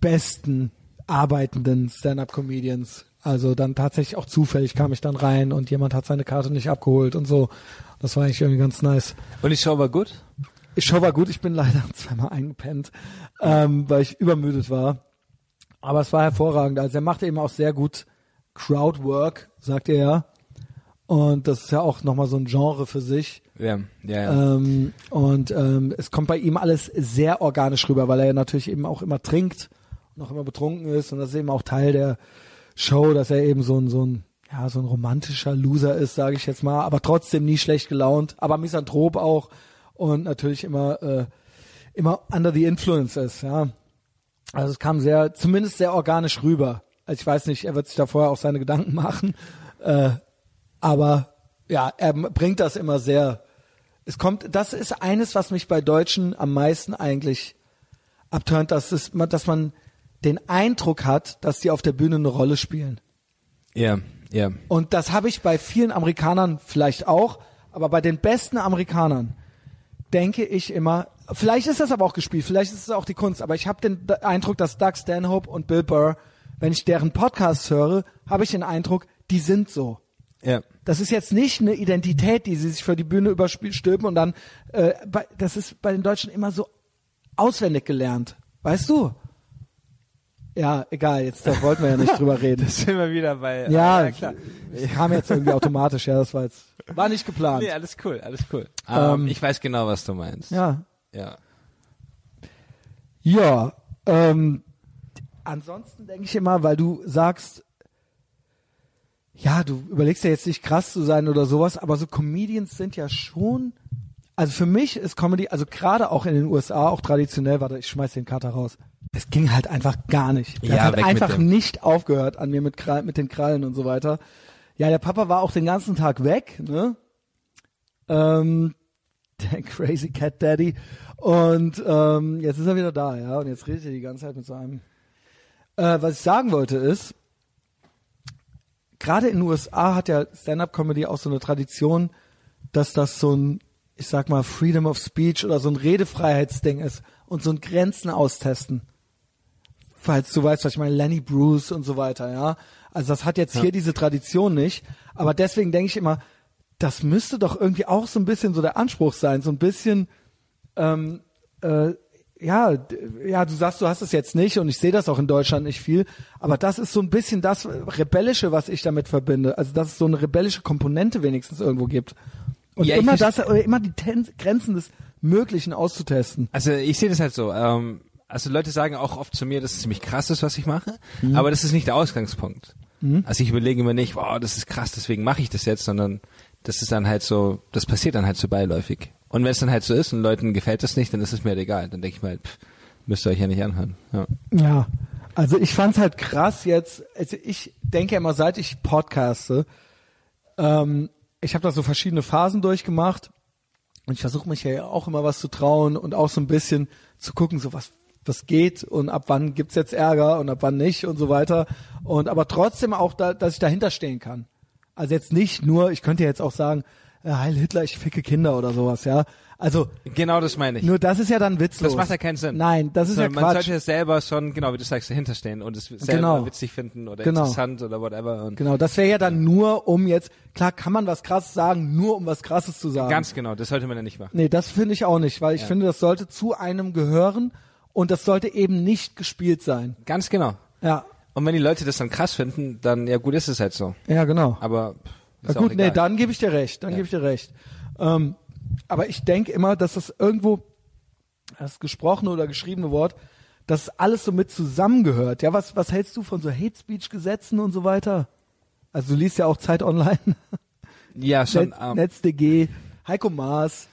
Speaker 1: besten arbeitenden Stand-up-Comedians. Also dann tatsächlich auch zufällig kam ich dann rein und jemand hat seine Karte nicht abgeholt und so. Das war eigentlich irgendwie ganz nice.
Speaker 2: Und die Show war gut?
Speaker 1: Die Show war gut, ich bin leider zweimal eingepennt, ähm, weil ich übermüdet war. Aber es war hervorragend. Also er macht eben auch sehr gut Crowdwork, sagt er ja. Und das ist ja auch nochmal so ein Genre für sich.
Speaker 2: Ja, ja, ja.
Speaker 1: Ähm, und ähm, es kommt bei ihm alles sehr organisch rüber, weil er ja natürlich eben auch immer trinkt und auch immer betrunken ist. Und das ist eben auch Teil der Show, dass er eben so ein, so ein, ja, so ein romantischer Loser ist, sage ich jetzt mal, aber trotzdem nie schlecht gelaunt, aber misanthrop auch und natürlich immer, äh, immer under the influence ist, ja. Also es kam sehr, zumindest sehr organisch rüber. Also ich weiß nicht, er wird sich da vorher auch seine Gedanken machen. Äh, aber ja, er m- bringt das immer sehr. Es kommt, das ist eines, was mich bei Deutschen am meisten eigentlich abtönt, dass, es, dass man den Eindruck hat, dass die auf der Bühne eine Rolle spielen.
Speaker 2: Ja, ja.
Speaker 1: Und das habe ich bei vielen Amerikanern vielleicht auch, aber bei den besten Amerikanern denke ich immer, vielleicht ist das aber auch gespielt, vielleicht ist es auch die Kunst, aber ich habe den D- Eindruck, dass Doug Stanhope und Bill Burr, wenn ich deren Podcasts höre, habe ich den Eindruck, die sind so.
Speaker 2: Ja.
Speaker 1: Das ist jetzt nicht eine Identität, die sie sich für die Bühne überstülpen und dann, äh, bei, das ist bei den Deutschen immer so auswendig gelernt. Weißt du? Ja, egal, jetzt da wollten wir ja nicht drüber reden.
Speaker 2: Sind wir wieder bei.
Speaker 1: Ja,
Speaker 2: ja klar.
Speaker 1: Es kam jetzt irgendwie automatisch, ja, das war jetzt, war nicht geplant.
Speaker 2: Nee, alles cool, alles cool. Ähm, ich weiß genau, was du meinst.
Speaker 1: Ja,
Speaker 2: ja.
Speaker 1: Ja, ähm, ansonsten denke ich immer, weil du sagst, ja, du überlegst ja jetzt nicht krass zu sein oder sowas, aber so Comedians sind ja schon, also für mich ist Comedy, also gerade auch in den USA, auch traditionell, warte, ich schmeiß den Kater raus. Das ging halt einfach gar nicht. Der
Speaker 2: Ja,
Speaker 1: hat
Speaker 2: weg mit
Speaker 1: einfach
Speaker 2: dem.
Speaker 1: nicht aufgehört an mir mit, Krall, mit den Krallen und so weiter. Ja, der Papa war auch den ganzen Tag weg, ne? Ähm, der Crazy Cat Daddy. Und ähm, jetzt ist er wieder da, ja. Und jetzt redet er die ganze Zeit mit so einem. Äh, was ich sagen wollte ist, gerade in den USA hat ja Stand-up-Comedy auch so eine Tradition, dass das so ein, ich sag mal, Freedom of Speech oder so ein Redefreiheitsding ist und so ein Grenzen austesten. Falls du weißt, was ich meine, Lenny Bruce und so weiter, ja. Also das hat jetzt hier diese Tradition nicht, aber deswegen denke ich immer, das müsste doch irgendwie auch so ein bisschen so der Anspruch sein, so ein bisschen, ähm, äh, ja, d- ja, du sagst, du hast es jetzt nicht und ich sehe das auch in Deutschland nicht viel, aber das ist so ein bisschen das Rebellische, was ich damit verbinde. Also, dass es so eine rebellische Komponente wenigstens irgendwo gibt. Und
Speaker 2: Ja, ich
Speaker 1: immer
Speaker 2: verste-
Speaker 1: das, oder immer die Ten Grenzen des Möglichen auszutesten.
Speaker 2: Also ich sehe das halt so. Ähm, also Leute sagen auch oft zu mir, dass es ziemlich krass ist, was ich mache,
Speaker 1: Mhm.
Speaker 2: aber das ist nicht der Ausgangspunkt. Also ich überlege immer nicht, wow, das ist krass, deswegen mache ich das jetzt, sondern das ist dann halt so, das passiert dann halt so beiläufig. Und wenn es dann halt so ist und Leuten gefällt das nicht, dann ist es mir halt egal. Dann denke ich mir halt, pff, müsst ihr euch ja nicht anhören. Ja.
Speaker 1: Ja, also ich fand's halt krass jetzt. Also ich denke ja immer, seit ich podcaste, ähm, ich habe da so verschiedene Phasen durchgemacht und ich versuche mich ja auch immer was zu trauen und auch so ein bisschen zu gucken, so was was geht und ab wann gibt's jetzt Ärger und ab wann nicht und so weiter. Und aber trotzdem auch, da, dass ich dahinter stehen kann. Also jetzt nicht nur, ich könnte ja jetzt auch sagen, äh, Heil Hitler, ich ficke Kinder oder sowas, ja. Also
Speaker 2: Genau das meine ich.
Speaker 1: nur das ist ja dann witzlos.
Speaker 2: das macht ja keinen Sinn.
Speaker 1: Nein, das ist
Speaker 2: so,
Speaker 1: ja
Speaker 2: Man
Speaker 1: Quatsch.
Speaker 2: sollte ja selber schon, genau wie du sagst, dahinterstehen und es selber
Speaker 1: Genau.
Speaker 2: witzig finden oder
Speaker 1: Genau.
Speaker 2: interessant oder whatever. Und
Speaker 1: Genau, das wäre ja dann nur um jetzt, klar kann man was krasses sagen, nur um was krasses zu sagen.
Speaker 2: Ganz genau, das sollte man ja nicht machen.
Speaker 1: nee, das finde ich auch nicht, weil ich finde, das sollte zu einem gehören und das sollte eben nicht gespielt sein.
Speaker 2: Ganz genau.
Speaker 1: Ja,
Speaker 2: Und wenn die Leute das dann krass finden, dann ja gut, ist es halt so.
Speaker 1: ja, genau.
Speaker 2: Aber pff,
Speaker 1: Na
Speaker 2: ist auch
Speaker 1: gut,
Speaker 2: egal.
Speaker 1: nee, dann gebe ich dir recht, dann gebe ich dir recht. Ähm, aber ich denke immer, dass das irgendwo, das gesprochene oder geschriebene Wort, dass alles so mit zusammengehört. Ja, was, was hältst du von so Hate Speech Gesetzen und so weiter? Also du liest ja auch Zeit Online.
Speaker 2: ja, schon.
Speaker 1: Net,
Speaker 2: ähm,
Speaker 1: NetzDG, Heiko Maas.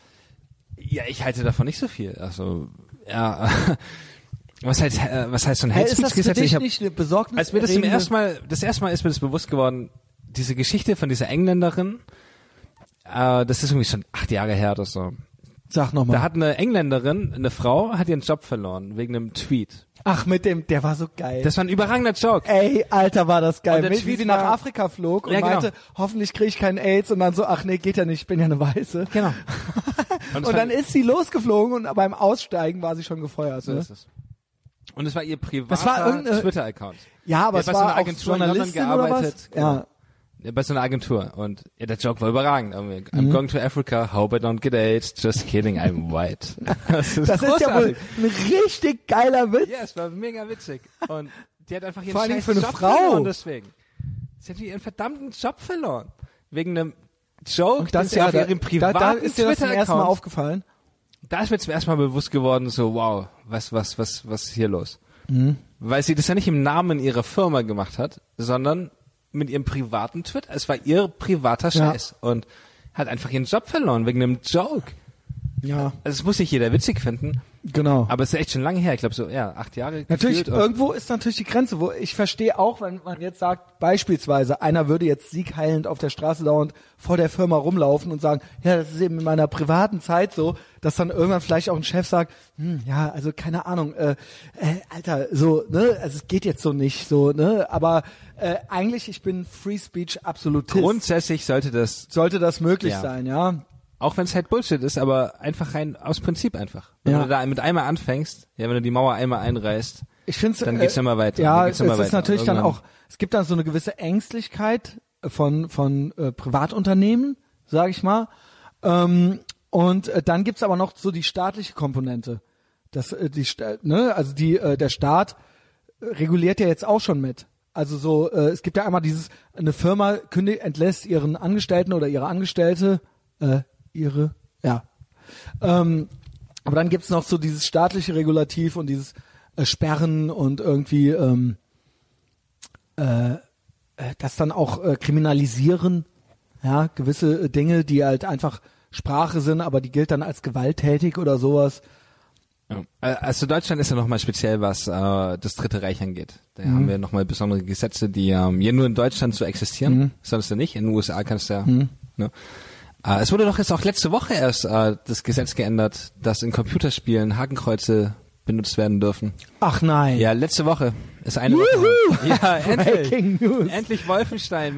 Speaker 2: ja, ich halte davon nicht so viel. Also ja. Was heißt, äh, was heißt so ein Hate
Speaker 1: ist das
Speaker 2: Speech
Speaker 1: für
Speaker 2: Gesetz? Ich
Speaker 1: dich
Speaker 2: hab,
Speaker 1: nicht eine besorgnis
Speaker 2: als mir das zum ersten Mal, das erste Mal ist mir das bewusst geworden, diese Geschichte von dieser Engländerin, äh, das ist irgendwie schon acht Jahre her oder so.
Speaker 1: Sag nochmal.
Speaker 2: Da hat eine Engländerin, eine Frau, hat ihren Job verloren wegen einem Tweet.
Speaker 1: Ach, mit dem, der war so geil.
Speaker 2: Das war ein überragender Joke.
Speaker 1: Ey, Alter, war das geil.
Speaker 2: Und der
Speaker 1: Mit, wie
Speaker 2: Tweet
Speaker 1: sie nach
Speaker 2: war-
Speaker 1: Afrika flog und
Speaker 2: Ja, genau.
Speaker 1: meinte, hoffentlich kriege ich keinen Aids und dann so, ach nee, geht ja nicht, ich bin ja eine Weiße.
Speaker 2: Genau.
Speaker 1: Und, dann
Speaker 2: das fand-
Speaker 1: ist sie losgeflogen und beim Aussteigen war sie schon gefeuert.
Speaker 2: So
Speaker 1: Ne?
Speaker 2: ist es. Und es war ihr
Speaker 1: Das war
Speaker 2: privater
Speaker 1: irgendeine-
Speaker 2: Twitter-Account.
Speaker 1: Ja, aber
Speaker 2: Ja,
Speaker 1: es
Speaker 2: bei so
Speaker 1: war
Speaker 2: einer
Speaker 1: auch
Speaker 2: Agentur in
Speaker 1: Journalistin
Speaker 2: London
Speaker 1: oder was?
Speaker 2: gearbeitet.
Speaker 1: Ja.
Speaker 2: Ja, Bei so einer Agentur. Und ja, der Joke war überragend. Irgendwie.
Speaker 1: Mhm.
Speaker 2: I'm going to Africa, hope I don't get AIDS, just kidding, I'm white. Das ist,
Speaker 1: Das ist ja wohl
Speaker 2: großartig.
Speaker 1: ein richtig geiler Witz.
Speaker 2: Ja, es war mega witzig. Und die hat einfach ihren
Speaker 1: Vor allen Dingen
Speaker 2: scheiß
Speaker 1: für eine
Speaker 2: Job
Speaker 1: Frau.
Speaker 2: verloren deswegen. Sie hat ihren verdammten Job verloren. Wegen einem Joke, den sie auf
Speaker 1: da,
Speaker 2: ihrem
Speaker 1: da,
Speaker 2: privaten
Speaker 1: da ist dir das zum ersten Mal
Speaker 2: Twitter-Account
Speaker 1: aufgefallen.
Speaker 2: da ist mir zum ersten Mal bewusst geworden, so wow, was, was, was, was ist hier los?
Speaker 1: Mhm.
Speaker 2: Weil sie das ja nicht im Namen ihrer Firma gemacht hat, sondern mit ihrem privaten Twitter. Es war ihr privater
Speaker 1: Ja.
Speaker 2: Scheiß und hat einfach ihren Job verloren wegen einem Joke.
Speaker 1: Ja.
Speaker 2: Also das muss nicht jeder witzig finden,
Speaker 1: Genau.
Speaker 2: Aber es ist echt schon lange her, ich glaube so, ja, acht Jahre.
Speaker 1: Natürlich,
Speaker 2: gefühlt und-
Speaker 1: irgendwo ist natürlich die Grenze, wo ich verstehe auch, wenn man jetzt sagt, beispielsweise, einer würde jetzt siegheilend auf der Straße dauernd vor der Firma rumlaufen und sagen, ja, das ist eben in meiner privaten Zeit so, dass dann irgendwann vielleicht auch ein Chef sagt, hm, ja, also keine Ahnung, äh, äh, Alter, so, ne, also es geht jetzt so nicht, so, ne, aber äh, eigentlich, ich bin Free Speech Absolutist.
Speaker 2: grundsätzlich sollte das,
Speaker 1: sollte das möglich
Speaker 2: Ja.
Speaker 1: sein, ja.
Speaker 2: auch wenn es halt Bullshit ist, aber einfach rein aus Prinzip einfach. Wenn
Speaker 1: Ja.
Speaker 2: du da mit einmal anfängst, ja, wenn du die Mauer einmal einreißt,
Speaker 1: Ich finde
Speaker 2: Dann geht's immer weiter.
Speaker 1: Ja,
Speaker 2: Dann geht's immer
Speaker 1: es ist
Speaker 2: weiter.
Speaker 1: natürlich dann
Speaker 2: Irgendwann-
Speaker 1: auch, es gibt dann so eine gewisse Ängstlichkeit von, von äh, Privatunternehmen, sage ich mal. Ähm, und äh, dann gibt's aber noch so die staatliche Komponente. Das, äh, die, Sta- ne, also die, äh, der Staat äh, reguliert ja jetzt auch schon mit. Also so, äh, es gibt ja einmal dieses, eine Firma kündigt, entlässt ihren Angestellten oder ihre Angestellte, äh, ihre, ja, ähm, aber dann gibt's noch so dieses staatliche Regulativ und dieses äh, Sperren und irgendwie ähm, äh, äh, das dann auch äh, kriminalisieren. Ja, gewisse äh, Dinge, die halt einfach Sprache sind, aber die gilt dann als gewalttätig oder sowas.
Speaker 2: Ja. Also Deutschland ist ja nochmal speziell, was äh, das Dritte Reich angeht. Da
Speaker 1: Mhm.
Speaker 2: haben wir nochmal besondere Gesetze, die ähm, ja nur in Deutschland so existieren,
Speaker 1: Mhm.
Speaker 2: sonst ja nicht. In den USA kannst du ja. Ne? Äh, es wurde doch jetzt auch letzte Woche erst äh, das Gesetz geändert, dass in Computerspielen Hakenkreuze benutzt werden dürfen.
Speaker 1: Ach nein.
Speaker 2: Ja, letzte Woche ist eine Woche. her. Ja, endlich.
Speaker 1: Breaking News.
Speaker 2: Endlich Wolfenstein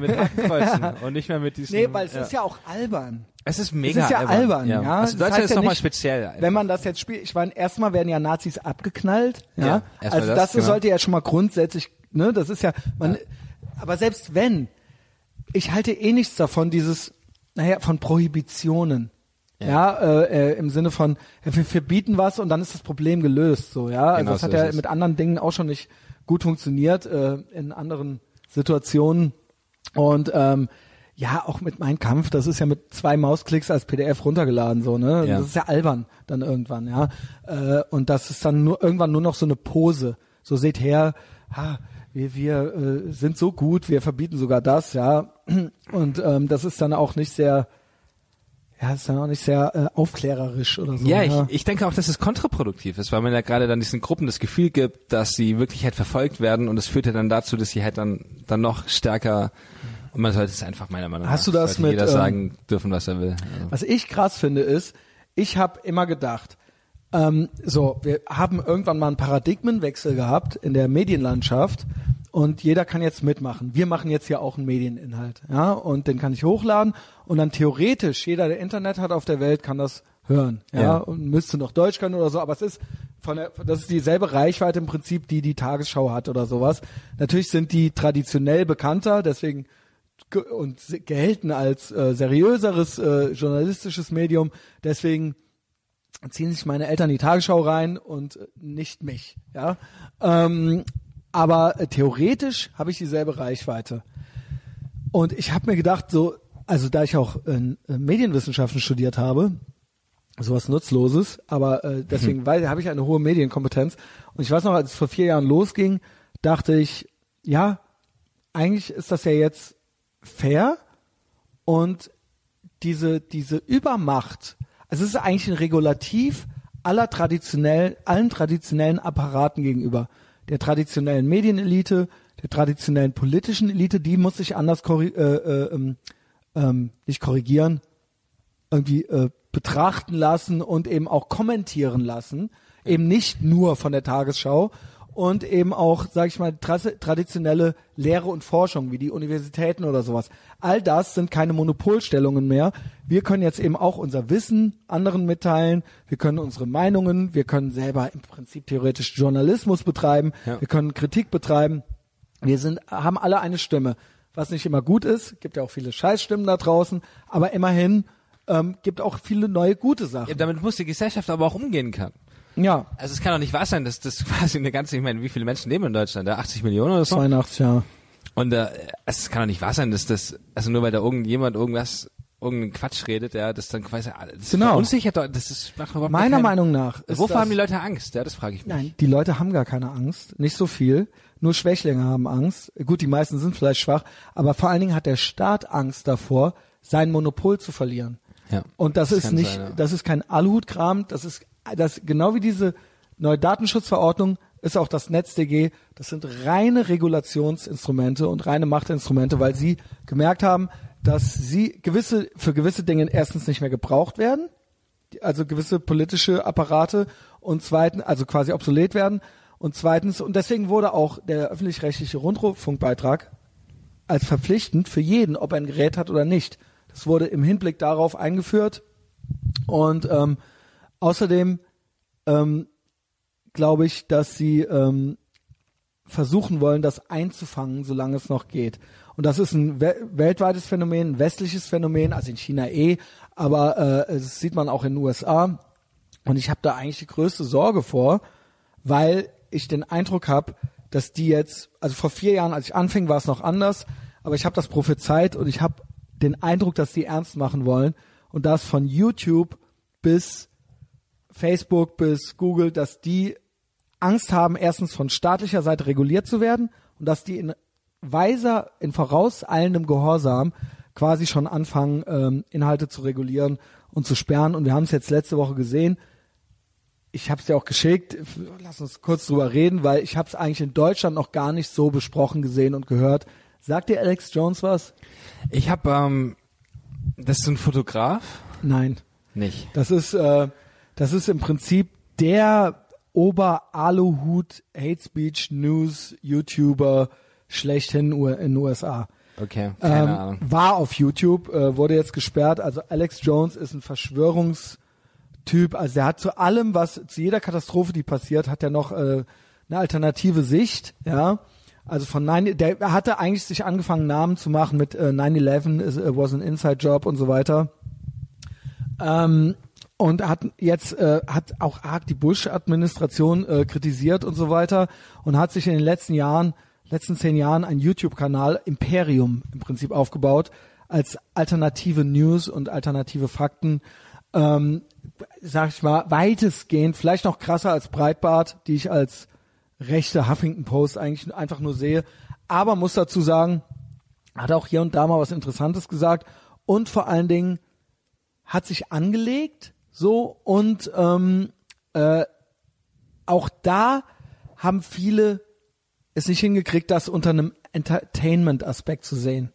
Speaker 2: mit Hakenkreuzen und nicht mehr mit diesen.
Speaker 1: Nee, weil es ist ja auch albern.
Speaker 2: es ist mega
Speaker 1: es ist ja albern, ja. Das
Speaker 2: Also Deutschland
Speaker 1: heißt
Speaker 2: ist
Speaker 1: ja
Speaker 2: nochmal
Speaker 1: nicht,
Speaker 2: speziell. einfach.
Speaker 1: Wenn man das jetzt spielt, ich meine, erstmal werden ja Nazis abgeknallt. Ja.
Speaker 2: Ja, erstmal
Speaker 1: also
Speaker 2: das,
Speaker 1: das,
Speaker 2: genau.
Speaker 1: sollte ja schon mal grundsätzlich, ne, das ist ja, man, aber selbst wenn, ich halte eh nichts davon, dieses, naja, von Prohibitionen. Ja, äh, äh, im Sinne von, ja, wir verbieten was und dann ist das Problem gelöst, so, ja. Also
Speaker 2: Genau
Speaker 1: das
Speaker 2: so
Speaker 1: hat
Speaker 2: ist
Speaker 1: ja
Speaker 2: es.
Speaker 1: mit anderen Dingen auch schon nicht gut funktioniert, äh, in anderen Situationen. Und ähm, ja, auch mit Mein Kampf, das ist ja mit zwei Mausklicks als PDF runtergeladen, so, ne?
Speaker 2: Ja.
Speaker 1: Das ist ja albern dann irgendwann, ja. Äh, und das ist dann nur irgendwann nur noch so eine Pose. So seht her, ha, wir, wir äh, sind so gut, wir verbieten sogar das, ja. Und ähm, das ist dann auch nicht sehr, ja, ist dann auch nicht sehr äh, aufklärerisch oder so.
Speaker 2: Ja, ich, ich denke auch, dass es kontraproduktiv ist, weil man ja gerade dann diesen Gruppen das Gefühl gibt, dass sie wirklich halt verfolgt werden und das führt ja dann dazu, dass sie halt dann, dann noch stärker und man sollte es einfach meiner Meinung
Speaker 1: Hast
Speaker 2: nach,
Speaker 1: du das
Speaker 2: sollte
Speaker 1: mit,
Speaker 2: jeder
Speaker 1: ähm,
Speaker 2: sagen dürfen, was er will. Also,
Speaker 1: Was ich krass finde ist, ich habe immer gedacht, ähm, so, wir haben irgendwann mal einen Paradigmenwechsel gehabt in der Medienlandschaft und jeder kann jetzt mitmachen. Wir machen jetzt hier auch einen Medieninhalt, ja, und den kann ich hochladen und dann theoretisch jeder, der Internet hat auf der Welt, kann das hören, ja,
Speaker 2: Ja.
Speaker 1: und müsste noch Deutsch können oder so, aber es ist von der, das ist dieselbe Reichweite im Prinzip, die die Tagesschau hat oder sowas. Natürlich sind die traditionell bekannter, deswegen ge- und se- gelten als äh, seriöseres äh, journalistisches Medium. Deswegen ziehen sich meine Eltern die Tagesschau rein und äh, nicht mich. Ja, ähm, aber äh, theoretisch habe ich dieselbe Reichweite. Und ich habe mir gedacht, so, also da ich auch in, äh, Medienwissenschaften studiert habe, sowas Nutzloses, aber äh, deswegen weil habe ich eine hohe Medienkompetenz. Und ich weiß noch, als es vor vier Jahren losging, dachte ich, ja, eigentlich ist das ja jetzt fair und diese, diese Übermacht, also es ist eigentlich ein Regulativ aller traditionell, allen traditionellen Apparaten gegenüber. Der traditionellen Medienelite, der traditionellen politischen Elite, die muss sich anders korri äh, äh, ähm, ähm, nicht korrigieren, irgendwie äh, betrachten lassen und eben auch kommentieren lassen, eben nicht nur von der Tagesschau und eben auch, sage ich mal, trasse- traditionelle Lehre und Forschung wie die Universitäten oder sowas. All das sind keine Monopolstellungen mehr. Wir können jetzt eben auch unser Wissen anderen mitteilen, wir können unsere Meinungen, wir können selber im Prinzip theoretisch Journalismus betreiben,
Speaker 2: Ja.
Speaker 1: wir können Kritik betreiben. Wir sind, haben alle eine Stimme, was nicht immer gut ist. Gibt ja auch viele Scheißstimmen da draußen, aber immerhin ähm, gibt auch viele neue gute
Speaker 2: ja,
Speaker 1: Sachen.
Speaker 2: damit muss die Gesellschaft aber auch umgehen können.
Speaker 1: Ja,
Speaker 2: Also es kann doch nicht wahr sein, dass das quasi eine ganze, ich meine, wie viele Menschen leben in Deutschland? Da 80 Millionen oder so?
Speaker 1: 82 Jahre.
Speaker 2: Und äh, also es kann doch nicht wahr sein, dass das, also nur weil da irgendjemand irgendwas, irgendeinen Quatsch redet, ja, das dann quasi, das
Speaker 1: Genau.
Speaker 2: verunsichert doch, das ist, macht überhaupt
Speaker 1: Meiner
Speaker 2: keinen-
Speaker 1: Meinung nach ist
Speaker 2: Wovor
Speaker 1: das-
Speaker 2: haben die Leute Angst? Ja, das frage ich mich.
Speaker 1: Nein, die Leute haben gar keine Angst, nicht so viel. Nur Schwächlinge haben Angst. Gut, die meisten sind vielleicht schwach, aber vor allen Dingen hat der Staat Angst davor, sein Monopol zu verlieren.
Speaker 2: Ja,
Speaker 1: Und das,
Speaker 2: das
Speaker 1: ist
Speaker 2: kann
Speaker 1: nicht,
Speaker 2: sein, ja.
Speaker 1: das ist kein Aluhutkram, das ist das genau wie diese neue Datenschutzverordnung ist auch das NetzDG, das sind reine Regulationsinstrumente und reine Machtinstrumente, weil sie gemerkt haben, dass sie gewisse für gewisse Dinge erstens nicht mehr gebraucht werden, die- also gewisse politische Apparate und zweitens also quasi obsolet werden und zweitens und deswegen wurde auch der öffentlich-rechtliche Rundfunkbeitrag als verpflichtend für jeden, ob er ein Gerät hat oder nicht. Das wurde im Hinblick darauf eingeführt und ähm, außerdem ähm, glaube ich, dass sie ähm, versuchen wollen, das einzufangen, solange es noch geht. Und das ist ein we weltweites Phänomen, ein westliches Phänomen, also in China eh, aber äh, das sieht man auch in den USA. Und ich habe da eigentlich die größte Sorge vor, weil ich den Eindruck habe, dass die jetzt, also vor vier Jahren, als ich anfing, war es noch anders, aber ich habe das prophezeit und ich habe den Eindruck, dass die ernst machen wollen und das von YouTube bis Facebook bis Google, dass die Angst haben, erstens von staatlicher Seite reguliert zu werden und dass die in weiser, in vorauseilendem Gehorsam quasi schon anfangen, ähm, Inhalte zu regulieren und zu sperren. Und wir haben es jetzt letzte Woche gesehen. Ich habe es dir auch geschickt. F- Lass uns kurz drüber reden, weil ich habe es eigentlich in Deutschland noch gar nicht so besprochen gesehen und gehört. Sagt dir Alex Jones was?
Speaker 2: Ich habe, ähm, das ist ein Fotograf?
Speaker 1: Nein.
Speaker 2: Nicht.
Speaker 1: Das ist, äh, das ist im Prinzip der Ober-Aluhut Hate Speech News YouTuber schlechthin U- in den USA.
Speaker 2: Okay, keine
Speaker 1: Ähm,
Speaker 2: Ahnung.
Speaker 1: war auf YouTube, äh, wurde jetzt gesperrt. Also Alex Jones ist ein Verschwörungstyp. Also der hat zu allem, was zu jeder Katastrophe, die passiert, hat er noch äh, eine alternative Sicht. Ja, also von 9, der hatte eigentlich sich angefangen Namen zu machen mit äh, 9/11 is, äh, was an inside job und so weiter. Ähm, und hat jetzt äh, hat auch arg die Bush-Administration äh, kritisiert und so weiter und hat sich in den letzten Jahren, letzten zehn Jahren einen YouTube-Kanal Imperium im Prinzip aufgebaut als alternative News und alternative Fakten. Ähm, sag ich mal, weitestgehend, vielleicht noch krasser als Breitbart, die ich als rechte Huffington Post eigentlich einfach nur sehe. Aber muss dazu sagen, hat auch hier und da mal was Interessantes gesagt und vor allen Dingen hat sich angelegt, so und ähm, äh, auch da haben viele es nicht hingekriegt, das unter einem Entertainment-Aspekt zu sehen.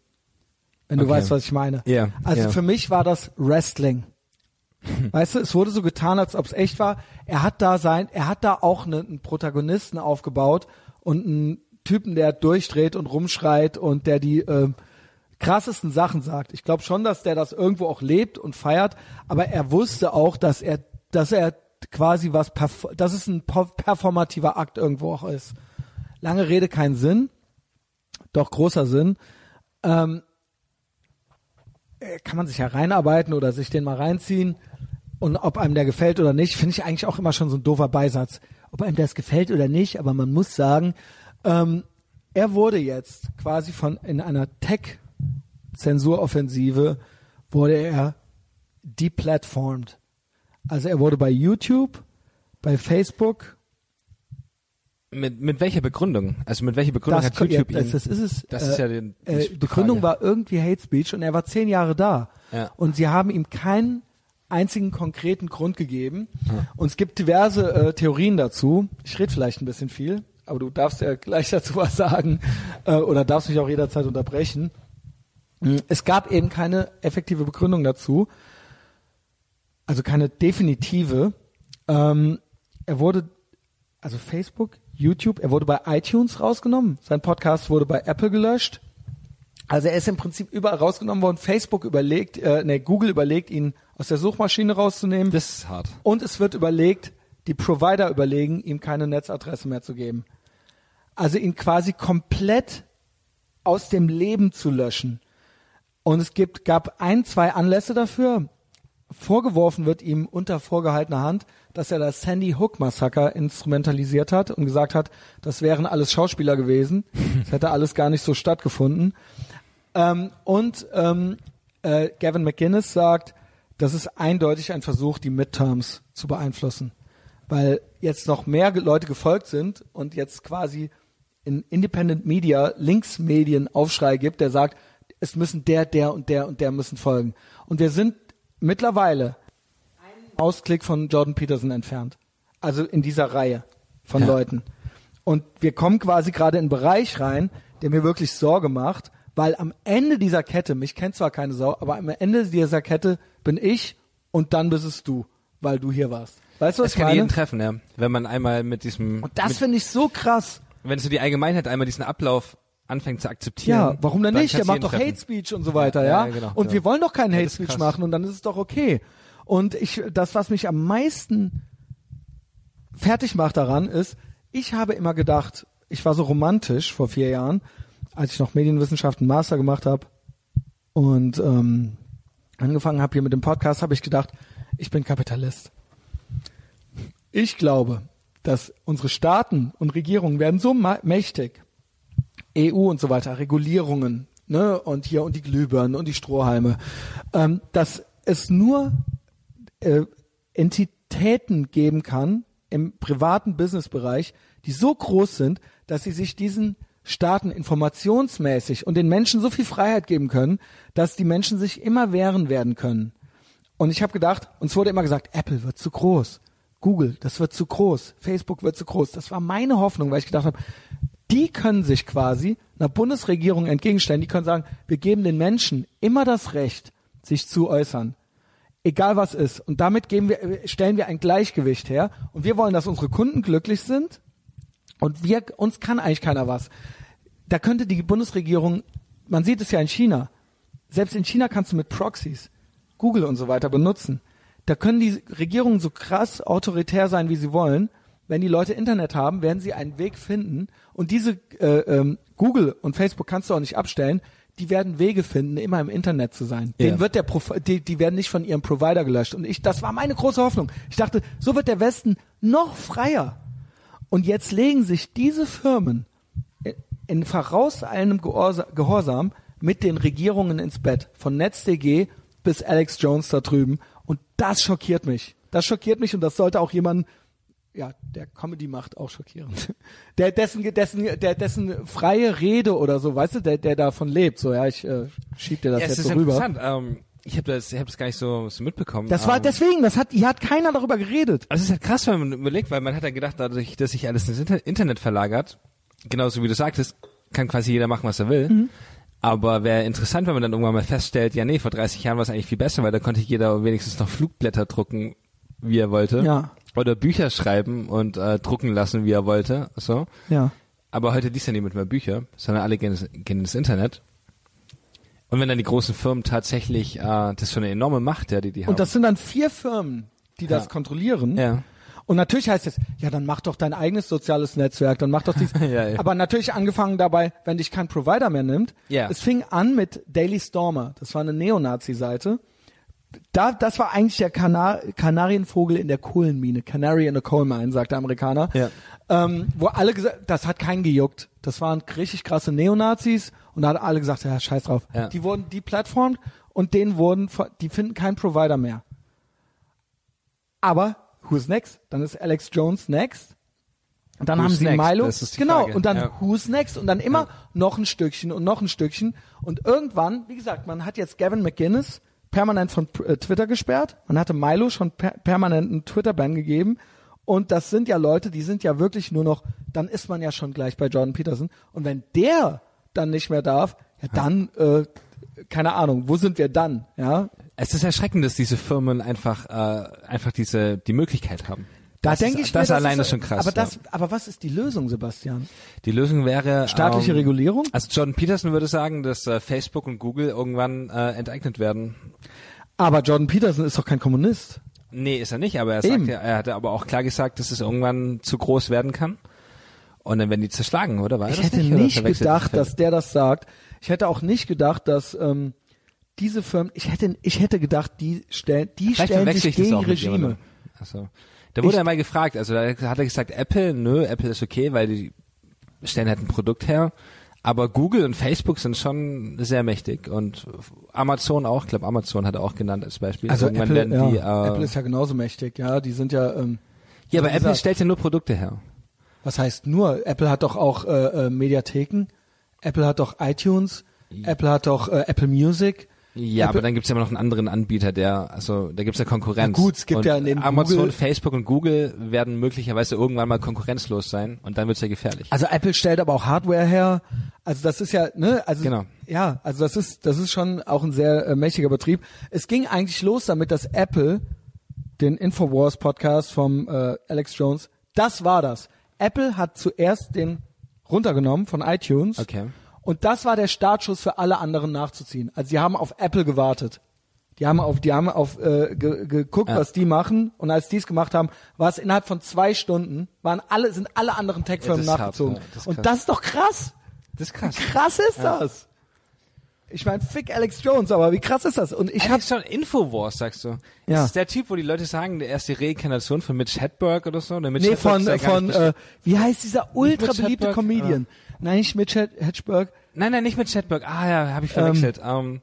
Speaker 1: Wenn du
Speaker 2: Okay.
Speaker 1: weißt, was ich meine.
Speaker 2: Ja,
Speaker 1: Also
Speaker 2: ja.
Speaker 1: für mich war das Wrestling. Weißt du, es wurde so getan, als ob es echt war. Er hat da sein, er hat da auch ne- einen Protagonisten aufgebaut und einen Typen, der durchdreht und rumschreit und der die ähm, krassesten Sachen sagt. Ich glaube schon, dass der das irgendwo auch lebt und feiert, aber er wusste auch, dass er, dass er quasi was, perf- dass es ein perf- performativer Akt irgendwo auch ist. Lange Rede, kein Sinn, doch großer Sinn kann man sich ja reinarbeiten oder sich den mal reinziehen. Und ob einem der gefällt oder nicht, finde ich eigentlich auch immer schon so ein doofer Beisatz. Ob einem das gefällt oder nicht, aber man muss sagen, ähm, er wurde jetzt quasi von in einer Tech-Zensuroffensive wurde er deplatformt. Also er wurde bei YouTube, bei Facebook,
Speaker 2: Mit, mit welcher Begründung? Also mit welcher Begründung hat
Speaker 1: ja,
Speaker 2: YouTube
Speaker 1: das,
Speaker 2: ihn?
Speaker 1: das ist es.
Speaker 2: Das ist ja den- die
Speaker 1: äh,
Speaker 2: Frage.
Speaker 1: Begründung war irgendwie Hate Speech und er war zehn Jahre da.
Speaker 2: Ja.
Speaker 1: Und sie haben ihm keinen einzigen konkreten Grund gegeben. Und es gibt diverse äh, Theorien dazu. Ich rede vielleicht ein bisschen viel, aber du darfst ja gleich dazu was sagen äh, oder darfst mich auch jederzeit unterbrechen.
Speaker 2: Hm.
Speaker 1: Es gab eben keine effektive Begründung dazu also keine definitive. Ähm, er wurde, also Facebook, YouTube, er wurde bei iTunes rausgenommen. Sein Podcast wurde bei Apple gelöscht. Also er ist im Prinzip überall rausgenommen worden. Facebook überlegt, äh, nee, Google überlegt, ihn aus der Suchmaschine rauszunehmen.
Speaker 2: das ist hart.
Speaker 1: Und es wird überlegt, die Provider überlegen, ihm keine Netzadresse mehr zu geben. Also ihn quasi komplett aus dem Leben zu löschen. Und es gibt, gab ein, zwei Anlässe dafür. Vorgeworfen wird ihm unter vorgehaltener Hand, dass er das Sandy Hook Massaker instrumentalisiert hat und gesagt hat, das wären alles Schauspieler gewesen. Das hätte alles gar nicht so stattgefunden. Ähm, und ähm, äh, Gavin McGuinness sagt, das ist eindeutig ein Versuch, die Midterms zu beeinflussen, weil jetzt noch mehr ge- Leute gefolgt sind und jetzt quasi in Independent Media Linksmedien Aufschrei gibt, der sagt, es müssen der, der und der und der müssen folgen. Und wir sind mittlerweile einen Mausklick von Jordan Peterson entfernt. Also in dieser Reihe von
Speaker 2: Ja.
Speaker 1: Leuten. Und wir kommen quasi gerade in einen Bereich rein, der mir wirklich Sorge macht, weil am Ende dieser Kette, mich kennt zwar keine Sau, aber am Ende dieser Kette bin ich und dann bist es du, weil du hier warst. Weißt du, was
Speaker 2: Das
Speaker 1: ich
Speaker 2: kann
Speaker 1: meine?
Speaker 2: jeden treffen, ja. Wenn man einmal mit diesem,
Speaker 1: Und das finde ich so krass.
Speaker 2: wenn so die Allgemeinheit einmal diesen Ablauf anfängt zu akzeptieren.
Speaker 1: Ja, warum denn
Speaker 2: dann
Speaker 1: nicht? Der
Speaker 2: kannst du
Speaker 1: macht
Speaker 2: jeden
Speaker 1: doch
Speaker 2: treffen.
Speaker 1: Hate Speech und so weiter, ja?
Speaker 2: Ja, ja, genau,
Speaker 1: und wir
Speaker 2: genau.
Speaker 1: wollen doch keinen Hate
Speaker 2: das ist
Speaker 1: Speech
Speaker 2: krass.
Speaker 1: machen und dann ist es doch okay. Und ich, das, was mich am meisten fertig macht daran, ist, ich habe immer gedacht, ich war so romantisch vor vier Jahren, als ich noch Medienwissenschaften Master gemacht habe und ähm, angefangen habe hier mit dem Podcast, habe ich gedacht, ich bin Kapitalist. Ich glaube, dass unsere Staaten und Regierungen werden so ma- mächtig, EU E und so weiter, Regulierungen, ne, und hier und die Glühbirnen und die Strohhalme, ähm, dass es nur äh, Entitäten geben kann im privaten Businessbereich, die so groß sind, dass sie sich diesen Staaten informationsmäßig und den Menschen so viel Freiheit geben können, dass die Menschen sich immer wehren werden können. Und ich habe gedacht, uns wurde immer gesagt, Apple wird zu groß, Google, das wird zu groß, Facebook wird zu groß. Das war meine Hoffnung, weil ich gedacht habe, die können sich quasi einer Bundesregierung entgegenstellen. Die können sagen, wir geben den Menschen immer das Recht, sich zu äußern. Egal was ist. Und damit geben wir, stellen wir ein Gleichgewicht her. Und wir wollen, dass unsere Kunden glücklich sind. Und wir, uns kann eigentlich keiner was. Da könnte die Bundesregierung, man sieht es ja in China, selbst in China kannst du mit Proxys Google und so weiter benutzen. Da können die Regierungen so krass autoritär sein, wie sie wollen. Wenn die Leute Internet haben, werden sie einen Weg finden. Und diese äh, ähm, Google und Facebook kannst du auch nicht abstellen. Die werden Wege finden, immer im Internet zu sein.
Speaker 2: Ja.
Speaker 1: Den wird der Prof die, die werden nicht von ihrem Provider gelöscht. Und ich, das war meine große Hoffnung. Ich dachte, so wird der Westen noch freier. Und jetzt legen sich diese Firmen in vorauseilendem Gehorsa- Gehorsam mit den Regierungen ins Bett. Von NetzDG bis Alex Jones da drüben. Und das schockiert mich. Das schockiert mich und das sollte auch jemand, ja, der Comedy macht, auch schockieren. Der dessen, dessen, der dessen freie Rede oder so, weißt du, der, der davon lebt. So, ja, ich äh, schieb dir das
Speaker 2: Ja, es
Speaker 1: jetzt
Speaker 2: ist
Speaker 1: so rüber.
Speaker 2: interessant. Ähm, ich habe das, ich hab das gar nicht so, so mitbekommen.
Speaker 1: Das war
Speaker 2: ähm,
Speaker 1: deswegen, das hat, hier hat keiner darüber geredet.
Speaker 2: Also es ist halt krass, wenn man überlegt, weil man hat dann gedacht, dadurch, dass sich alles ins Inter Internet verlagert, genauso wie du sagtest, kann quasi jeder machen, was er will.
Speaker 1: Mhm.
Speaker 2: Aber wäre interessant, wenn man dann irgendwann mal feststellt, ja nee, vor 30 Jahren war es eigentlich viel besser, weil da konnte jeder wenigstens noch Flugblätter drucken, wie er wollte.
Speaker 1: Ja.
Speaker 2: Oder Bücher schreiben und äh, drucken lassen, wie er wollte. So.
Speaker 1: Ja.
Speaker 2: Aber heute liest ja niemand mehr Bücher, sondern alle gehen, ins- gehen ins Internet. Und wenn dann die großen Firmen tatsächlich, äh, das ist schon eine enorme Macht, ja, die die haben.
Speaker 1: Und das sind dann vier Firmen, die das
Speaker 2: Ja.
Speaker 1: kontrollieren.
Speaker 2: ja.
Speaker 1: Und natürlich heißt es, ja, dann mach doch dein eigenes soziales Netzwerk, dann mach doch dies.
Speaker 2: Ja, ja.
Speaker 1: Aber natürlich angefangen dabei, wenn dich kein Provider mehr nimmt.
Speaker 2: Ja.
Speaker 1: Es fing an mit Daily Stormer. Das war eine Neonazi-Seite. Da, das war eigentlich der Kanar Kanarienvogel in der Kohlenmine. Canary in a coal mine, sagt der Amerikaner.
Speaker 2: Ja.
Speaker 1: Ähm, wo alle gesagt, das hat keinen gejuckt. Das waren richtig krasse Neonazis und da hat alle gesagt, ja, scheiß drauf.
Speaker 2: Ja.
Speaker 1: Die wurden deplatformt und denen wurden, ver- die finden keinen Provider mehr. Aber who's next? Dann ist Alex Jones next. Und dann
Speaker 2: Who's
Speaker 1: haben sie
Speaker 2: next?
Speaker 1: Milo.
Speaker 2: Das ist die
Speaker 1: genau.
Speaker 2: Frage.
Speaker 1: Und dann
Speaker 2: Ja.
Speaker 1: who's next? Und dann immer noch ein Stückchen und noch ein Stückchen. Und irgendwann, wie gesagt, man hat jetzt Gavin McGinnis permanent von äh, Twitter gesperrt. Man hatte Milo schon per permanent einen Twitter-Ban gegeben. Und das sind ja Leute, die sind ja wirklich nur noch, dann ist man ja schon gleich bei Jordan Peterson. Und wenn der dann nicht mehr darf, ja, dann, äh, keine Ahnung, wo sind wir dann? Ja,
Speaker 2: Es ist erschreckend, dass diese Firmen einfach äh, einfach diese die Möglichkeit haben.
Speaker 1: da
Speaker 2: Das
Speaker 1: denke
Speaker 2: ist-
Speaker 1: ich
Speaker 2: das
Speaker 1: mir,
Speaker 2: allein ist schon krass.
Speaker 1: Aber, das,
Speaker 2: ja. Ähm,
Speaker 1: aber was ist die Lösung, Sebastian?
Speaker 2: Die Lösung wäre
Speaker 1: Staatliche
Speaker 2: ähm,
Speaker 1: Regulierung?
Speaker 2: Also Jordan Peterson würde sagen, dass äh, Facebook und Google irgendwann äh, enteignet werden.
Speaker 1: Aber Jordan Peterson ist doch kein Kommunist.
Speaker 2: Nee, ist er nicht, aber er
Speaker 1: Eben.
Speaker 2: sagt ja, er hatte aber auch klar gesagt, dass es irgendwann zu groß werden kann. Und dann werden die zerschlagen, oder? War er
Speaker 1: Ich
Speaker 2: das
Speaker 1: hätte
Speaker 2: nicht, Oder
Speaker 1: nicht
Speaker 2: verwechsel ich
Speaker 1: gedacht,
Speaker 2: das?
Speaker 1: dass der das sagt. Ich hätte auch nicht gedacht, dass ähm, diese Firmen, ich hätte, ich hätte gedacht, die stellen, die
Speaker 2: Vielleicht
Speaker 1: stellen
Speaker 2: verwechsel
Speaker 1: sich
Speaker 2: ich das
Speaker 1: gegen
Speaker 2: auch mit
Speaker 1: Regime.
Speaker 2: jemandem. Achso. Da wurde
Speaker 1: Ich-
Speaker 2: er mal gefragt, also da hat er gesagt, Apple, nö, Apple ist okay, weil die stellen halt ein Produkt her. Aber Google und Facebook sind schon sehr mächtig und Amazon auch, ich glaube Amazon hat er auch genannt als Beispiel. Irgendwann werden
Speaker 1: ja,
Speaker 2: die, äh,
Speaker 1: Also Apple ist ja genauso mächtig, ja, die sind ja, ähm,
Speaker 2: ja, aber
Speaker 1: wie
Speaker 2: Apple
Speaker 1: gesagt,
Speaker 2: stellt ja nur Produkte her.
Speaker 1: was heißt nur, Apple hat doch auch äh, äh, Mediatheken, Apple hat doch iTunes, Apple hat doch äh, Apple Music,
Speaker 2: Ja,
Speaker 1: Apple-
Speaker 2: aber dann gibt's ja immer noch einen anderen Anbieter, der, also da gibt's ja Konkurrenz.
Speaker 1: Na gut, es gibt
Speaker 2: und
Speaker 1: ja neben
Speaker 2: Amazon,
Speaker 1: Google-
Speaker 2: Facebook und Google werden möglicherweise irgendwann mal konkurrenzlos sein und dann wird's ja gefährlich.
Speaker 1: Also Apple stellt aber auch Hardware her. Also das ist ja, ne, also
Speaker 2: Genau.
Speaker 1: ja, also das ist das ist schon auch ein sehr äh, mächtiger Betrieb. Es ging eigentlich los damit, dass Apple den Infowars Podcast vom äh, Alex Jones, das war das. Apple hat zuerst den runtergenommen von iTunes.
Speaker 2: Okay.
Speaker 1: Und das war der Startschuss für alle anderen nachzuziehen. Also die haben auf Apple gewartet. Die haben auf, die haben auf äh, ge, geguckt,
Speaker 2: Ja.
Speaker 1: was die machen. Und als die es gemacht haben, war es innerhalb von zwei Stunden, waren alle, sind alle anderen Tech-Firmen
Speaker 2: Ja, das ist
Speaker 1: nachgezogen.
Speaker 2: hart, ja, das ist
Speaker 1: und
Speaker 2: krass.
Speaker 1: das ist doch krass.
Speaker 2: Das ist krass.
Speaker 1: Wie krass ist das? Ich meine, fick Alex Jones, aber wie krass ist das? Und ich
Speaker 2: Ich
Speaker 1: hab,
Speaker 2: hab schon Infowars, sagst du.
Speaker 1: Ja.
Speaker 2: Das ist der Typ, wo die Leute sagen, der erste Reinkarnation von Mitch Hedberg oder so. Der Mitch
Speaker 1: nee,
Speaker 2: Hedberg
Speaker 1: von,
Speaker 2: ist ja
Speaker 1: äh,
Speaker 2: gar
Speaker 1: von,
Speaker 2: nicht
Speaker 1: äh, wie heißt dieser ultra beliebte
Speaker 2: Hedberg,
Speaker 1: Comedian? Nein, nicht Mitch Hed- Hedberg.
Speaker 2: Nein, nein, nicht mit Chatberg. Ah ja, habe ich verwechselt. Ähm,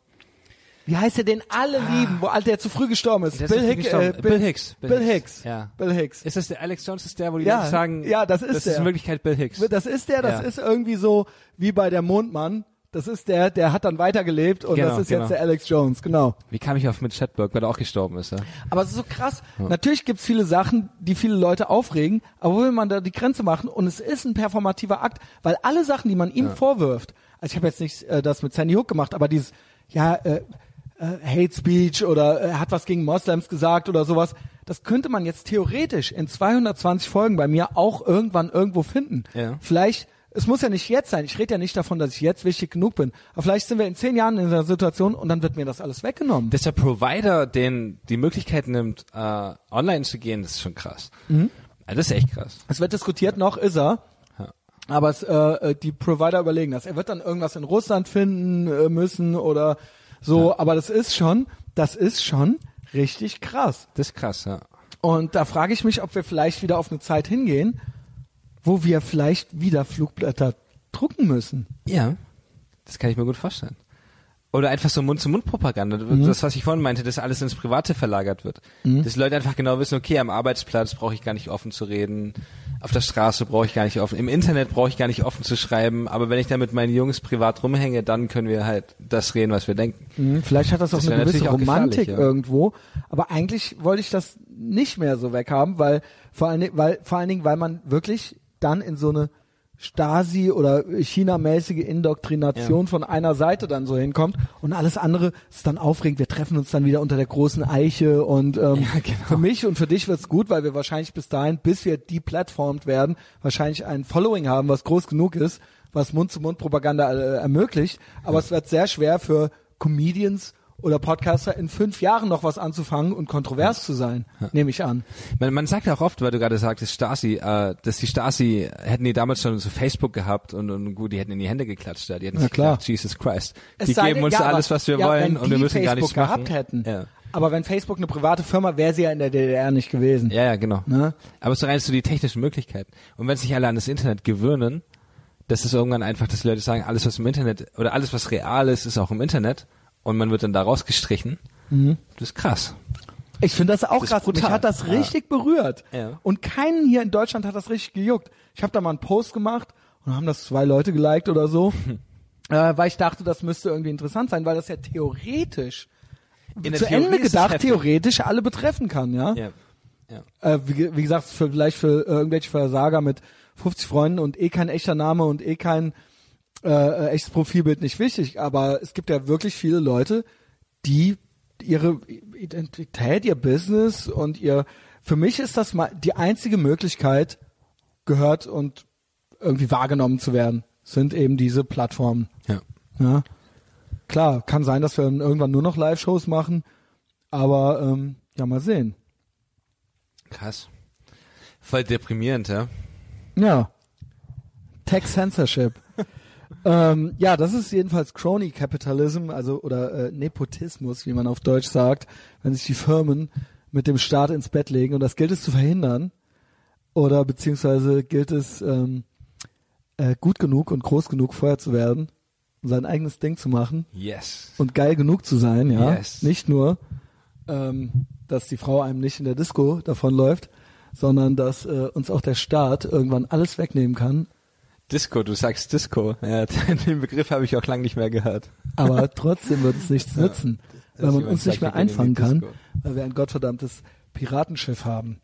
Speaker 1: Wie heißt der, den alle lieben, wo all der zu früh gestorben ist?
Speaker 2: Ah. Der ist
Speaker 1: Bill,
Speaker 2: zu früh
Speaker 1: Hick,
Speaker 2: gestorben.
Speaker 1: Äh,
Speaker 2: Bill Hicks. Bill
Speaker 1: Bill
Speaker 2: Hicks.
Speaker 1: Hicks.
Speaker 2: Ja.
Speaker 1: Bill Hicks.
Speaker 2: ist das der Alex Jones, ist der, wo die
Speaker 1: Ja,
Speaker 2: Leute sagen,
Speaker 1: ja, das ist
Speaker 2: das ist
Speaker 1: der.
Speaker 2: in Wirklichkeit Bill Hicks.
Speaker 1: Das ist der, das
Speaker 2: Ja.
Speaker 1: ist irgendwie so wie bei der Mondmann. Das ist der, der hat dann weitergelebt und
Speaker 2: Genau,
Speaker 1: das ist
Speaker 2: genau.
Speaker 1: jetzt der Alex Jones, genau.
Speaker 2: Wie kam ich auf Mitch Hedberg, weil er auch gestorben ist? Ja?
Speaker 1: Aber es ist so krass. Natürlich gibt's viele Sachen, die viele Leute aufregen, aber wo will man da die Grenze machen? Und es ist ein performativer Akt, weil alle Sachen, die man ihm vorwirft, also ich habe jetzt nicht äh, das mit Sandy Hook gemacht, aber dieses, ja, äh, äh, Hate Speech oder er hat was gegen Moslems gesagt oder sowas, das könnte man jetzt theoretisch in 220 Folgen bei mir auch irgendwann irgendwo finden.
Speaker 2: Ja.
Speaker 1: Vielleicht, es muss ja nicht jetzt sein, ich rede ja nicht davon, dass ich jetzt wichtig genug bin, aber vielleicht sind wir in zehn Jahren in der Situation und dann wird mir das alles weggenommen.
Speaker 2: dass der Provider den die Möglichkeit nimmt, äh, online zu gehen, das ist schon krass.
Speaker 1: Mhm.
Speaker 2: Also das ist echt krass.
Speaker 1: Es wird diskutiert, noch ist er. Aber es, äh, äh, die Provider überlegen das. Er wird dann irgendwas in Russland finden äh, müssen oder so. Aber das ist schon, das ist schon richtig krass.
Speaker 2: Das ist krass, ja.
Speaker 1: Und da frage ich mich, ob wir vielleicht wieder auf eine Zeit hingehen, wo wir vielleicht wieder Flugblätter drucken müssen.
Speaker 2: Ja, das kann ich mir gut vorstellen. Oder einfach so Mund-zu-Mund-Propaganda. Das, was ich vorhin meinte, dass alles ins Private verlagert wird. Dass Leute einfach genau wissen, okay, am Arbeitsplatz brauche ich gar nicht offen zu reden, auf der Straße brauche ich gar nicht offen, im Internet brauche ich gar nicht offen zu schreiben, aber wenn ich da mit meinen Jungs privat rumhänge, dann können wir halt das reden, was wir denken.
Speaker 1: Mhm, Vielleicht hat das, auch
Speaker 2: Das
Speaker 1: eine
Speaker 2: wäre
Speaker 1: gewisse
Speaker 2: natürlich auch gefährlich,
Speaker 1: Romantik
Speaker 2: ja.
Speaker 1: irgendwo, aber eigentlich wollte ich das nicht mehr so weghaben, weil vor allen, Dingen- weil vor allen Dingen, weil man wirklich dann in so eine Stasi oder China-mäßige Indoktrination von einer Seite dann so hinkommt und alles andere ist dann aufregend. Wir treffen uns dann wieder unter der großen Eiche und ähm,
Speaker 2: genau.
Speaker 1: für mich und für dich wird's gut, weil wir wahrscheinlich bis dahin, bis wir deplattformt werden, wahrscheinlich ein Following haben, was groß genug ist, was Mund-zu-Mund-Propaganda äh, ermöglicht. Aber es wird sehr schwer für Comedians oder Podcaster in fünf Jahren noch was anzufangen und kontrovers zu sein, nehme ich an.
Speaker 2: Man, man sagt ja auch oft, weil du gerade sagtest, Stasi, äh, dass die Stasi hätten die damals schon so Facebook gehabt und, und gut, die hätten in die Hände geklatscht, ja, die hätten
Speaker 1: Na
Speaker 2: sich
Speaker 1: klar.
Speaker 2: gedacht, Jesus Christ,
Speaker 1: Es
Speaker 2: die
Speaker 1: sei
Speaker 2: geben
Speaker 1: denn-
Speaker 2: uns
Speaker 1: ja, aber-
Speaker 2: alles, was wir
Speaker 1: ja,
Speaker 2: wollen
Speaker 1: wenn
Speaker 2: und wir
Speaker 1: die
Speaker 2: müssen
Speaker 1: Facebook
Speaker 2: gar nichts machen.
Speaker 1: gehabt hätten.
Speaker 2: Ja.
Speaker 1: Aber wenn Facebook eine private Firma wäre, sie ja in der DDR nicht gewesen.
Speaker 2: ja, ja, genau.
Speaker 1: Ne?
Speaker 2: Aber so rein so die technischen Möglichkeiten. Und wenn sich alle an das Internet gewöhnen, das ist irgendwann einfach, dass die Leute sagen, alles was im Internet oder alles was real ist, ist auch im Internet und man wird dann da rausgestrichen.
Speaker 1: Mhm.
Speaker 2: Das ist krass.
Speaker 1: Ich finde das auch
Speaker 2: Das ist
Speaker 1: krass. Mich
Speaker 2: brutal.
Speaker 1: hat das
Speaker 2: Ja.
Speaker 1: richtig berührt.
Speaker 2: Ja.
Speaker 1: Und keinen hier in Deutschland hat das richtig gejuckt. Ich habe da mal einen Post gemacht und haben das zwei Leute geliked oder so, äh, weil ich dachte, das müsste irgendwie interessant sein, weil das ja theoretisch
Speaker 2: In der
Speaker 1: zu
Speaker 2: Theorie
Speaker 1: Ende
Speaker 2: ist es
Speaker 1: gedacht
Speaker 2: heftig.
Speaker 1: theoretisch alle betreffen kann, ja.
Speaker 2: Ja. Ja.
Speaker 1: Äh, wie, ge- wie gesagt, für, vielleicht für äh, irgendwelche Versager mit 50 Freunden und eh kein echter Name und eh kein äh, äh, echtes Profilbild nicht wichtig, aber es gibt ja wirklich viele Leute, die ihre Identität, ihr Business und ihr für mich ist das mal die einzige Möglichkeit, gehört und irgendwie wahrgenommen zu werden, sind eben diese Plattformen.
Speaker 2: ja.
Speaker 1: Ja. Klar, kann sein, dass wir dann irgendwann nur noch Live-Shows machen, aber ähm, ja, mal sehen.
Speaker 2: Krass. Voll deprimierend, ja.
Speaker 1: Ja. Tech Censorship. ähm, ja, das ist jedenfalls Crony Capitalism, also oder äh, Nepotismus, wie man auf Deutsch sagt, wenn sich die Firmen mit dem Staat ins Bett legen und das gilt es zu verhindern oder beziehungsweise gilt es ähm, äh, gut genug und groß genug vorher zu werden, um sein eigenes Ding zu machen
Speaker 2: Yes.
Speaker 1: und geil genug zu sein, ja.
Speaker 2: Yes.
Speaker 1: Nicht nur, ähm, dass die Frau einem nicht in der Disco davonläuft, sondern dass äh, uns auch der Staat irgendwann alles wegnehmen kann
Speaker 2: Disco, du sagst Disco. Ja, den Begriff habe ich auch lange nicht mehr gehört.
Speaker 1: Aber trotzdem wird es nichts nützen, weil man
Speaker 2: jemand
Speaker 1: uns nicht
Speaker 2: sagt,
Speaker 1: mehr
Speaker 2: wir gehen in
Speaker 1: einfangen
Speaker 2: die
Speaker 1: kann,
Speaker 2: Disco.
Speaker 1: weil wir ein gottverdammtes Piratenschiff haben.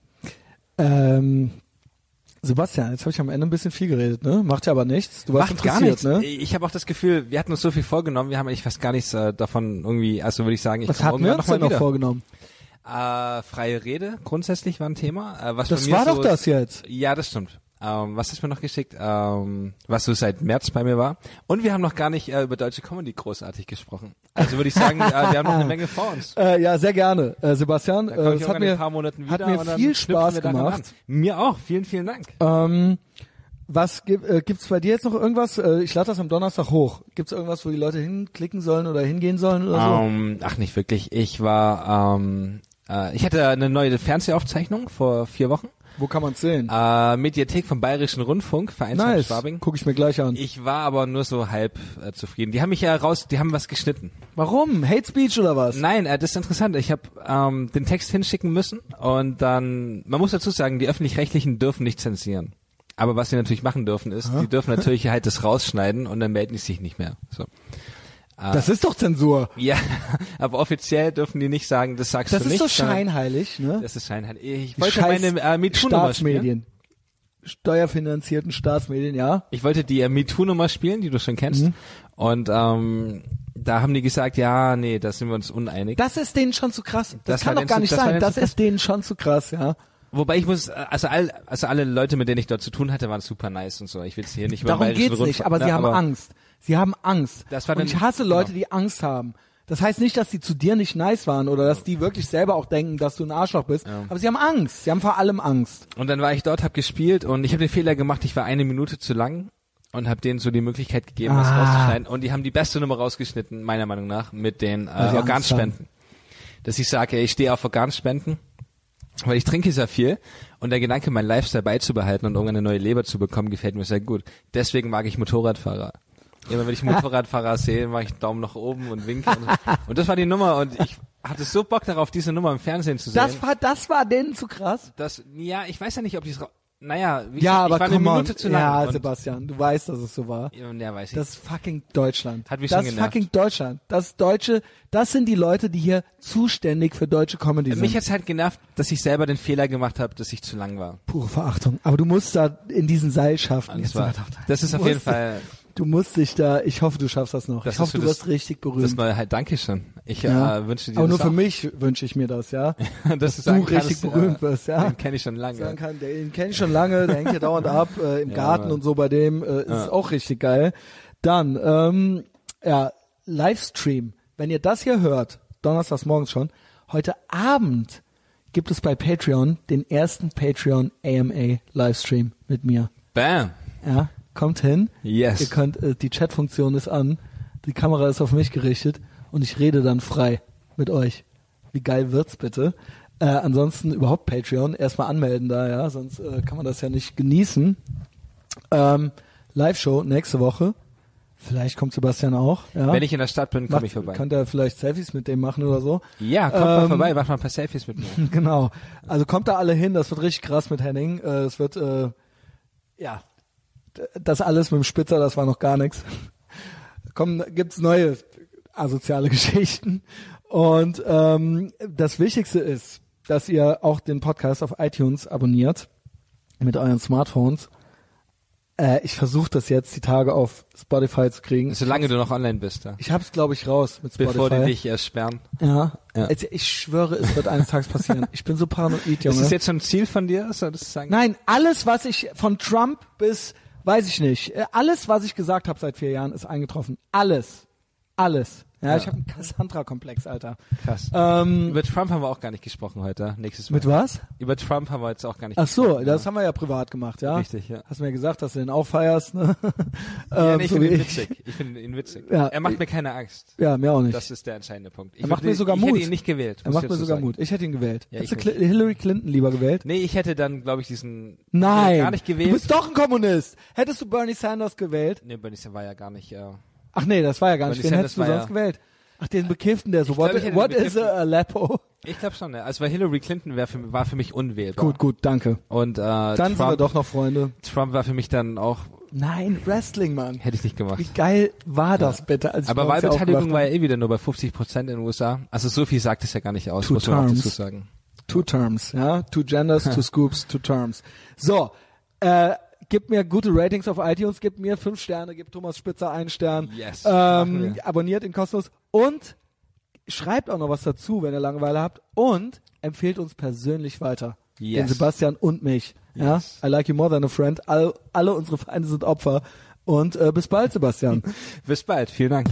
Speaker 1: Ähm, Sebastian, jetzt habe ich am Ende ein bisschen viel geredet, ne? Macht ja aber nichts. Du warst
Speaker 2: Macht gar
Speaker 1: interessiert,
Speaker 2: nichts.
Speaker 1: ne?
Speaker 2: Ich habe auch das Gefühl, wir hatten uns so viel vorgenommen, wir haben eigentlich fast gar nichts äh, davon irgendwie, also würde ich sagen, ich
Speaker 1: Was
Speaker 2: komm
Speaker 1: hatten wir
Speaker 2: irgendwann
Speaker 1: uns
Speaker 2: noch
Speaker 1: denn
Speaker 2: mal
Speaker 1: noch
Speaker 2: wieder.
Speaker 1: vorgenommen?
Speaker 2: Äh, freie Rede grundsätzlich war ein Thema. Äh, was
Speaker 1: Das
Speaker 2: bei mir
Speaker 1: war
Speaker 2: so
Speaker 1: doch das jetzt.
Speaker 2: Ja, das stimmt. Ähm, was hast du mir noch geschickt? Ähm, was so seit März bei mir war. Und wir haben noch gar nicht äh, über deutsche Comedy großartig gesprochen. Also würde ich sagen, äh, wir haben noch eine Menge vor uns.
Speaker 1: Äh, ja, sehr gerne, äh, Sebastian.
Speaker 2: Da
Speaker 1: Äh,
Speaker 2: komme ich
Speaker 1: es
Speaker 2: irgendwann
Speaker 1: hat
Speaker 2: in
Speaker 1: mir,
Speaker 2: ein paar Monaten wieder.
Speaker 1: hat mir
Speaker 2: und dann
Speaker 1: viel
Speaker 2: knüpfen wir
Speaker 1: Spaß
Speaker 2: daran
Speaker 1: gemacht.
Speaker 2: An. Mir auch. Vielen, vielen Dank.
Speaker 1: Ähm, was gibt, äh, gibt's bei dir jetzt noch irgendwas? Äh, ich lade das am Donnerstag hoch. Gibt's irgendwas, wo die Leute hinklicken sollen oder hingehen sollen oder so?
Speaker 2: Ähm, ach, nicht wirklich. Ich war, ähm, äh, ich hatte eine neue Fernsehaufzeichnung vor vier Wochen.
Speaker 1: Wo kann man's sehen?
Speaker 2: Äh, Mediathek vom Bayerischen Rundfunk, Vereinsheim
Speaker 1: nice.
Speaker 2: Schwabing.
Speaker 1: Guck ich mir gleich an.
Speaker 2: Ich war aber nur so halb äh, zufrieden. Die haben mich ja raus, die haben was geschnitten.
Speaker 1: Warum? Hate Speech oder was?
Speaker 2: Nein, äh, das ist interessant. Ich habe ähm, den Text hinschicken müssen und dann, man muss dazu sagen, die öffentlich-rechtlichen dürfen nicht zensieren. Aber was sie natürlich machen dürfen ist, die dürfen natürlich halt das rausschneiden und dann melden die sich nicht mehr. So.
Speaker 1: Das ist doch Zensur.
Speaker 2: Ja, aber offiziell dürfen die nicht sagen, das sagst
Speaker 1: Das
Speaker 2: du
Speaker 1: ist
Speaker 2: nicht.
Speaker 1: doch
Speaker 2: sondern-
Speaker 1: scheinheilig, ne?
Speaker 2: Das ist scheinheilig. Ich
Speaker 1: Die
Speaker 2: wollte
Speaker 1: scheiß
Speaker 2: meine äh, MeToo-Nummer spielen.
Speaker 1: Staatsmedien. Steuerfinanzierten Staatsmedien, ja.
Speaker 2: Ich wollte die äh, MeToo-Nummer spielen, die du schon kennst.
Speaker 1: Mhm.
Speaker 2: Und ähm, da haben die gesagt, ja, nee, da sind wir uns uneinig.
Speaker 1: Das ist denen schon zu krass. Das,
Speaker 2: Das
Speaker 1: kann
Speaker 2: war
Speaker 1: doch
Speaker 2: denen
Speaker 1: gar
Speaker 2: zu-
Speaker 1: nicht
Speaker 2: das war
Speaker 1: sein.
Speaker 2: denen
Speaker 1: Das
Speaker 2: zu krass.
Speaker 1: ist denen schon zu krass, ja.
Speaker 2: Wobei ich muss, äh, also, all, also alle Leute, mit denen ich dort zu tun hatte, waren super nice und so. Ich will es hier nicht über den
Speaker 1: Darum
Speaker 2: Bayerischen
Speaker 1: geht's nicht,
Speaker 2: Rundfunk-
Speaker 1: aber sie
Speaker 2: Na,
Speaker 1: haben Angst. Sie haben Angst.
Speaker 2: ne, Das war
Speaker 1: und
Speaker 2: dann-
Speaker 1: ich hasse
Speaker 2: genau.
Speaker 1: Leute, die Angst haben. Das heißt nicht, dass die zu dir nicht nice waren oder dass die wirklich selber auch denken, dass du ein Arschloch bist. Aber sie haben Angst. Sie haben vor allem Angst.
Speaker 2: Und dann war ich dort, hab gespielt und ich habe den Fehler gemacht, ich war eine Minute zu lang und habe denen so die Möglichkeit gegeben, das
Speaker 1: Ah.
Speaker 2: rauszuschneiden. Und die haben die beste Nummer rausgeschnitten, meiner Meinung nach, mit den äh,
Speaker 1: sie Angst
Speaker 2: Organspenden. Dass ich sage, ich stehe auf Organspenden, weil ich trinke sehr viel und der Gedanke, mein Lifestyle beizubehalten und irgendeine neue Leber zu bekommen, gefällt mir sehr gut. Deswegen mag ich Motorradfahrer. Immer wenn ich Motorradfahrer sehe, mache ich einen Daumen nach oben und winke. Und, so. und das war die Nummer und ich hatte so Bock darauf, diese Nummer im Fernsehen zu sehen.
Speaker 1: Das war, das war denen zu krass.
Speaker 2: Das, ja, ich weiß ja nicht, ob die es. Naja, wie
Speaker 1: Ja,
Speaker 2: gesagt,
Speaker 1: aber
Speaker 2: ich war eine
Speaker 1: come on.
Speaker 2: Minute zu lang.
Speaker 1: ja,
Speaker 2: und,
Speaker 1: Sebastian, du weißt, dass es so war.
Speaker 2: Ja, und ja, weiß ich.
Speaker 1: Das ist fucking Deutschland.
Speaker 2: Hat mich
Speaker 1: das
Speaker 2: schon
Speaker 1: ist
Speaker 2: genervt.
Speaker 1: fucking Deutschland. Das deutsche, das sind die Leute, die hier zuständig für deutsche Comedy sind.
Speaker 2: Mich hat's halt genervt, dass ich selber den Fehler gemacht habe, dass ich zu lang war.
Speaker 1: pure Verachtung. Aber du musst da in diesen Seilschaften.
Speaker 2: Das, war, das ist auf
Speaker 1: musst-
Speaker 2: jeden Fall
Speaker 1: Du musst dich da, ich hoffe, du schaffst das noch.
Speaker 2: Das
Speaker 1: ich hoffe,
Speaker 2: ist so
Speaker 1: du
Speaker 2: das-
Speaker 1: wirst richtig
Speaker 2: das
Speaker 1: berühmt.
Speaker 2: neue halt. Dankeschön. Ich äh, wünsche dir
Speaker 1: Aber nur
Speaker 2: das
Speaker 1: für
Speaker 2: auch.
Speaker 1: mich wünsche ich mir das, ja.
Speaker 2: dass
Speaker 1: du richtig berühmt wirst, ja.
Speaker 2: äh, Den kenne ich schon lange.
Speaker 1: Sagen kann, den kenne ich schon lange, der hängt ja dauernd ab äh, im Garten
Speaker 2: Mann.
Speaker 1: und so bei dem äh, ist es auch richtig geil. Dann ähm, ja, Livestream, wenn ihr das hier hört, donnerstags morgens schon, heute Abend gibt es bei Patreon den ersten Patreon AMA Livestream mit mir.
Speaker 2: Bam.
Speaker 1: Ja, kommt hin.
Speaker 2: Yes.
Speaker 1: Ihr könnt äh, die Chatfunktion ist an, die Kamera ist auf mich gerichtet und ich rede dann frei mit euch. Wie geil wird's bitte? Äh, ansonsten überhaupt Patreon erstmal anmelden da, ja, sonst äh, kann man das ja nicht genießen. Ähm, Live-Show nächste Woche. Vielleicht kommt Sebastian auch. Ja.
Speaker 2: Wenn ich in der Stadt bin, komme ich vorbei.
Speaker 1: Könnt ihr vielleicht Selfies mit dem machen oder so?
Speaker 2: ja, kommt mal
Speaker 1: Ähm,
Speaker 2: vorbei, mach mal ein paar Selfies mit mir.
Speaker 1: Genau. Also kommt da alle hin, das wird richtig krass mit Henning. Äh, Es wird, äh, ja, d- das alles mit dem Spitzer, das war noch gar nichts. Kommen, gibt's neue asoziale Geschichten. Und ähm, das Wichtigste ist, dass ihr auch den Podcast auf iTunes abonniert mit euren Smartphones. Äh, ich versuche das jetzt, die Tage auf Spotify zu kriegen.
Speaker 2: Solange du noch online bist, ja.
Speaker 1: Ich hab's, glaube ich, raus mit Spotify.
Speaker 2: Bevor die dich äh, sperren.
Speaker 1: ja.
Speaker 2: Ja.
Speaker 1: Also Ich schwöre, es wird eines Tages passieren. Ich bin so paranoid, Junge.
Speaker 2: Ist das jetzt schon ein Ziel von dir? Solltest du sagen?
Speaker 1: Nein, alles, was ich von Trump bis, weiß ich nicht, äh, alles, was ich gesagt habe seit vier Jahren, ist eingetroffen. Alles. Alles. Ja, ich habe einen Cassandra-Komplex, Alter.
Speaker 2: Krass.
Speaker 1: Ähm,
Speaker 2: Über Trump haben wir auch gar nicht gesprochen heute. Nächstes Mal.
Speaker 1: mit was?
Speaker 2: Über Trump haben wir jetzt auch gar nicht
Speaker 1: Ach so,
Speaker 2: gesprochen.
Speaker 1: das haben wir ja privat gemacht, ja?
Speaker 2: Richtig, ja.
Speaker 1: Hast mir gesagt, dass du den auch feierst, ne?
Speaker 2: ja,
Speaker 1: Ähm,
Speaker 2: nee, ich
Speaker 1: so
Speaker 2: finde
Speaker 1: wie
Speaker 2: ihn witzig. Ich finde ihn witzig.
Speaker 1: Ja,
Speaker 2: er macht
Speaker 1: ich-
Speaker 2: mir keine Angst.
Speaker 1: Ja, mir auch nicht.
Speaker 2: Das ist der entscheidende Punkt. Ich
Speaker 1: Er macht
Speaker 2: würde-
Speaker 1: mir sogar
Speaker 2: ich
Speaker 1: Mut.
Speaker 2: hätte ihn nicht gewählt.
Speaker 1: er
Speaker 2: muss
Speaker 1: macht
Speaker 2: ich
Speaker 1: mir
Speaker 2: dazu
Speaker 1: sogar
Speaker 2: sagen.
Speaker 1: Mut. Ich hätte ihn gewählt.
Speaker 2: Ja,
Speaker 1: Hättest du
Speaker 2: ich
Speaker 1: Cl- Hillary Clinton lieber gewählt?
Speaker 2: Nee, ich hätte dann, glaube ich, diesen ich
Speaker 1: Nein.
Speaker 2: hätte gar nicht gewählt.
Speaker 1: Du bist doch ein Kommunist. Hättest du Bernie Sanders gewählt?
Speaker 2: nee, Bernie Sanders war ja gar nicht. Äh,
Speaker 1: Ach nee, das war ja gar nicht.
Speaker 2: Bernie
Speaker 1: Wen
Speaker 2: Sanders
Speaker 1: hättest du
Speaker 2: war
Speaker 1: sonst
Speaker 2: ja-
Speaker 1: gewählt? Ach, den Bekifften, der so,
Speaker 2: glaub,
Speaker 1: what,
Speaker 2: ich hätte
Speaker 1: what
Speaker 2: den
Speaker 1: is a Aleppo?
Speaker 2: ich glaube schon. ne? Also weil Hillary Clinton wär für, mi- war für mich unwählbar.
Speaker 1: Gut, gut, danke.
Speaker 2: Und äh,
Speaker 1: Dann sind wir
Speaker 2: Trump,
Speaker 1: doch noch Freunde.
Speaker 2: Trump war für mich dann auch
Speaker 1: Nein, Wrestling, Mann.
Speaker 2: Hätte ich nicht gemacht.
Speaker 1: Wie geil war das bitte? Als ich
Speaker 2: Aber
Speaker 1: bei uns ja
Speaker 2: Wahlbeteiligung
Speaker 1: aufgewacht
Speaker 2: war ja eh wieder nur bei 50 Prozent in den USA. Also so viel sagt es ja gar nicht aus,
Speaker 1: Two
Speaker 2: muss man auch
Speaker 1: terms.
Speaker 2: dazu sagen.
Speaker 1: Two terms, ja. Two genders, two scoops, two terms. So, äh, gib mir gute Ratings auf iTunes, gib mir fünf Sterne, gib Thomas Spitzer einen Stern.
Speaker 2: Yes, machen
Speaker 1: ähm,
Speaker 2: wir.
Speaker 1: abonniert ihn kostenlos und schreibt auch noch was dazu, wenn ihr Langeweile habt und empfehlt uns persönlich weiter.
Speaker 2: Yes.
Speaker 1: Den Sebastian und mich.
Speaker 2: Yes.
Speaker 1: Ja, I like you more than a friend. All, alle unsere Feinde sind Opfer. Und äh, bis bald, Sebastian.
Speaker 2: Bis bald, vielen Dank.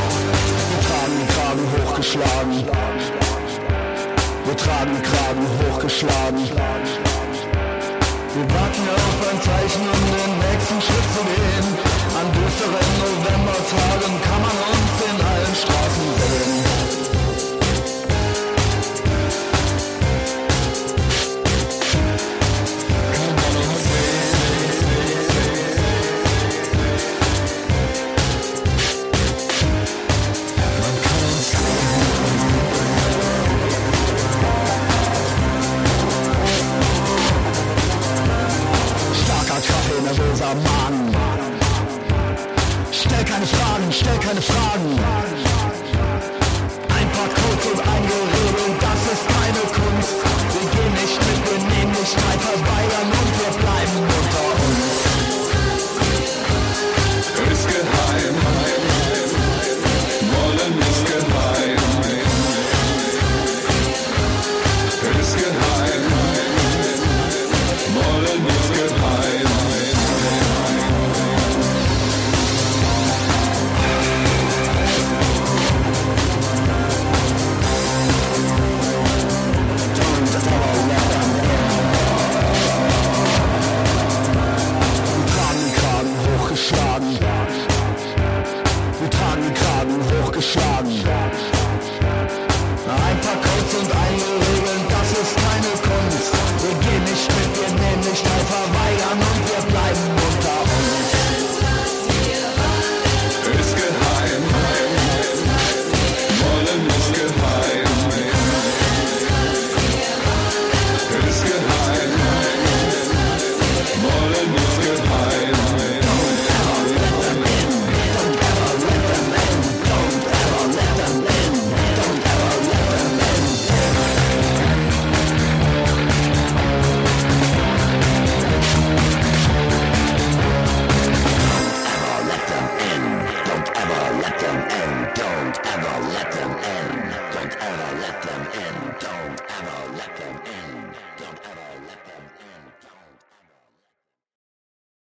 Speaker 3: tragen Kragen hochgeschlagen. Wir tragen Kragen hochgeschlagen. Wir warten auf ein Zeichen, um den nächsten Schritt zu gehen. An düsteren Novembertagen kann man uns in allen Straßen sehen. Kann man uns Starker Kaffee, nervöser Magen. Stell keine Fragen, stell keine Fragen.